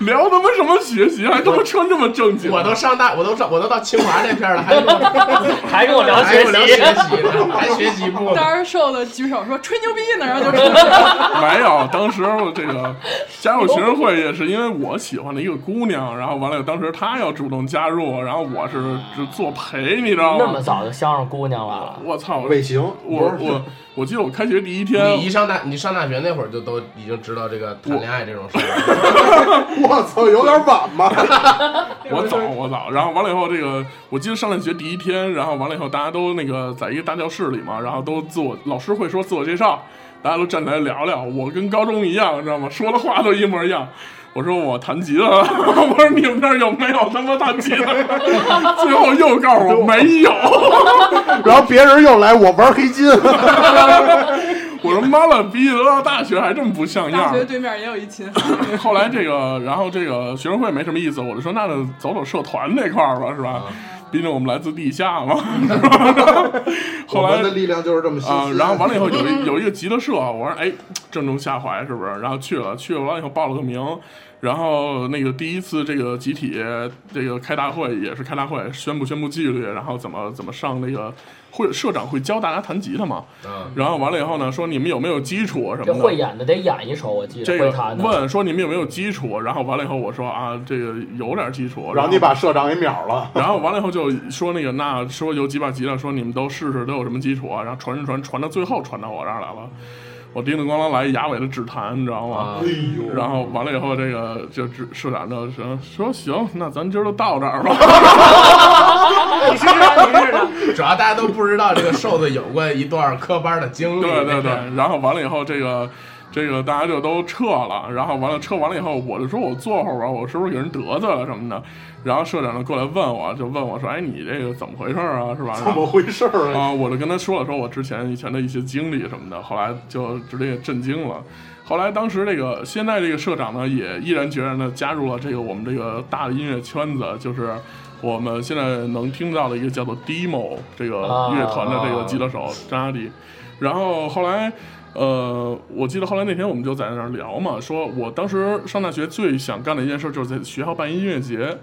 [SPEAKER 2] 聊他妈什么学习，啊还他妈穿这么正经？啊
[SPEAKER 4] 我都上大，我都上，我都到清华这片儿了，还跟我
[SPEAKER 3] 还跟我聊
[SPEAKER 4] 还
[SPEAKER 3] 学
[SPEAKER 4] 跟我聊学
[SPEAKER 3] 习，
[SPEAKER 4] 习呢，还学习部呢。
[SPEAKER 6] 当时瘦的举手说吹牛逼呢，然后就 出去了。
[SPEAKER 2] 没有，当时我这个加入学生会也是因为我喜欢的一个姑娘，然后完了，当时她要主动加入，然后我是只作陪，你知道
[SPEAKER 3] 那么
[SPEAKER 2] 吗？
[SPEAKER 3] 早就相上姑娘了，
[SPEAKER 4] 嗯
[SPEAKER 2] 我操！我
[SPEAKER 5] 尾行，
[SPEAKER 2] 我
[SPEAKER 5] 不是
[SPEAKER 2] 我我记得我开学第一天
[SPEAKER 4] 你，一上大，你上大学那会儿就都已经知道这个谈恋爱这种事儿了。
[SPEAKER 5] 我操，有点晚吧？
[SPEAKER 2] 我早我早，然后完了以后，这个我记得上大学第一天，然后完了以后，大家都那个在一个大教室里嘛，然后都自我老师会说自我介绍，大家都站起来聊聊。我跟高中一样，你知道吗？说的话都一模一样。我说我弹吉他， 我说你们那儿有没有他妈弹吉他？ 最后又告诉我没有。
[SPEAKER 5] 然后别人又来，我玩黑金，
[SPEAKER 2] 我说妈了逼的，到大学还这么不像样
[SPEAKER 6] 大
[SPEAKER 2] 儿
[SPEAKER 6] 学。对面也有一琴，
[SPEAKER 2] 后来这个，然后这个学生会没什么意思，我就说那就走走社团那块儿吧，是吧？毕竟我们来自地下嘛。是吧后
[SPEAKER 5] 我
[SPEAKER 2] 来
[SPEAKER 5] 们的力量就是这么稀
[SPEAKER 2] 啊、
[SPEAKER 5] 稀
[SPEAKER 2] 然后完 了以后有一有一个吉他社，我说哎，正中下怀是不是？然后去了，去了完了以后报了个名，然后那个第一次这个集体这个开大会也是开大会，宣布宣布纪律，然后怎么怎么上那个会社长会教大家弹吉他嘛。
[SPEAKER 4] 嗯，
[SPEAKER 2] 然后完了以后呢，说你们有没有基础什
[SPEAKER 3] 这
[SPEAKER 2] 么的。
[SPEAKER 3] 会演的得演一首，我记
[SPEAKER 2] 这
[SPEAKER 3] 得
[SPEAKER 2] 个
[SPEAKER 3] 会弹的。
[SPEAKER 2] 问说你们有没有基础，然后完了以后我说啊，这个有点基础，
[SPEAKER 5] 然后你把社长给秒了，
[SPEAKER 2] 然后完了以后就说那个，那说有几把吉他，说你们都试试都有什么基础啊？然后传传传传到最后传到我这儿来了，我叮叮咣啷来一牙尾的指弹，你知道吗？
[SPEAKER 4] 啊
[SPEAKER 2] 然后完了以后，这个就指社长就说说行，那咱今儿就到这儿吧。
[SPEAKER 7] 你是的，你是的。
[SPEAKER 4] 主要大家都不知道这个瘦子有过一段科班的经历。
[SPEAKER 2] 对对对，然后完了以后，这个这个大家就都撤了，然后完了撤完了以后，我就说我坐会儿吧，我是不是给人得罪了什么的？然后社长就过来问我，就问我说，哎，你这个怎么回事儿啊？是吧？
[SPEAKER 5] 怎么回事 儿啊？
[SPEAKER 2] 啊，我就跟他说了说我之前以前的一些经历什么的，后来就直接震惊了。后来当时这个现在这个社长呢，也毅然决然的加入了这个我们这个大的音乐圈子，就是我们现在能听到的一个叫做 Demo 这个乐团的这个吉他手张阿迪。然后后来。呃，我记得后来那天我们就在那儿聊嘛，说我当时上大学最想干的一件事就是在学校办音乐节，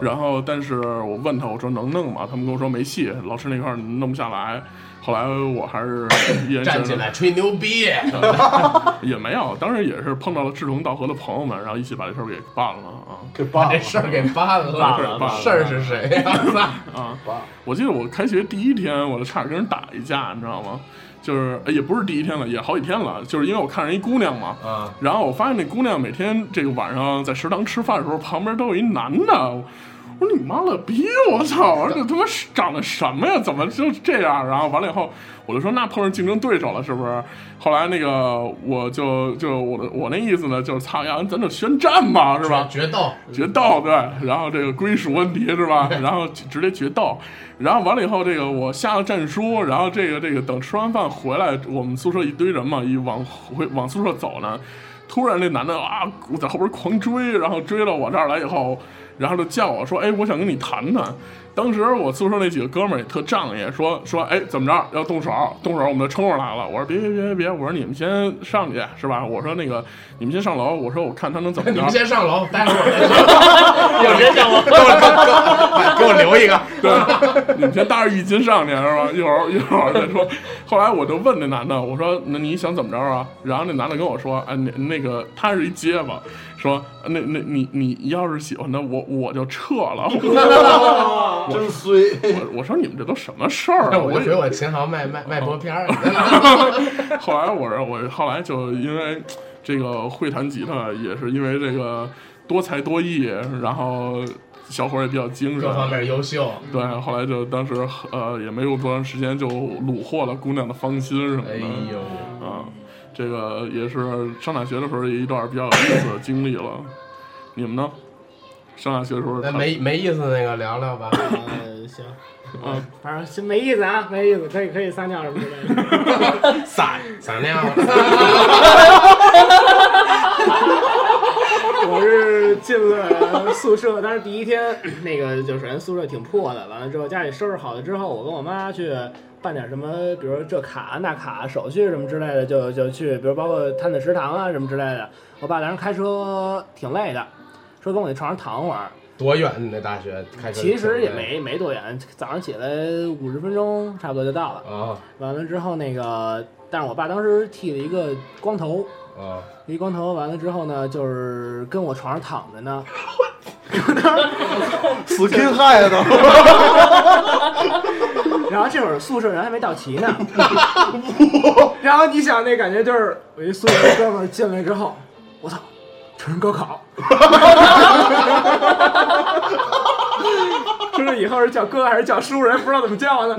[SPEAKER 2] 然后，但是我问他，我说能弄吗？他们跟我说没戏，老师那块儿弄不下来。后来我还是 毅然
[SPEAKER 4] 站
[SPEAKER 2] 决
[SPEAKER 4] 起
[SPEAKER 2] 然
[SPEAKER 4] 来吹牛逼，
[SPEAKER 2] 哦也没有，当时也是碰到了志同道合的朋友们，然后一起把这事儿给办了啊。
[SPEAKER 5] 给爸
[SPEAKER 4] 这事儿给办
[SPEAKER 2] 办
[SPEAKER 4] 了
[SPEAKER 2] 了办了。
[SPEAKER 4] 事儿是谁呀？
[SPEAKER 2] 我记得我开学第一天，我就差点跟人打一架，你知道吗？就是呃也不是第一天了，也好几天了，就是因为我看上一姑娘嘛。
[SPEAKER 4] 啊，
[SPEAKER 2] 然后我发现那姑娘每天这个晚上在食堂吃饭的时候，旁边都有一男的。我说你妈了逼！我操！我说这他妈是长得什么呀？怎么就这样？然后完了以后，我就说那碰上竞争对手了是不是？后来那个我就就我的我那意思呢，就是操，要不然咱就宣战吧，是吧？
[SPEAKER 4] 决斗，
[SPEAKER 2] 决斗对，然后这个归属问题是吧？然后直接决斗，然后完了以后，这个我下了战书，然后这个这个等吃完饭回来，我们宿舍一堆人嘛，一往回往宿舍走呢，突然那男的啊我在后边狂追，然后追到我这儿来以后，然后就叫我说，哎，我想跟你谈谈。当时我宿舍那几个哥们儿也特仗义，说说哎怎么着要动手，动手我们就冲上来了。我说别别别别，我说你们先上去是吧？我说那个你们先上楼，我说我看他能怎么
[SPEAKER 4] 你
[SPEAKER 2] 着
[SPEAKER 4] 们。先上楼，待会儿我再说。
[SPEAKER 3] 有谁想 过？
[SPEAKER 4] 给我留一个。
[SPEAKER 2] 对，你们先搭着浴巾上去是吧？一会儿一会儿再说。后来我就问那男的，我说那你想怎么着啊？然后那男的跟我说，啊，那那个他是一结巴，说那那你你要是喜欢他，我我就撤了。
[SPEAKER 5] 真衰，
[SPEAKER 2] 我我说你们这都什么事儿 啊？
[SPEAKER 4] 那我
[SPEAKER 2] 我
[SPEAKER 4] 就
[SPEAKER 2] 也
[SPEAKER 4] 回我琴行卖卖卖拨片儿。
[SPEAKER 2] 后来我是我后来就因为这个会弹吉他，也是因为这个多才多艺，然后小伙儿也比较精神
[SPEAKER 4] 各，方面优秀，
[SPEAKER 2] 对，后来就当时呃也没有多长时间就虏获了姑娘的芳心什么
[SPEAKER 4] 哎
[SPEAKER 2] 的，
[SPEAKER 4] 呦，
[SPEAKER 2] 啊，这个也是上大学的时候一段比较有意思的经历了。你们呢？上大学的时候
[SPEAKER 4] 那
[SPEAKER 2] 谈，
[SPEAKER 4] 没没意思的那个聊聊吧。
[SPEAKER 7] 呃，行，
[SPEAKER 2] 啊，
[SPEAKER 7] 反正先没意思啊，没意思，可以可以撒尿什么之类的。
[SPEAKER 4] 撒撒尿，
[SPEAKER 7] 我是进了宿舍，当时第一天那个就首先宿舍挺破的，完了之后家里收拾好了之后，我跟我妈去办点什么，比如说这卡那卡手续什么之类的，就就去，比如包括摊子食堂啊什么之类的。我爸当时开车挺累的，说跟我那床上躺会儿，
[SPEAKER 4] 多远？你那大学开车？
[SPEAKER 7] 其实也没没多远，早上起来五十分钟差不多就到了。
[SPEAKER 4] 啊
[SPEAKER 7] 完了之后那个，但是我爸当时剃了一个光头，
[SPEAKER 4] 啊！
[SPEAKER 7] 剃光头完了之后呢，就是跟我床上躺着呢。
[SPEAKER 5] 死金害的，
[SPEAKER 7] 然后这会儿宿舍人还没到齐呢，然后你想那感觉就是，我一宿舍哥们儿进来之后，我操，成人高考， 说这以后是叫哥还是叫叔，人不知道怎么叫呢。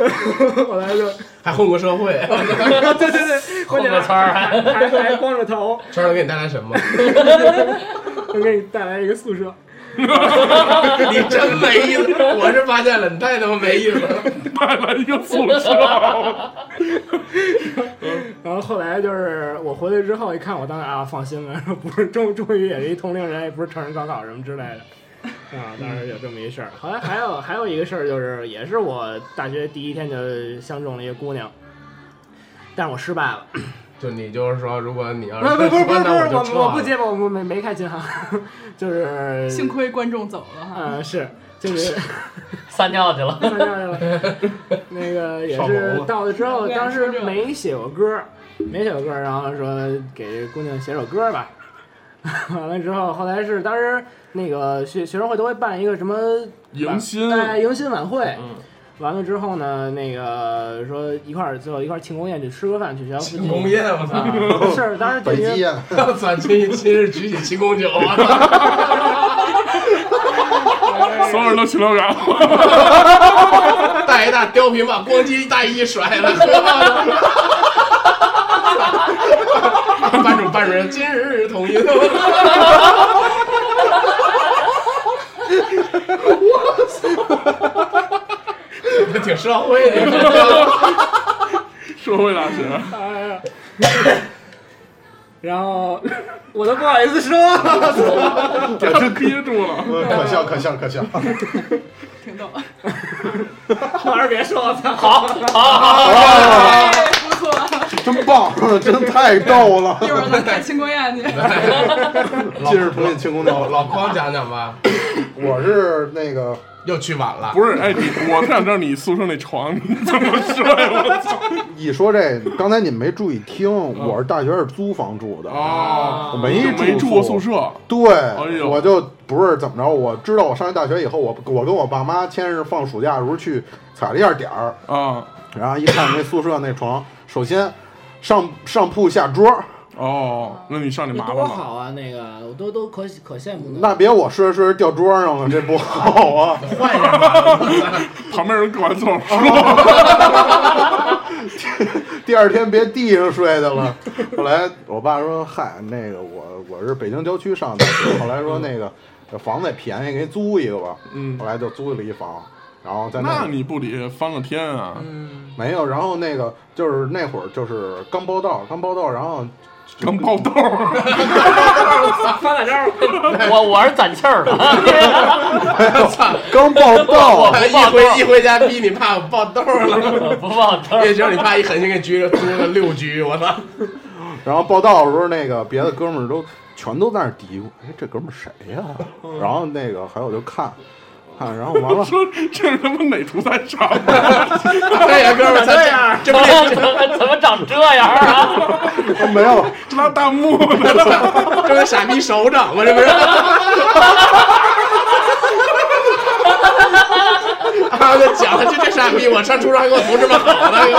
[SPEAKER 7] 后来就，
[SPEAKER 4] 还混过社会，
[SPEAKER 7] 对对对，关键
[SPEAKER 3] 个圈儿
[SPEAKER 7] 还还还光着头，
[SPEAKER 4] 圈儿能给你带来什么？
[SPEAKER 7] 能给你带来一个宿舍。
[SPEAKER 4] 你真没意思，我是发现了，你太他妈没意思了。
[SPEAKER 2] 带来一个宿舍，
[SPEAKER 7] 然后后来就是我回来之后一看，我当时啊放心了， 不是终终于也是一同龄人，也不是成人高考什么之类的，啊，当时有这么一事儿。后来还有还有一个事儿，就是也是我大学第一天就相中了一个姑娘，但是我失败了。
[SPEAKER 4] 就你就是说，如果你要
[SPEAKER 7] 不 是不是不是不是，
[SPEAKER 4] 那就撤
[SPEAKER 7] 我我不
[SPEAKER 4] 了。
[SPEAKER 7] 接吧，我没没开琴行， 就是
[SPEAKER 6] 幸亏观众走了哈。
[SPEAKER 7] 呃是就是。
[SPEAKER 3] 撒 尿去 了，
[SPEAKER 7] 看见了，那个也
[SPEAKER 4] 上
[SPEAKER 7] 是
[SPEAKER 4] 楼了
[SPEAKER 7] 到了之后，
[SPEAKER 6] 我也
[SPEAKER 7] 当时
[SPEAKER 6] 说这个
[SPEAKER 7] 没写过歌，没写过歌，然后说给姑娘写首歌吧。 完了之后，后来是当时那个学学生会都会办一个什么
[SPEAKER 2] 迎新
[SPEAKER 7] 哎迎新晚会。
[SPEAKER 2] 嗯
[SPEAKER 7] 完了之后呢，那个说一块儿最后一块儿庆功宴去吃个饭，去学校附近。
[SPEAKER 4] 红叶，我操！
[SPEAKER 7] 啊是当 时就
[SPEAKER 5] 北
[SPEAKER 7] 因为
[SPEAKER 5] 极呀，
[SPEAKER 4] 我操！今今日举起七公九啊！
[SPEAKER 2] 所有人都禽流感。
[SPEAKER 4] 戴一大貂皮帽，咣叽一大衣甩了， 喝吧。班主班主任，今日统一。我操！ 挺社会的，
[SPEAKER 2] 社会大学，
[SPEAKER 7] 哎呀 然后我都不好意思说了。
[SPEAKER 2] 给 他憋住了。
[SPEAKER 5] 可笑可笑可 笑，
[SPEAKER 6] 挺逗。
[SPEAKER 7] 我还是别说了，好，
[SPEAKER 5] 啊，
[SPEAKER 6] 哎，不错，
[SPEAKER 5] 真棒， 真太逗了
[SPEAKER 6] 一，会儿咱开庆功宴 去。
[SPEAKER 5] 今日同饮庆功
[SPEAKER 4] 老
[SPEAKER 5] 酒。
[SPEAKER 4] 老匡讲讲吧，
[SPEAKER 5] 我是那个
[SPEAKER 4] 又去晚了。
[SPEAKER 2] 不是，哎，你我特想知道你宿舍那床你怎么睡？我操！
[SPEAKER 5] 一说这，刚才你们没注意听，我是大学是租房住的，
[SPEAKER 2] 哦，
[SPEAKER 5] 我没
[SPEAKER 2] 就没
[SPEAKER 5] 住
[SPEAKER 2] 住过宿。舍，
[SPEAKER 5] 对，
[SPEAKER 2] 哎呦
[SPEAKER 5] 我就不是怎么着，我知道我上大学以后，我我跟我爸妈先是放暑假的时候去踩了一下点儿，
[SPEAKER 2] 啊，
[SPEAKER 5] 然后一看那宿舍那床，首先上上铺下桌，
[SPEAKER 2] 哦，那你上去
[SPEAKER 7] 那
[SPEAKER 2] 麻烦
[SPEAKER 7] 多
[SPEAKER 2] 了。
[SPEAKER 7] 好啊！那个我都都可可羡慕
[SPEAKER 5] 那别我睡着睡着掉桌上了，这不好啊！
[SPEAKER 4] 换一下吧。
[SPEAKER 2] 旁边人各完总说，
[SPEAKER 5] 第二天别地上睡去了。后来我爸说：“嗨，那个我我是北京郊区上的。”后来说那个这房子也便宜，给你租一个吧。
[SPEAKER 2] 嗯
[SPEAKER 5] 后来就租了一房，然后在
[SPEAKER 2] 那
[SPEAKER 5] 里
[SPEAKER 2] 你不得翻个天啊？
[SPEAKER 4] 嗯，
[SPEAKER 5] 没有，然后那个就是那会儿就是刚报道，刚报道，然后
[SPEAKER 2] 刚爆痘，，
[SPEAKER 3] 翻个招，我我是攒气儿的，
[SPEAKER 5] 刚报道，
[SPEAKER 4] 一回一回家逼你怕我爆痘了，
[SPEAKER 3] 不放招儿。
[SPEAKER 4] 也行，你怕一狠心给局租个六局，我 操！
[SPEAKER 5] 然后报道的时候，那个别的哥们儿都全都在那儿嘀咕：“哎，这哥们儿谁呀、然后那个还有就看，看，然后完了
[SPEAKER 2] 说 这是他妈哪屠宰场？
[SPEAKER 4] 对呀，哥们儿，咱样，这
[SPEAKER 3] 怎
[SPEAKER 4] 不
[SPEAKER 3] 么
[SPEAKER 4] 这
[SPEAKER 3] 怎么怎么长这样啊？
[SPEAKER 5] 都没有。
[SPEAKER 2] 这拉大幕的，
[SPEAKER 4] 这不傻逼手掌吗？这不是？ 他就啊讲了，这这傻逼，我上初中还给我同志们吼呢，给我。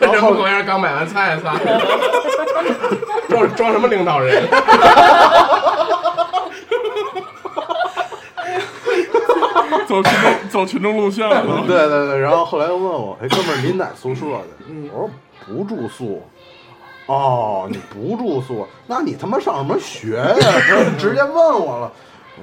[SPEAKER 4] 人模狗样，刚买完菜，操！装装什么领导人？
[SPEAKER 2] 走群众走群众路线了。
[SPEAKER 5] 对对对，然后后来又问我：“哎，哥们儿，你哪宿舍的？”我说：“不住宿。”哦，你不住宿，那你他妈上什么学呀、 直接问我了。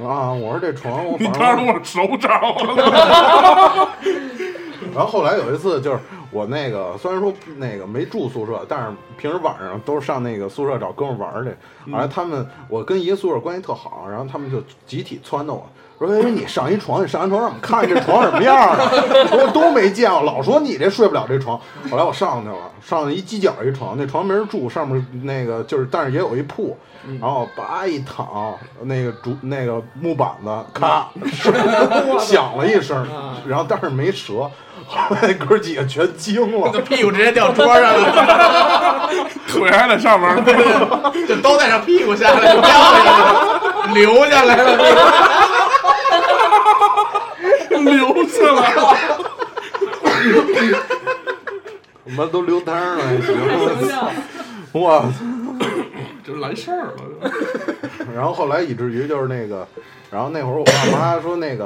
[SPEAKER 5] 啊！我说这床，我
[SPEAKER 2] 你
[SPEAKER 5] 反
[SPEAKER 2] 看
[SPEAKER 5] 正
[SPEAKER 2] 着我手掌了，
[SPEAKER 5] 然后后来有一次，就是我那个虽然说那个没住宿舍，但是平时晚上都是上那个宿舍找哥们玩儿去。后来他们，我跟一个宿舍关系特好，然后他们就集体撺掇我说：“哎，你上一床，你上一床，让我们看看这床什么样啊！”我说都没见过，老说你这睡不了这床。后来我上去了，上去一犄角一床，那床没人住，上面那个就是，但是也有一铺，然后叭一躺，那个竹那个木板子咔响了一声，然后但是没折。后来 哥几个全惊了
[SPEAKER 4] 这，屁股直接掉桌上了，
[SPEAKER 2] 腿还在上面呢。
[SPEAKER 4] 就都带上屁股下来，就掉下来了，流下来了。
[SPEAKER 2] 流去了，
[SPEAKER 5] 他妈都流汤了，还
[SPEAKER 6] 形
[SPEAKER 5] 行。
[SPEAKER 6] 象。
[SPEAKER 5] 哇！
[SPEAKER 2] 就来事儿了。
[SPEAKER 5] 然后后来以至于就是那个，然后那会儿我爸妈说那个。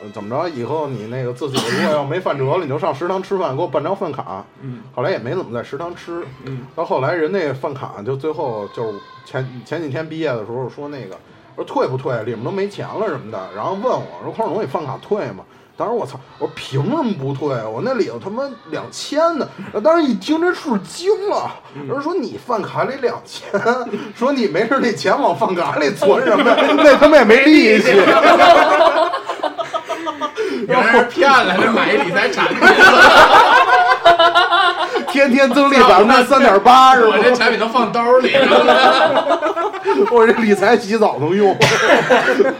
[SPEAKER 5] 呃怎么着？以后你那个自己如果要没饭辙了，你就上食堂吃饭，给我办张饭卡。
[SPEAKER 2] 嗯，
[SPEAKER 5] 后来也没怎么在食堂吃。
[SPEAKER 2] 嗯，
[SPEAKER 5] 到后来人那饭卡就最后就是前前几天毕业的时候说那个说退不退，里面都没钱了什么的，然后问我说：“匡总，你饭卡退吗？”当时我操，我说凭什么不退啊？我那里头他妈两千呢！当时一听这数惊了，人说你饭卡里两千， 说你没事那钱往饭卡里存什么呀？ 那他妈也没利息。
[SPEAKER 4] 原来是骗了，这买一理财产品，
[SPEAKER 5] 天天增利百分之三点八是吧
[SPEAKER 4] 我？这产品都放兜里。
[SPEAKER 5] 我这理财洗澡能用。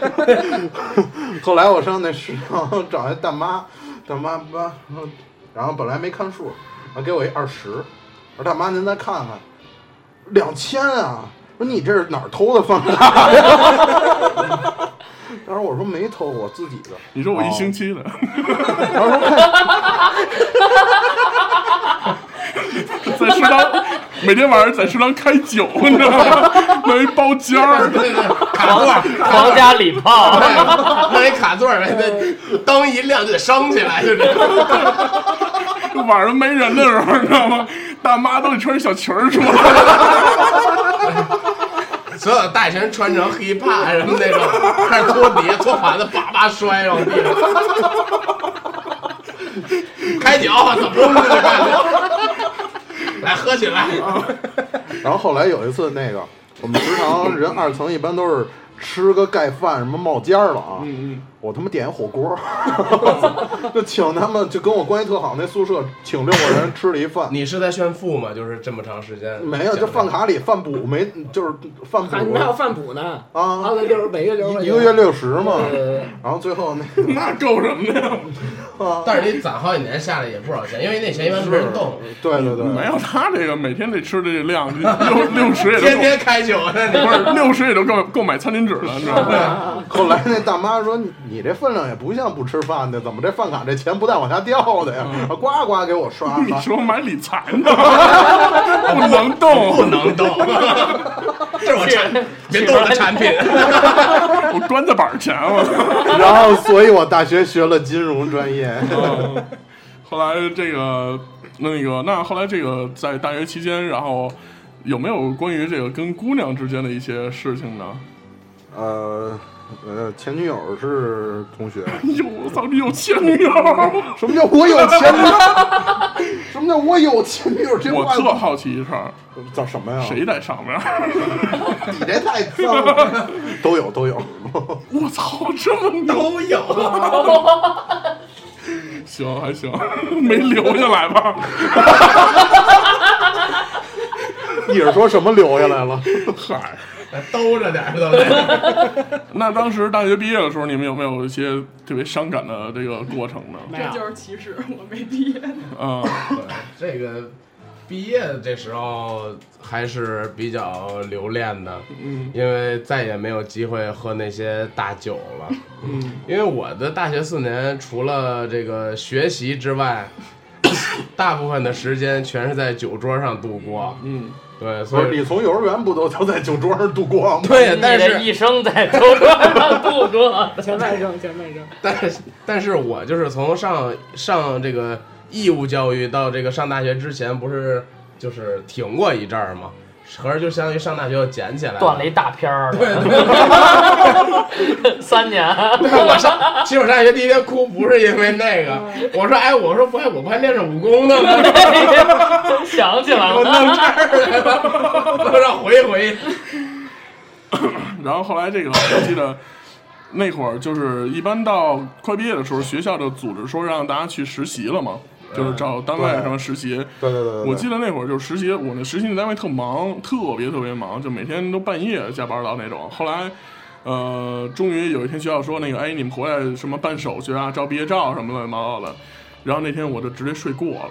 [SPEAKER 5] 后来我上那食堂找一大妈，大妈妈，然后本来没看数，然后给我一二十，我说大妈您再看看，两千啊！我说你这是哪儿偷的饭卡呀？ 当时我说没偷，我自己的。
[SPEAKER 2] 你说我一星期的，
[SPEAKER 5] 然后说看，
[SPEAKER 2] 在食堂每天晚上在食堂开酒，你知道吗？弄一包间儿，
[SPEAKER 4] 对对，卡座儿，
[SPEAKER 3] 皇家礼炮，啊
[SPEAKER 4] 对，弄一卡座儿，那灯一亮就得升起来，就这。
[SPEAKER 2] 晚上没人的时候，你知道吗？大妈都得穿小裙儿出来，
[SPEAKER 4] 所有大学生穿成 hiphop 什么那种，开始搓碟、搓盘子，叭叭摔往地上。开酒，怎么着？来喝起来！
[SPEAKER 5] 然后后来有一次那个，我们食堂人二层一般都是吃个盖饭什么冒尖儿了啊。
[SPEAKER 2] 嗯
[SPEAKER 5] 我他妈点一火锅儿， 就请他们，就跟我关系特好那宿舍请六个人吃了一饭，
[SPEAKER 4] 你是在炫富吗？就是这么长时间
[SPEAKER 5] 没有，就饭卡里饭补没，就是饭
[SPEAKER 7] 还你还有
[SPEAKER 5] 补
[SPEAKER 7] 啊饭补呢
[SPEAKER 5] 啊
[SPEAKER 7] 还有六十每月六十块
[SPEAKER 5] 一
[SPEAKER 7] 钱
[SPEAKER 5] 一个月六十嘛
[SPEAKER 7] 对对，对
[SPEAKER 5] 然后最后那
[SPEAKER 2] 嗯，那够什么的呀？
[SPEAKER 5] 个，
[SPEAKER 4] 但是你攒好几年下来也不少钱，因为那钱一般都没人动，
[SPEAKER 5] 对对对，
[SPEAKER 2] 没有他这个每天得吃的这量，六六十也
[SPEAKER 4] 天
[SPEAKER 2] 都
[SPEAKER 4] 天开酒，那你
[SPEAKER 2] 够，不是六十也都够够买餐巾纸了，你知道吗？
[SPEAKER 5] 后来那大妈说你你这分量也不像不吃饭的，怎么这饭卡这钱不带往下掉的呀？
[SPEAKER 2] 嗯
[SPEAKER 5] 呱呱给我刷
[SPEAKER 2] 你
[SPEAKER 5] 了，
[SPEAKER 2] 说买理财呢？ 不能 动，
[SPEAKER 4] 不能动，这是我产， 别动我的产 品。
[SPEAKER 2] 我端着板儿钱了。
[SPEAKER 5] 然后所以我大学学了金融专业。
[SPEAKER 2] 嗯，后来这个那个那后来这个在大学期间，然后有没有关于这个跟姑娘之间的一些事情呢？
[SPEAKER 5] 呃呃，前女友是同学，
[SPEAKER 2] 哟，我操，你有前女友？
[SPEAKER 5] 什么叫我有前女友？ 什么叫我有前女友？这
[SPEAKER 2] 我
[SPEAKER 5] 话
[SPEAKER 2] 特好奇一事儿，
[SPEAKER 5] 叫什么呀？
[SPEAKER 2] 谁在上面？
[SPEAKER 5] 你这太脏 了，都有都有。
[SPEAKER 2] 我操，这么大
[SPEAKER 4] 都有，
[SPEAKER 2] 行还行，没留下来吧？
[SPEAKER 5] 一会儿说什么留下来了？
[SPEAKER 2] 嗨，
[SPEAKER 4] 兜着点儿，对不对？
[SPEAKER 2] 那当时大学毕业的时候，你们有没有一些特别伤感的这个过程呢？
[SPEAKER 7] 没
[SPEAKER 6] 这就
[SPEAKER 7] 有，
[SPEAKER 6] 是歧视，我没 毕业。
[SPEAKER 2] 啊、
[SPEAKER 4] 这个毕业这时候还是比较留恋的，嗯，因为再也没有机会喝那些大酒了，嗯，因为我的大学四年除了这个学习之外，大部分的时间全是在酒桌上度过，
[SPEAKER 2] 嗯，
[SPEAKER 4] 对，
[SPEAKER 5] 不
[SPEAKER 4] 所
[SPEAKER 5] 是，
[SPEAKER 4] 以
[SPEAKER 5] 你从幼儿园不都都在酒桌上度过吗？
[SPEAKER 4] 对，
[SPEAKER 3] 你
[SPEAKER 4] 但
[SPEAKER 3] 的
[SPEAKER 4] 是
[SPEAKER 3] 一生在酒桌 上度过。
[SPEAKER 7] 请外证，请外证。
[SPEAKER 4] 但是，但是我就是从上上这个义务教育到这个上大学之前，不是就是停过一阵儿吗？合着就相当于上大学又捡起来
[SPEAKER 3] 断了一大片儿， 三年，
[SPEAKER 4] 对，我上，其实我上大学第一天哭不是因为那 个，我说哎，我说不哎，我不还练着武功呢吗？
[SPEAKER 3] 想起来
[SPEAKER 4] 我弄
[SPEAKER 3] 了，
[SPEAKER 4] 这儿来了，我让回一回。
[SPEAKER 2] 然后后来这个我记得那会儿就是一般到快毕业的时候，学校就组织说让大家去实习了嘛，就是找单位
[SPEAKER 5] 对
[SPEAKER 2] 什么实习。
[SPEAKER 5] 对对对对对，
[SPEAKER 2] 我记得那会儿就是实习，我那实习的单位特忙，特别特别忙，就每天都半夜加班到那种。后来，呃，终于有一天学校说那个，哎，你们回来什么办手续啊、照毕业照什么乱七八糟的。然后那天我就直接睡过了，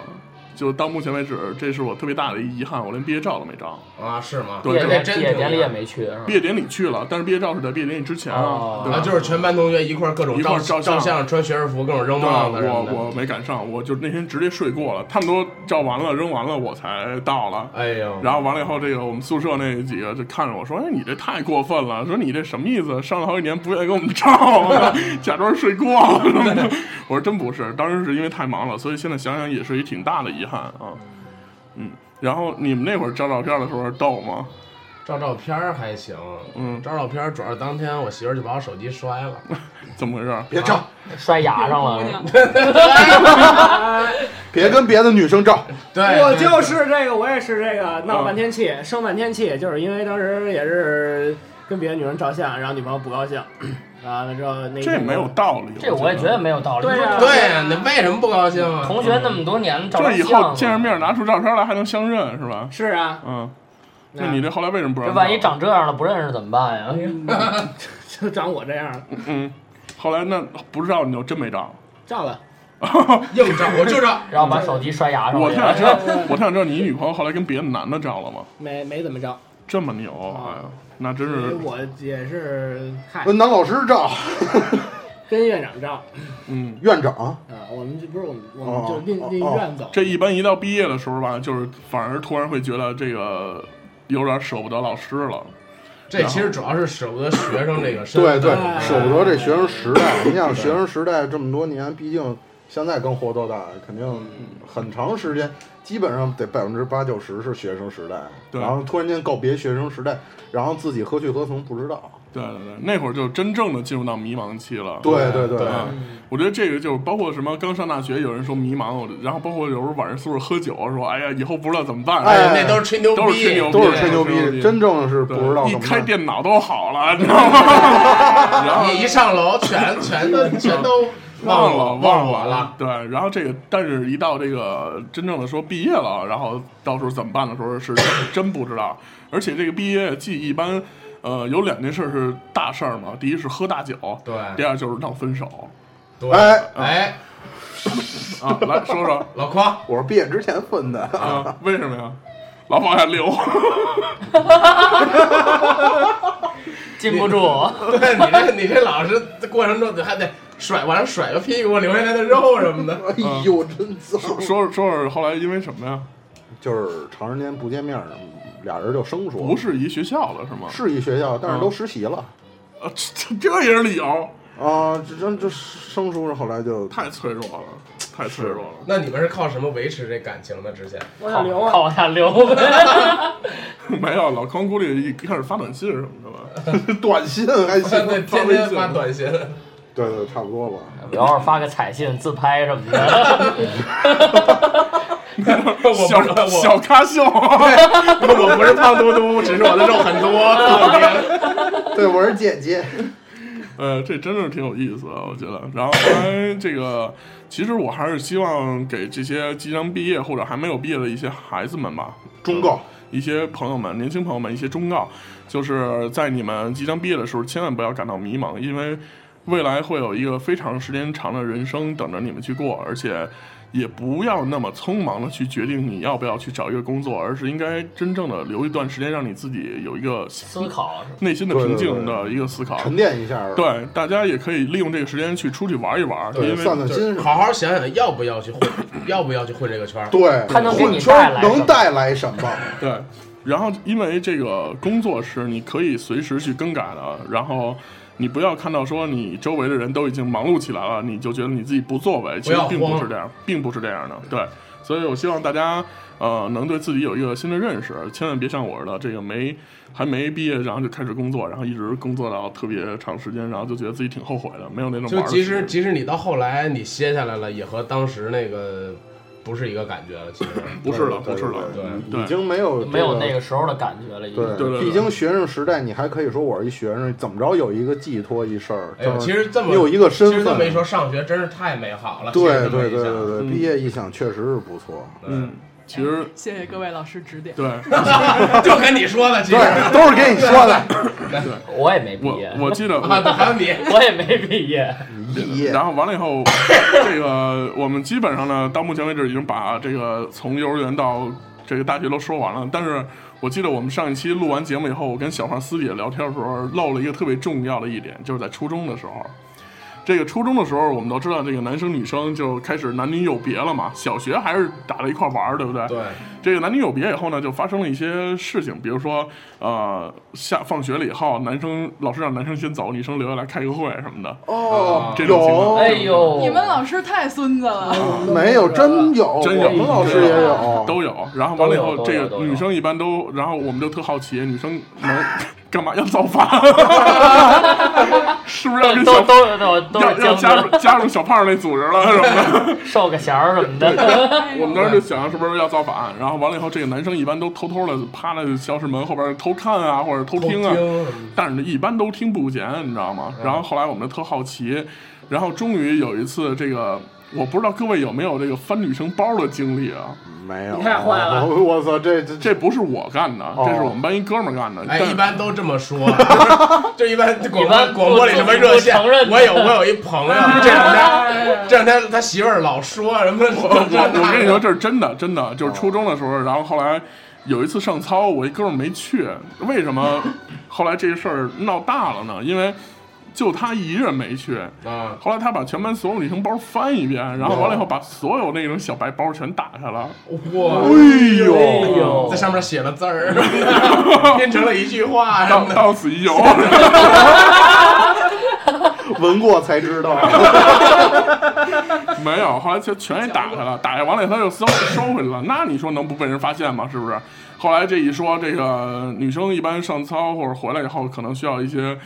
[SPEAKER 2] 就到目前为止，这是我特别大的一遗憾，我连毕业照都没照。
[SPEAKER 4] 啊，是吗？
[SPEAKER 3] 毕业
[SPEAKER 4] 这
[SPEAKER 3] 典
[SPEAKER 4] 真
[SPEAKER 3] 毕业
[SPEAKER 4] 挺
[SPEAKER 3] 典礼也没去，是吧
[SPEAKER 2] 毕业典礼去了，但是毕业照是在毕业典礼之前啊，
[SPEAKER 3] 哦
[SPEAKER 2] 对吧
[SPEAKER 4] 啊，就是全班同学一块儿各种
[SPEAKER 2] 一块儿照相
[SPEAKER 4] 照相，穿学士服，各种扔
[SPEAKER 2] 对，啊
[SPEAKER 4] 帽子什么的。
[SPEAKER 2] 我我没赶上，我就那天直接睡过了，他们都照完了扔完了，我才到了。
[SPEAKER 4] 哎呦，
[SPEAKER 2] 然后完了以后，这个我们宿舍那几个就看着我说：“哎，你这太过分了！说你这什么意思？上了好几年不愿意给我们照，假装睡过了什么的。”我说：“真不是，当时是因为太忙了，所以现在想想也是一挺大的遗憾啊。”嗯，然后你们那会儿照照片的时候逗吗？
[SPEAKER 4] 照照片儿还行，
[SPEAKER 2] 嗯
[SPEAKER 4] 照照片儿主要是当天我媳妇儿就把我手机摔了，
[SPEAKER 2] 怎么回事？
[SPEAKER 5] 别照，
[SPEAKER 3] 摔牙上
[SPEAKER 6] 姑 娘
[SPEAKER 3] 了，
[SPEAKER 5] 别跟别的女生照。
[SPEAKER 4] 对，
[SPEAKER 7] 我
[SPEAKER 4] 对
[SPEAKER 7] 就是这个，我也是这个，闹半天气，生半天气，就是因为当时也是跟别的女人照相，然后女朋友不高兴，完了之后那个
[SPEAKER 2] 这没有道理。
[SPEAKER 3] 这我也觉得没有道理。
[SPEAKER 7] 对呀
[SPEAKER 4] 对啊呀，你为什么不高兴啊？
[SPEAKER 3] 同学那么多年照
[SPEAKER 2] 这
[SPEAKER 3] 张
[SPEAKER 2] 以后
[SPEAKER 3] 相，啊
[SPEAKER 2] 见着面拿出照片来还能相认是吧？
[SPEAKER 7] 是啊，
[SPEAKER 2] 嗯，那你这后来为什么不
[SPEAKER 3] 这
[SPEAKER 2] 让？
[SPEAKER 3] 万一长这样了不认识怎么办呀？
[SPEAKER 7] 就长我这样了
[SPEAKER 2] 嗯，后来那不知道你就真没照。
[SPEAKER 7] 照了，
[SPEAKER 4] 硬照，我就照。
[SPEAKER 3] 然后把手机摔牙上
[SPEAKER 2] 我
[SPEAKER 3] 了
[SPEAKER 2] 特。 想知道，我特想知道你女朋友后来跟别的男的照了吗？
[SPEAKER 7] 没没怎么照，
[SPEAKER 2] 这么牛，哎呀，那真
[SPEAKER 7] 因为
[SPEAKER 2] 是，
[SPEAKER 7] 我也是嗨
[SPEAKER 5] 跟男老师照，
[SPEAKER 7] 跟院长照
[SPEAKER 2] 嗯，
[SPEAKER 5] 院长
[SPEAKER 7] 啊，我们就不是我们我们就
[SPEAKER 5] 哦
[SPEAKER 7] 另
[SPEAKER 5] 哦
[SPEAKER 7] 另
[SPEAKER 5] 哦
[SPEAKER 7] 一院走，
[SPEAKER 2] 这一般一到毕业的时候吧，就是反而突然会觉得这个有点舍不得老师了。
[SPEAKER 4] 这其实主要是舍不得学生这个身
[SPEAKER 5] 对
[SPEAKER 4] 份，啊
[SPEAKER 5] 对
[SPEAKER 7] 哎，
[SPEAKER 5] 舍不得这学生时
[SPEAKER 2] 哎
[SPEAKER 5] 代。你想学生时代这么多年，毕竟现在跟活到大，肯定很长时间，基本上得百分之八九十是学生时代。
[SPEAKER 2] 对
[SPEAKER 5] 然后突然间告别学生时代，然后自己何去何从不知道。
[SPEAKER 2] 对对对，那会儿就真正的进入到迷茫期了。
[SPEAKER 5] 对对对
[SPEAKER 2] 对，我觉得这个就是包括什么，刚上大学有人说迷茫，我然后包括有时候晚上宿舍喝酒说，哎呀，以后不知道怎么办。
[SPEAKER 5] 哎
[SPEAKER 4] 那都是吹牛逼，
[SPEAKER 2] 都是吹牛逼
[SPEAKER 5] 都是吹牛
[SPEAKER 2] 吹牛逼
[SPEAKER 5] 逼，真正是不知道
[SPEAKER 2] 一
[SPEAKER 5] 怎么
[SPEAKER 2] 开
[SPEAKER 5] 办。
[SPEAKER 2] 电脑都好了，你知道吗？然后
[SPEAKER 4] 你一上楼，全全都全都
[SPEAKER 2] 忘
[SPEAKER 4] 我
[SPEAKER 2] 了啊
[SPEAKER 4] 忘
[SPEAKER 2] 我
[SPEAKER 4] 我了。。
[SPEAKER 2] 对，然后这个，但是一到这个真正的说毕业了，然后到时候怎么办的时候，是真 不知道。而且这个毕业季一般，呃，有两件事是大事儿嘛，第一是喝大酒，
[SPEAKER 4] 对
[SPEAKER 2] 第二就是闹分手
[SPEAKER 4] 对，
[SPEAKER 5] 哎
[SPEAKER 4] 哎，
[SPEAKER 2] 啊。来说说
[SPEAKER 4] 老匡，
[SPEAKER 5] 我是毕业之前分的，
[SPEAKER 2] 啊，为什么呀？老往下流，
[SPEAKER 3] 禁不住。
[SPEAKER 4] 对你这你这老是过程中还得甩往上甩个屁股留下来的肉什么的。
[SPEAKER 5] 哎呦，真脏！
[SPEAKER 2] 嗯说说说说后来因为什么呀？
[SPEAKER 5] 就是长时间不见面儿，俩人就生疏了。
[SPEAKER 2] 不是一学校了是吗？
[SPEAKER 5] 是一学校，但是
[SPEAKER 2] 嗯
[SPEAKER 5] 都实习了
[SPEAKER 2] 啊，这这这也是理由，
[SPEAKER 5] 啊，这这这生疏了，后来就
[SPEAKER 2] 太脆弱了，太脆弱了。
[SPEAKER 4] 那你们是靠什么维持这感情的？之前
[SPEAKER 7] 我想留啊，
[SPEAKER 3] 靠下流呗。
[SPEAKER 2] 没有，老坑沟里一开始发短信什么的吧。
[SPEAKER 5] 短信还行，
[SPEAKER 4] 对天天发短信，
[SPEAKER 5] 对对，差不多吧。
[SPEAKER 3] 等会儿发个彩信、自拍什么的。
[SPEAKER 4] 我不是
[SPEAKER 2] 小
[SPEAKER 4] 我
[SPEAKER 2] 小咖秀，
[SPEAKER 4] 我不是胖嘟嘟，只是我的肉很 多。
[SPEAKER 5] 对，我是姐姐。
[SPEAKER 2] 呃，这真是挺有意思的，我觉得。然后后来这个，其实我还是希望给这些即将毕业或者还没有毕业的一些孩子们吧，
[SPEAKER 5] 忠告
[SPEAKER 2] 一些朋友们、年轻朋友们一些忠告，就是在你们即将毕业的时候，千万不要感到迷茫，因为未来会有一个非常时间长的人生等着你们去过，而且也不要那么匆忙的去决定你要不要去找一个工作，而是应该真正的留一段时间，让你自己有一个
[SPEAKER 3] 思考是吧
[SPEAKER 2] 内心的
[SPEAKER 5] 对
[SPEAKER 2] 平
[SPEAKER 5] 对
[SPEAKER 2] 静
[SPEAKER 5] 对
[SPEAKER 2] 的一个思考。
[SPEAKER 5] 沉淀一下，
[SPEAKER 2] 对，大家也可以利用这个时间去出去玩一玩，因
[SPEAKER 5] 对，
[SPEAKER 2] 为
[SPEAKER 5] 散散
[SPEAKER 4] 就是
[SPEAKER 5] 心什么。
[SPEAKER 4] 好好想想，要不要去混， 要不要去混这个圈儿？
[SPEAKER 5] 对，
[SPEAKER 3] 它能给你
[SPEAKER 5] 混圈
[SPEAKER 3] 带来什么
[SPEAKER 5] 能带来什么？
[SPEAKER 2] 对，然后因为这个工作是你可以随时去更改的，然后你不要看到说你周围的人都已经忙碌起来了，你就觉得你自己不作为，其实
[SPEAKER 4] 要
[SPEAKER 2] 并不
[SPEAKER 4] 慌
[SPEAKER 2] 是这样，并不是这样的。对，所以我希望大家呃能对自己有一个新的认识，千万别像我似的，这个没还没毕业，然后就开始工作，然后一直工作到特别长时间，然后就觉得自己挺后悔的，没有那种
[SPEAKER 4] 就
[SPEAKER 2] 玩儿的
[SPEAKER 4] 即使
[SPEAKER 2] 时间
[SPEAKER 4] 即使你到后来你歇下来了，也和当时那个不是一个感觉了。 其实
[SPEAKER 2] 不是了，
[SPEAKER 5] 对
[SPEAKER 2] 不是了，
[SPEAKER 4] 对
[SPEAKER 2] 对
[SPEAKER 5] 已经没有
[SPEAKER 3] 没有
[SPEAKER 5] 这
[SPEAKER 3] 那个时候的感觉了，已经。
[SPEAKER 5] 对
[SPEAKER 2] 对对对
[SPEAKER 5] 毕竟学生时代，你还可以说我是一学生，怎么着有一个寄托一事儿。
[SPEAKER 4] 哎呦，
[SPEAKER 5] 就是
[SPEAKER 4] 其实这么
[SPEAKER 5] 你有一个身份
[SPEAKER 4] 其实这么一说，上学真是太美好了。其实这么一
[SPEAKER 5] 对对对
[SPEAKER 4] 想
[SPEAKER 5] 对对，
[SPEAKER 2] 嗯
[SPEAKER 5] 毕业一想确实是不错。
[SPEAKER 2] 嗯，其实
[SPEAKER 6] 谢谢各位老师指 点。
[SPEAKER 2] 对。
[SPEAKER 4] 就跟你说的，其实
[SPEAKER 5] 对，
[SPEAKER 4] 啊，
[SPEAKER 5] 都是跟你说的。
[SPEAKER 3] 我也没毕
[SPEAKER 2] 我
[SPEAKER 3] 业，
[SPEAKER 2] 我记得我，
[SPEAKER 4] 对啊还有 你，
[SPEAKER 3] 我也没毕业。
[SPEAKER 5] 毕业
[SPEAKER 2] 然后完了以后，这个我们基本上呢，到目前为止已经把这个从幼儿园到这个大学都说完了。但是我记得我们上一期录完节目以后，我跟小胖私底下聊天的时候，漏了一个特别重要的一点，就是在初中的时候。这个初中的时候，我们都知道这个男生女生就开始男女有别了嘛。小学还是打在一块玩儿，对不对？
[SPEAKER 4] 对，
[SPEAKER 2] 这个男女有别以后呢，就发生了一些事情，比如说，呃，下放学了以后，男生老师让男生先走，女生留下来开个会什么的。
[SPEAKER 5] 哦，
[SPEAKER 2] 这种情况
[SPEAKER 5] 有
[SPEAKER 3] 哎呦，
[SPEAKER 6] 你们老师太孙子 了，
[SPEAKER 5] 没有？真有，
[SPEAKER 2] 真有
[SPEAKER 5] 我们老师也有。
[SPEAKER 2] 都有。然后完了以后，
[SPEAKER 3] 都有
[SPEAKER 2] 这
[SPEAKER 3] 都
[SPEAKER 2] 个
[SPEAKER 3] 有
[SPEAKER 2] 女生一般都，然后我们就特好奇，女生能 干嘛要造反？ 是不是要
[SPEAKER 3] 都
[SPEAKER 2] 跟
[SPEAKER 3] 都
[SPEAKER 2] 小
[SPEAKER 3] 都都都
[SPEAKER 2] 要
[SPEAKER 3] 是
[SPEAKER 2] 要
[SPEAKER 3] 精
[SPEAKER 2] 加入
[SPEAKER 3] 子，
[SPEAKER 2] 加入小胖那组织了什么的？
[SPEAKER 3] 受个弦儿什么 的。
[SPEAKER 6] 哎
[SPEAKER 2] 我们当时就想是不是要造反？然后完了以后，这个男生一般都偷偷的趴在教室门后边偷看啊，或者偷听啊。但是一般都听不见，你知道吗？
[SPEAKER 3] 嗯
[SPEAKER 2] 然后后来我们就特好奇，然后终于有一次，这个我不知道各位有没有这个翻女生包的经历啊？
[SPEAKER 5] 没有？
[SPEAKER 7] 你太坏了
[SPEAKER 5] 我 我操，这这
[SPEAKER 2] 这不是我干的，
[SPEAKER 5] 哦
[SPEAKER 2] 这是我们班一哥们儿干的。
[SPEAKER 4] 哎，
[SPEAKER 2] 但
[SPEAKER 4] 一般都这么说，啊 就一般广
[SPEAKER 3] 一
[SPEAKER 4] 播
[SPEAKER 3] 般不
[SPEAKER 4] 广播里什么热线
[SPEAKER 3] 不承认，的
[SPEAKER 4] 我有我有一朋 友，这两天这两天他媳妇儿老说什么，
[SPEAKER 2] 我我我跟你
[SPEAKER 4] 哦
[SPEAKER 2] 说，这是真的，真的，就是初中的时候，然后后来有一次上操，我一哥们儿没去，为什么后来这事儿闹大了呢？因为就他一人没去，
[SPEAKER 4] 啊，
[SPEAKER 2] 后来他把全班所有女生包翻一遍，然后完了以后把所有那种小白包全打开了，
[SPEAKER 4] 哇，
[SPEAKER 5] 哎
[SPEAKER 3] 哎
[SPEAKER 5] 呦，
[SPEAKER 3] 呦
[SPEAKER 2] 哦
[SPEAKER 4] 在，上面写了字 儿，编成了一句话什
[SPEAKER 2] 到
[SPEAKER 4] 么的。
[SPEAKER 2] 到此一游。
[SPEAKER 4] 哎
[SPEAKER 5] 闻过才知道。
[SPEAKER 2] 没有，后来就全给打开了，打开完了以后他又收收回来了。那你说能不被人发现吗？是不是？后来这一说，这个女生一般上操或者回来以后，可能需要一些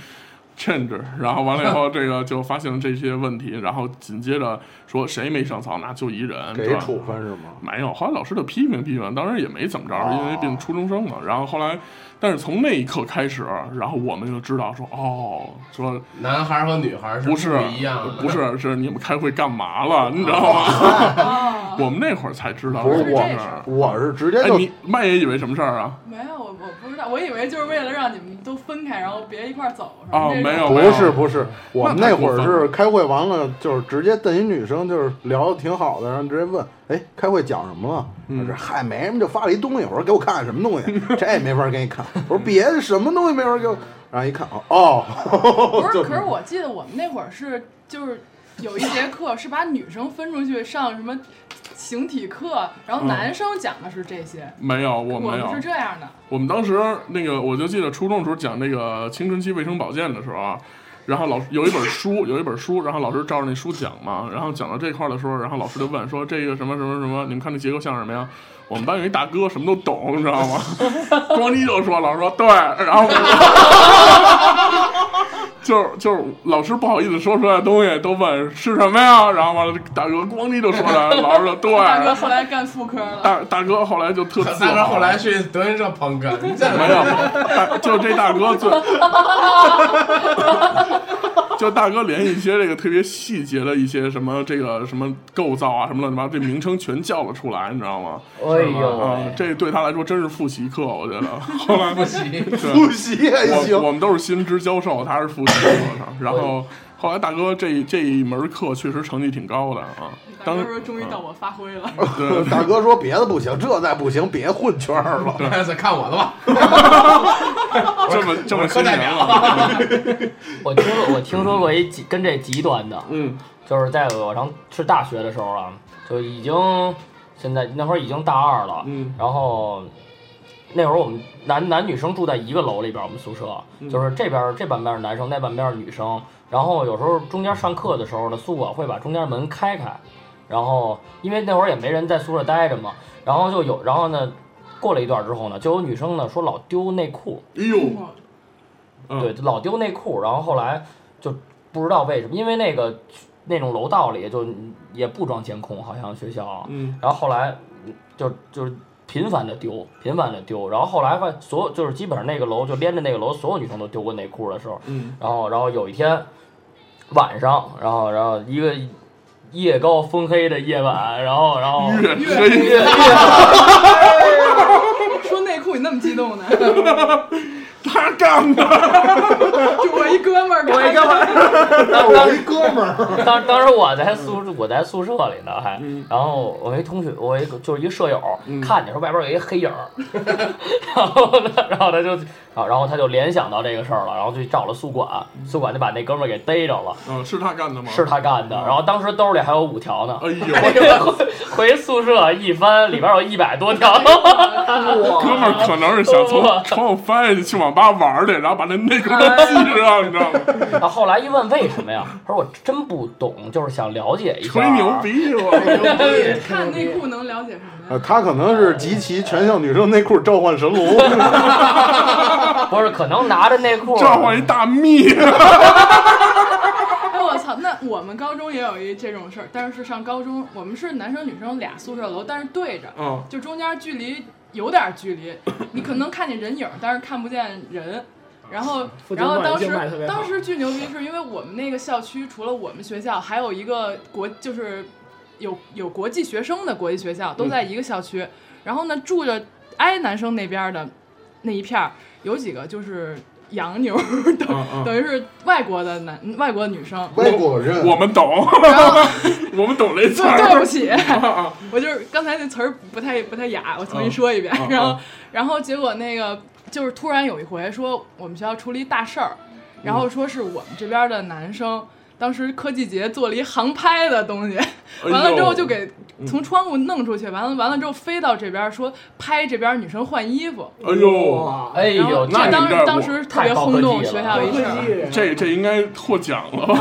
[SPEAKER 2] change，然后完了以后，这个就发现了这些问题，然后紧接着说谁没上操，那就一人
[SPEAKER 5] 给
[SPEAKER 2] 对吧
[SPEAKER 5] 处分是吗？
[SPEAKER 2] 没有，后来老师就批评批评，当时也没怎么着，
[SPEAKER 5] 哦
[SPEAKER 2] 因为毕竟初中生嘛。然后后来，但是从那一刻开始，然后我们就知道说，哦，说
[SPEAKER 4] 男孩儿和女孩儿
[SPEAKER 2] 不
[SPEAKER 4] 是
[SPEAKER 2] 是
[SPEAKER 4] 一样的，哦
[SPEAKER 2] 不是，是你们开会干嘛了？你知道吗？
[SPEAKER 6] 啊，
[SPEAKER 2] 我们那会儿才知道
[SPEAKER 5] 不是
[SPEAKER 2] 这
[SPEAKER 5] 我
[SPEAKER 2] 事儿。
[SPEAKER 5] 我是直接
[SPEAKER 2] 哎，
[SPEAKER 5] 就
[SPEAKER 2] 你麦也以为什么事儿啊？
[SPEAKER 6] 没有，我我不知道，我以为就是为了让你们都分开，然后别一块儿走什
[SPEAKER 2] 哦
[SPEAKER 6] 么这种。
[SPEAKER 2] 没有
[SPEAKER 5] 不是不是，我们
[SPEAKER 2] 那太
[SPEAKER 5] 哎那
[SPEAKER 2] 过
[SPEAKER 5] 会儿
[SPEAKER 2] 分
[SPEAKER 5] 是开会完了，就是直接瞪一女生，就是聊的挺好的，然后直接问，哎，开会讲什么了？她说嗨，没什么，就发了一东西。我说给我看看什么东 西，这也没法给你看。我说别的什么东西没法给我，然后一看，哦，
[SPEAKER 6] 不是，
[SPEAKER 5] 就
[SPEAKER 6] 可是我记得我们那会儿是就是有一节课是把女生分出去上什么形体课，然后男生讲的是这些，
[SPEAKER 2] 没有，我
[SPEAKER 6] 我
[SPEAKER 2] 没有
[SPEAKER 6] 们是。这样的。
[SPEAKER 2] 我们当时那个，我就记得初中时候讲那个青春期卫生保健的时候啊，然后老师有一本书，有一本书，然后老师照着那书讲嘛，然后讲到这块儿的时候，然后老师就问说这个什么什么什么，你们看这结构像什么呀？我们班有一大哥什么都懂，你知道吗？咣叽就说，老师说对， 然后我就是就是老师不好意思说出来的东西都问是什么呀，然后完了大哥咣叽就说出来，老师说对，
[SPEAKER 6] 大哥后来干妇科了，
[SPEAKER 2] 大大哥后来就特自
[SPEAKER 4] 大哥
[SPEAKER 2] 豪，
[SPEAKER 4] 后来去德云社捧哏，你这
[SPEAKER 2] 没 有，大 就这大哥最，就大哥连一些这个特别细节的一些什么这个什么构造啊什么乱七八糟这名称全叫了出来，你知道吗？
[SPEAKER 3] 哎呦
[SPEAKER 2] 啊、
[SPEAKER 3] 喂，
[SPEAKER 2] 这对他来说真是复习课，我觉得。后来
[SPEAKER 4] 不行，
[SPEAKER 5] 复习还
[SPEAKER 2] 我
[SPEAKER 5] 行。
[SPEAKER 2] 我们都是新知教授，他是复习课上，然后后来大哥这这一门课确实成绩挺高的啊。
[SPEAKER 6] 大
[SPEAKER 2] 当
[SPEAKER 6] 哥
[SPEAKER 2] 时
[SPEAKER 6] 说终于到我发挥了。
[SPEAKER 5] 大哥说别的不行，这再不行别混圈儿了。
[SPEAKER 4] 再看我的吧。
[SPEAKER 2] 这么这么
[SPEAKER 4] 科
[SPEAKER 2] 新
[SPEAKER 4] 代
[SPEAKER 2] 人
[SPEAKER 4] 表
[SPEAKER 2] 了，
[SPEAKER 3] 我听说我听说过一极跟这极端的，
[SPEAKER 2] 嗯，
[SPEAKER 3] 就是在我上是大学的时候啊，就已经现在那会儿已经大二了，
[SPEAKER 2] 嗯，
[SPEAKER 3] 然后那会儿我们男男女生住在一个楼里边儿，我们宿舍
[SPEAKER 2] 嗯
[SPEAKER 3] 就是这边儿这半边儿是男生，那半边儿是女生，然后有时候中间上课的时候呢，宿管会把中间门开开，然后因为那会儿也没人在宿舍待着嘛，然后就有然后呢。过了一段之后呢，就有女生呢说老丢内裤，
[SPEAKER 2] 哎 呦，嗯
[SPEAKER 3] 对，老丢内裤，然后后来就不知道为什么，因为那个那种楼道里就也不装监控，好像学校，
[SPEAKER 2] 嗯，
[SPEAKER 3] 然后后来就就是频繁的丢，频繁的丢，然后后来发现所有就是基本上那个楼就连着那个楼所有女生都丢过内裤的时候，
[SPEAKER 2] 嗯，
[SPEAKER 3] 然后然后有一天晚上，然后然后一个夜高风黑的夜晚，然后然后
[SPEAKER 2] 越黑
[SPEAKER 3] 越
[SPEAKER 6] 说内裤你那么激动呢？
[SPEAKER 2] 他干的。
[SPEAKER 6] 就我一哥们儿，
[SPEAKER 3] 我一
[SPEAKER 6] 哥
[SPEAKER 3] 哥们儿，当
[SPEAKER 5] 我
[SPEAKER 3] 当
[SPEAKER 5] 一哥们儿，
[SPEAKER 3] 当当时我在宿我在宿舍里呢，还，
[SPEAKER 2] 嗯
[SPEAKER 3] 然后我一同学，我一个就是一个舍友，看见说外边有一黑影儿， 然后呢，然后他就，然后然后他就联想到这个事儿了，然后就找了宿管，宿管就把那哥们儿给逮着了，
[SPEAKER 2] 嗯，是他干的吗？
[SPEAKER 3] 是。他干的，然后当时兜里还有五条呢
[SPEAKER 2] 哎。呦，
[SPEAKER 3] 回 回宿舍一翻，里边有一百多条。
[SPEAKER 2] 嗯
[SPEAKER 6] 哦
[SPEAKER 2] 哥们儿可能是想从窗户翻下去去网吧玩儿去，然后把那内裤都系上，你知道吗？
[SPEAKER 3] 然后啊后来一问为什么呀？他说我真不懂，就是想了解一下。
[SPEAKER 2] 吹牛！逼我！
[SPEAKER 6] 看内裤能了解什么呀？
[SPEAKER 5] 呃 他可能是集齐全校女生内裤召唤神龙。
[SPEAKER 3] 不是，可能拿着内裤
[SPEAKER 2] 召唤一大蜜，
[SPEAKER 6] 哎，我操！那我们高中也有一这种事儿，但是上高中我们是男生女生俩宿舍楼，但是对着，
[SPEAKER 2] 嗯，
[SPEAKER 6] 就中间距离有点距离，你可能看见人影儿，但是看不见
[SPEAKER 7] 啊
[SPEAKER 6] 人。然后，
[SPEAKER 7] 负责
[SPEAKER 6] 然后
[SPEAKER 7] 管
[SPEAKER 6] 当
[SPEAKER 7] 已经卖得特
[SPEAKER 6] 时
[SPEAKER 7] 别好
[SPEAKER 6] 当时巨牛逼，是因为我们那个校区除了我们学校，还有一个国就是有有国际学生的国际学
[SPEAKER 7] 嗯
[SPEAKER 6] 校，都在一个校区。然后呢，住着挨男生那边儿的那一片儿，有几个就是洋妞
[SPEAKER 7] 嗯
[SPEAKER 6] 儿，等、
[SPEAKER 2] 嗯
[SPEAKER 6] 等于是外国的男外国的女生。
[SPEAKER 5] 外国人，
[SPEAKER 2] 我们懂，
[SPEAKER 6] 然后
[SPEAKER 2] 我们 懂这词
[SPEAKER 6] 对对不
[SPEAKER 2] 儿。
[SPEAKER 6] 起，
[SPEAKER 2] 啊
[SPEAKER 6] 我就是刚才那词儿不太不太雅，我重
[SPEAKER 2] 嗯
[SPEAKER 6] 新说一遍。
[SPEAKER 2] 嗯
[SPEAKER 6] 然后
[SPEAKER 2] 嗯，
[SPEAKER 6] 然后结果那个就是突然有一回说我们学校出了一大事儿，
[SPEAKER 2] 嗯
[SPEAKER 6] 然后说是我们这边的男生。当时科技节做了一航拍的东西，
[SPEAKER 2] 哎呦
[SPEAKER 6] 完了之后就给从窗户弄出去，完了完了之后飞到这边说拍这边女生换衣服，
[SPEAKER 2] 哎呦，
[SPEAKER 3] 哎
[SPEAKER 6] 然后
[SPEAKER 3] 呦，
[SPEAKER 6] 这
[SPEAKER 2] 那你
[SPEAKER 6] 当
[SPEAKER 2] 这儿
[SPEAKER 6] 时当
[SPEAKER 2] 我
[SPEAKER 6] 时特
[SPEAKER 3] 太
[SPEAKER 6] 别
[SPEAKER 3] 高
[SPEAKER 6] 轰
[SPEAKER 3] 科
[SPEAKER 6] 动
[SPEAKER 3] 技了
[SPEAKER 6] 学
[SPEAKER 2] 哎
[SPEAKER 6] 校一事儿。
[SPEAKER 2] 这这应该获奖了吧？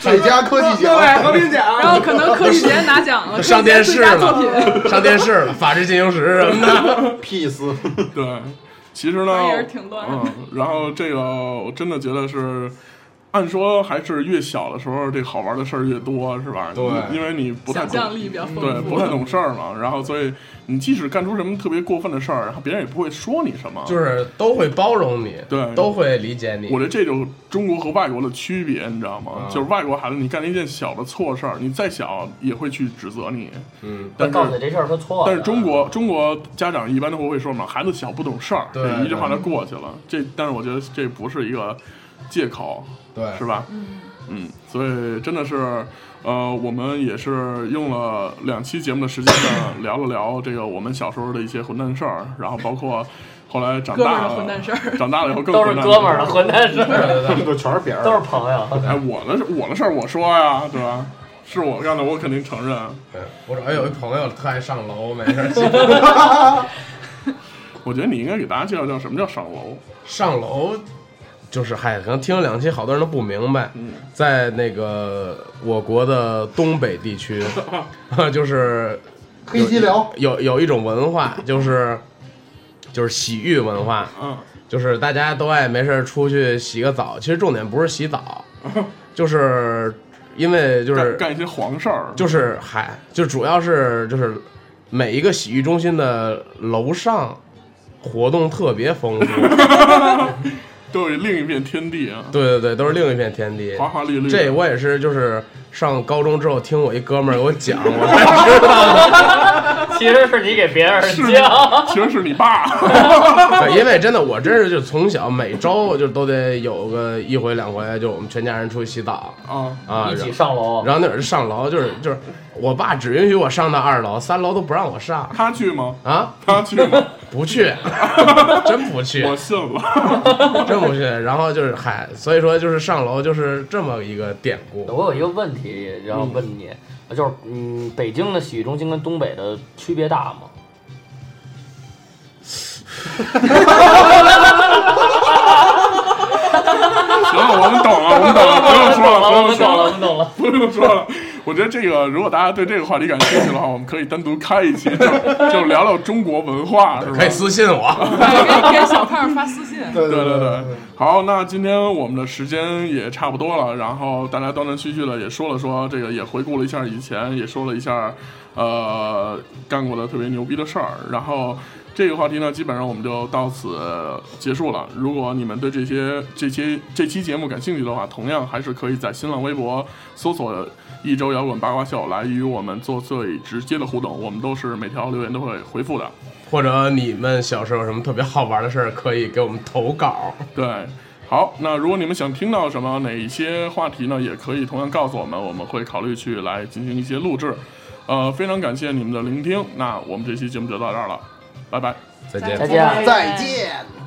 [SPEAKER 5] 最佳科技奖，
[SPEAKER 7] 和平奖啊
[SPEAKER 6] 然后可能科技节拿奖 了，
[SPEAKER 4] 上
[SPEAKER 6] 科技节
[SPEAKER 4] 电视
[SPEAKER 6] 最佳作品。
[SPEAKER 2] 嗯
[SPEAKER 4] 了，上电视了，《法制进行时》什么 的。
[SPEAKER 5] peace。
[SPEAKER 2] 对，其实呢 嗯
[SPEAKER 6] 反正也是挺乱的
[SPEAKER 2] 嗯，然后这个我真的觉得是，按说还是越小的时候，这好玩的事儿越多，是吧？
[SPEAKER 4] 对
[SPEAKER 2] 因为你不太
[SPEAKER 6] 想
[SPEAKER 2] 懂，
[SPEAKER 6] 象力比较丰富，
[SPEAKER 2] 对，不太懂事儿嘛。然后，所以你即使干出什么特别过分的事儿，然后别人也不会说你什么。
[SPEAKER 4] 就是都会包容你，
[SPEAKER 2] 对
[SPEAKER 4] 都会理解你
[SPEAKER 2] 我。觉得这就是中国和外国的区别，你知道吗？
[SPEAKER 4] 啊
[SPEAKER 2] 就是外国孩子，你干了一件小的错事儿，你再小也会去指责你。
[SPEAKER 4] 嗯，
[SPEAKER 2] 但
[SPEAKER 3] 告诉你
[SPEAKER 2] 是
[SPEAKER 3] 这事儿是错的。
[SPEAKER 2] 但是中国中国家长一般都会说嘛，孩子小不懂事儿，
[SPEAKER 4] 对
[SPEAKER 2] 这一句话就过去了。这但是我觉得这不是一个借口，
[SPEAKER 4] 对，
[SPEAKER 2] 是吧？
[SPEAKER 6] 嗯，
[SPEAKER 2] 嗯，所以真的是，呃，我们也是用了两期节目的时间呢，聊了聊这个我们小时候的一些混蛋事儿，然后包括后来长
[SPEAKER 6] 哥们儿
[SPEAKER 2] 大
[SPEAKER 6] 的
[SPEAKER 2] 了，
[SPEAKER 6] 混蛋事儿
[SPEAKER 2] 长 大了以后更
[SPEAKER 3] 都是
[SPEAKER 2] 混蛋
[SPEAKER 3] 哥们儿的混蛋事
[SPEAKER 4] 对
[SPEAKER 3] 儿，
[SPEAKER 4] 对对，
[SPEAKER 5] 就全是别人
[SPEAKER 3] 都是朋友。
[SPEAKER 2] 哎，我的我的事儿我说呀，对吧？是我干的，我肯定承认。
[SPEAKER 4] 对我说，哎，有一朋友特爱上楼，没事儿，
[SPEAKER 2] 我觉得你应该给大家介绍介绍什么叫上楼。
[SPEAKER 4] 上楼就是嗨，可能听了两期，好多人都不明白。
[SPEAKER 2] 嗯，
[SPEAKER 4] 在那个我国的东北地 区，就是
[SPEAKER 5] 黑吉辽，
[SPEAKER 4] 有有一种文化，就是就是洗浴文化，
[SPEAKER 2] 嗯，
[SPEAKER 4] 就是大家都爱没事儿出去洗个澡。其实重点不是洗澡， 就是因为就
[SPEAKER 2] 嗯干
[SPEAKER 4] 是
[SPEAKER 2] 干一些黄事儿，
[SPEAKER 4] 就是嗨，就主要是就是每一个洗浴中心的楼上活动特别 丰富，
[SPEAKER 2] 都有另一片天地啊，
[SPEAKER 4] 对对对，都是另一片天地。
[SPEAKER 2] 华华丽丽。
[SPEAKER 4] 这我也是，就是上高中之后听我一哥们儿给我讲，我才知道的。
[SPEAKER 3] 其实是你给别人
[SPEAKER 2] 是
[SPEAKER 3] 讲，
[SPEAKER 2] 其实是你 爸。
[SPEAKER 4] 对，因为真的我真是就从小每周就都得有个一回两回，就我们全家人出去洗澡
[SPEAKER 2] 啊，
[SPEAKER 4] 啊，
[SPEAKER 3] 一
[SPEAKER 4] 然
[SPEAKER 3] 起上楼。
[SPEAKER 4] 然后那会儿上楼就是就是我爸只允许我上到二楼，三楼都不让我上
[SPEAKER 2] 他去吗？
[SPEAKER 4] 啊，
[SPEAKER 2] 他去吗？
[SPEAKER 4] 不去， 真不去，
[SPEAKER 2] 我信了。
[SPEAKER 4] 真不去。然后就是嗨，所以说就是上楼就是这么一个典故。
[SPEAKER 3] 我有一个问题，然后问你，就是嗯，北京的洗浴中心跟东北的区别大吗？
[SPEAKER 2] 行了，我们懂了，我们 懂了，不用说了，不
[SPEAKER 3] 我
[SPEAKER 2] 用
[SPEAKER 3] 们
[SPEAKER 2] 说
[SPEAKER 3] 懂了，我
[SPEAKER 2] 了，
[SPEAKER 3] 们懂了。
[SPEAKER 2] 不用说了。我觉得这个，如果大家对这个话题感兴趣的话，我们可以单独开一期，就就聊聊中国文化，是吧？
[SPEAKER 4] 可以私信我，
[SPEAKER 6] 对 给给小胖发私信，
[SPEAKER 5] 对
[SPEAKER 2] 对对对，好，那今天我们的时间也差不多了，然后大家断断续续的也说了说这个，也回顾了一下以前，也说了一下，呃，干过的特别牛逼的事儿，然后。这个话题呢，基本上我们就到此结束了。如果你们对这些、这些、这期节目感兴趣的话，同样还是可以在新浪微博搜索“一周摇滚八 卦秀”来与我们做最直接的互动，我们都是每条留言都会回复的。
[SPEAKER 4] 或者你们小时候有什么特别好玩的事儿，可以给我们投稿。
[SPEAKER 2] 对，好，那如果你们想听到什么哪一些话题呢，也可以同样告诉我们，我们会考虑去来进行一些录制。呃，非常感谢你们的聆听，那我们这期节目就到这儿了，拜拜。
[SPEAKER 4] 再见
[SPEAKER 3] 再。见。
[SPEAKER 5] 再见。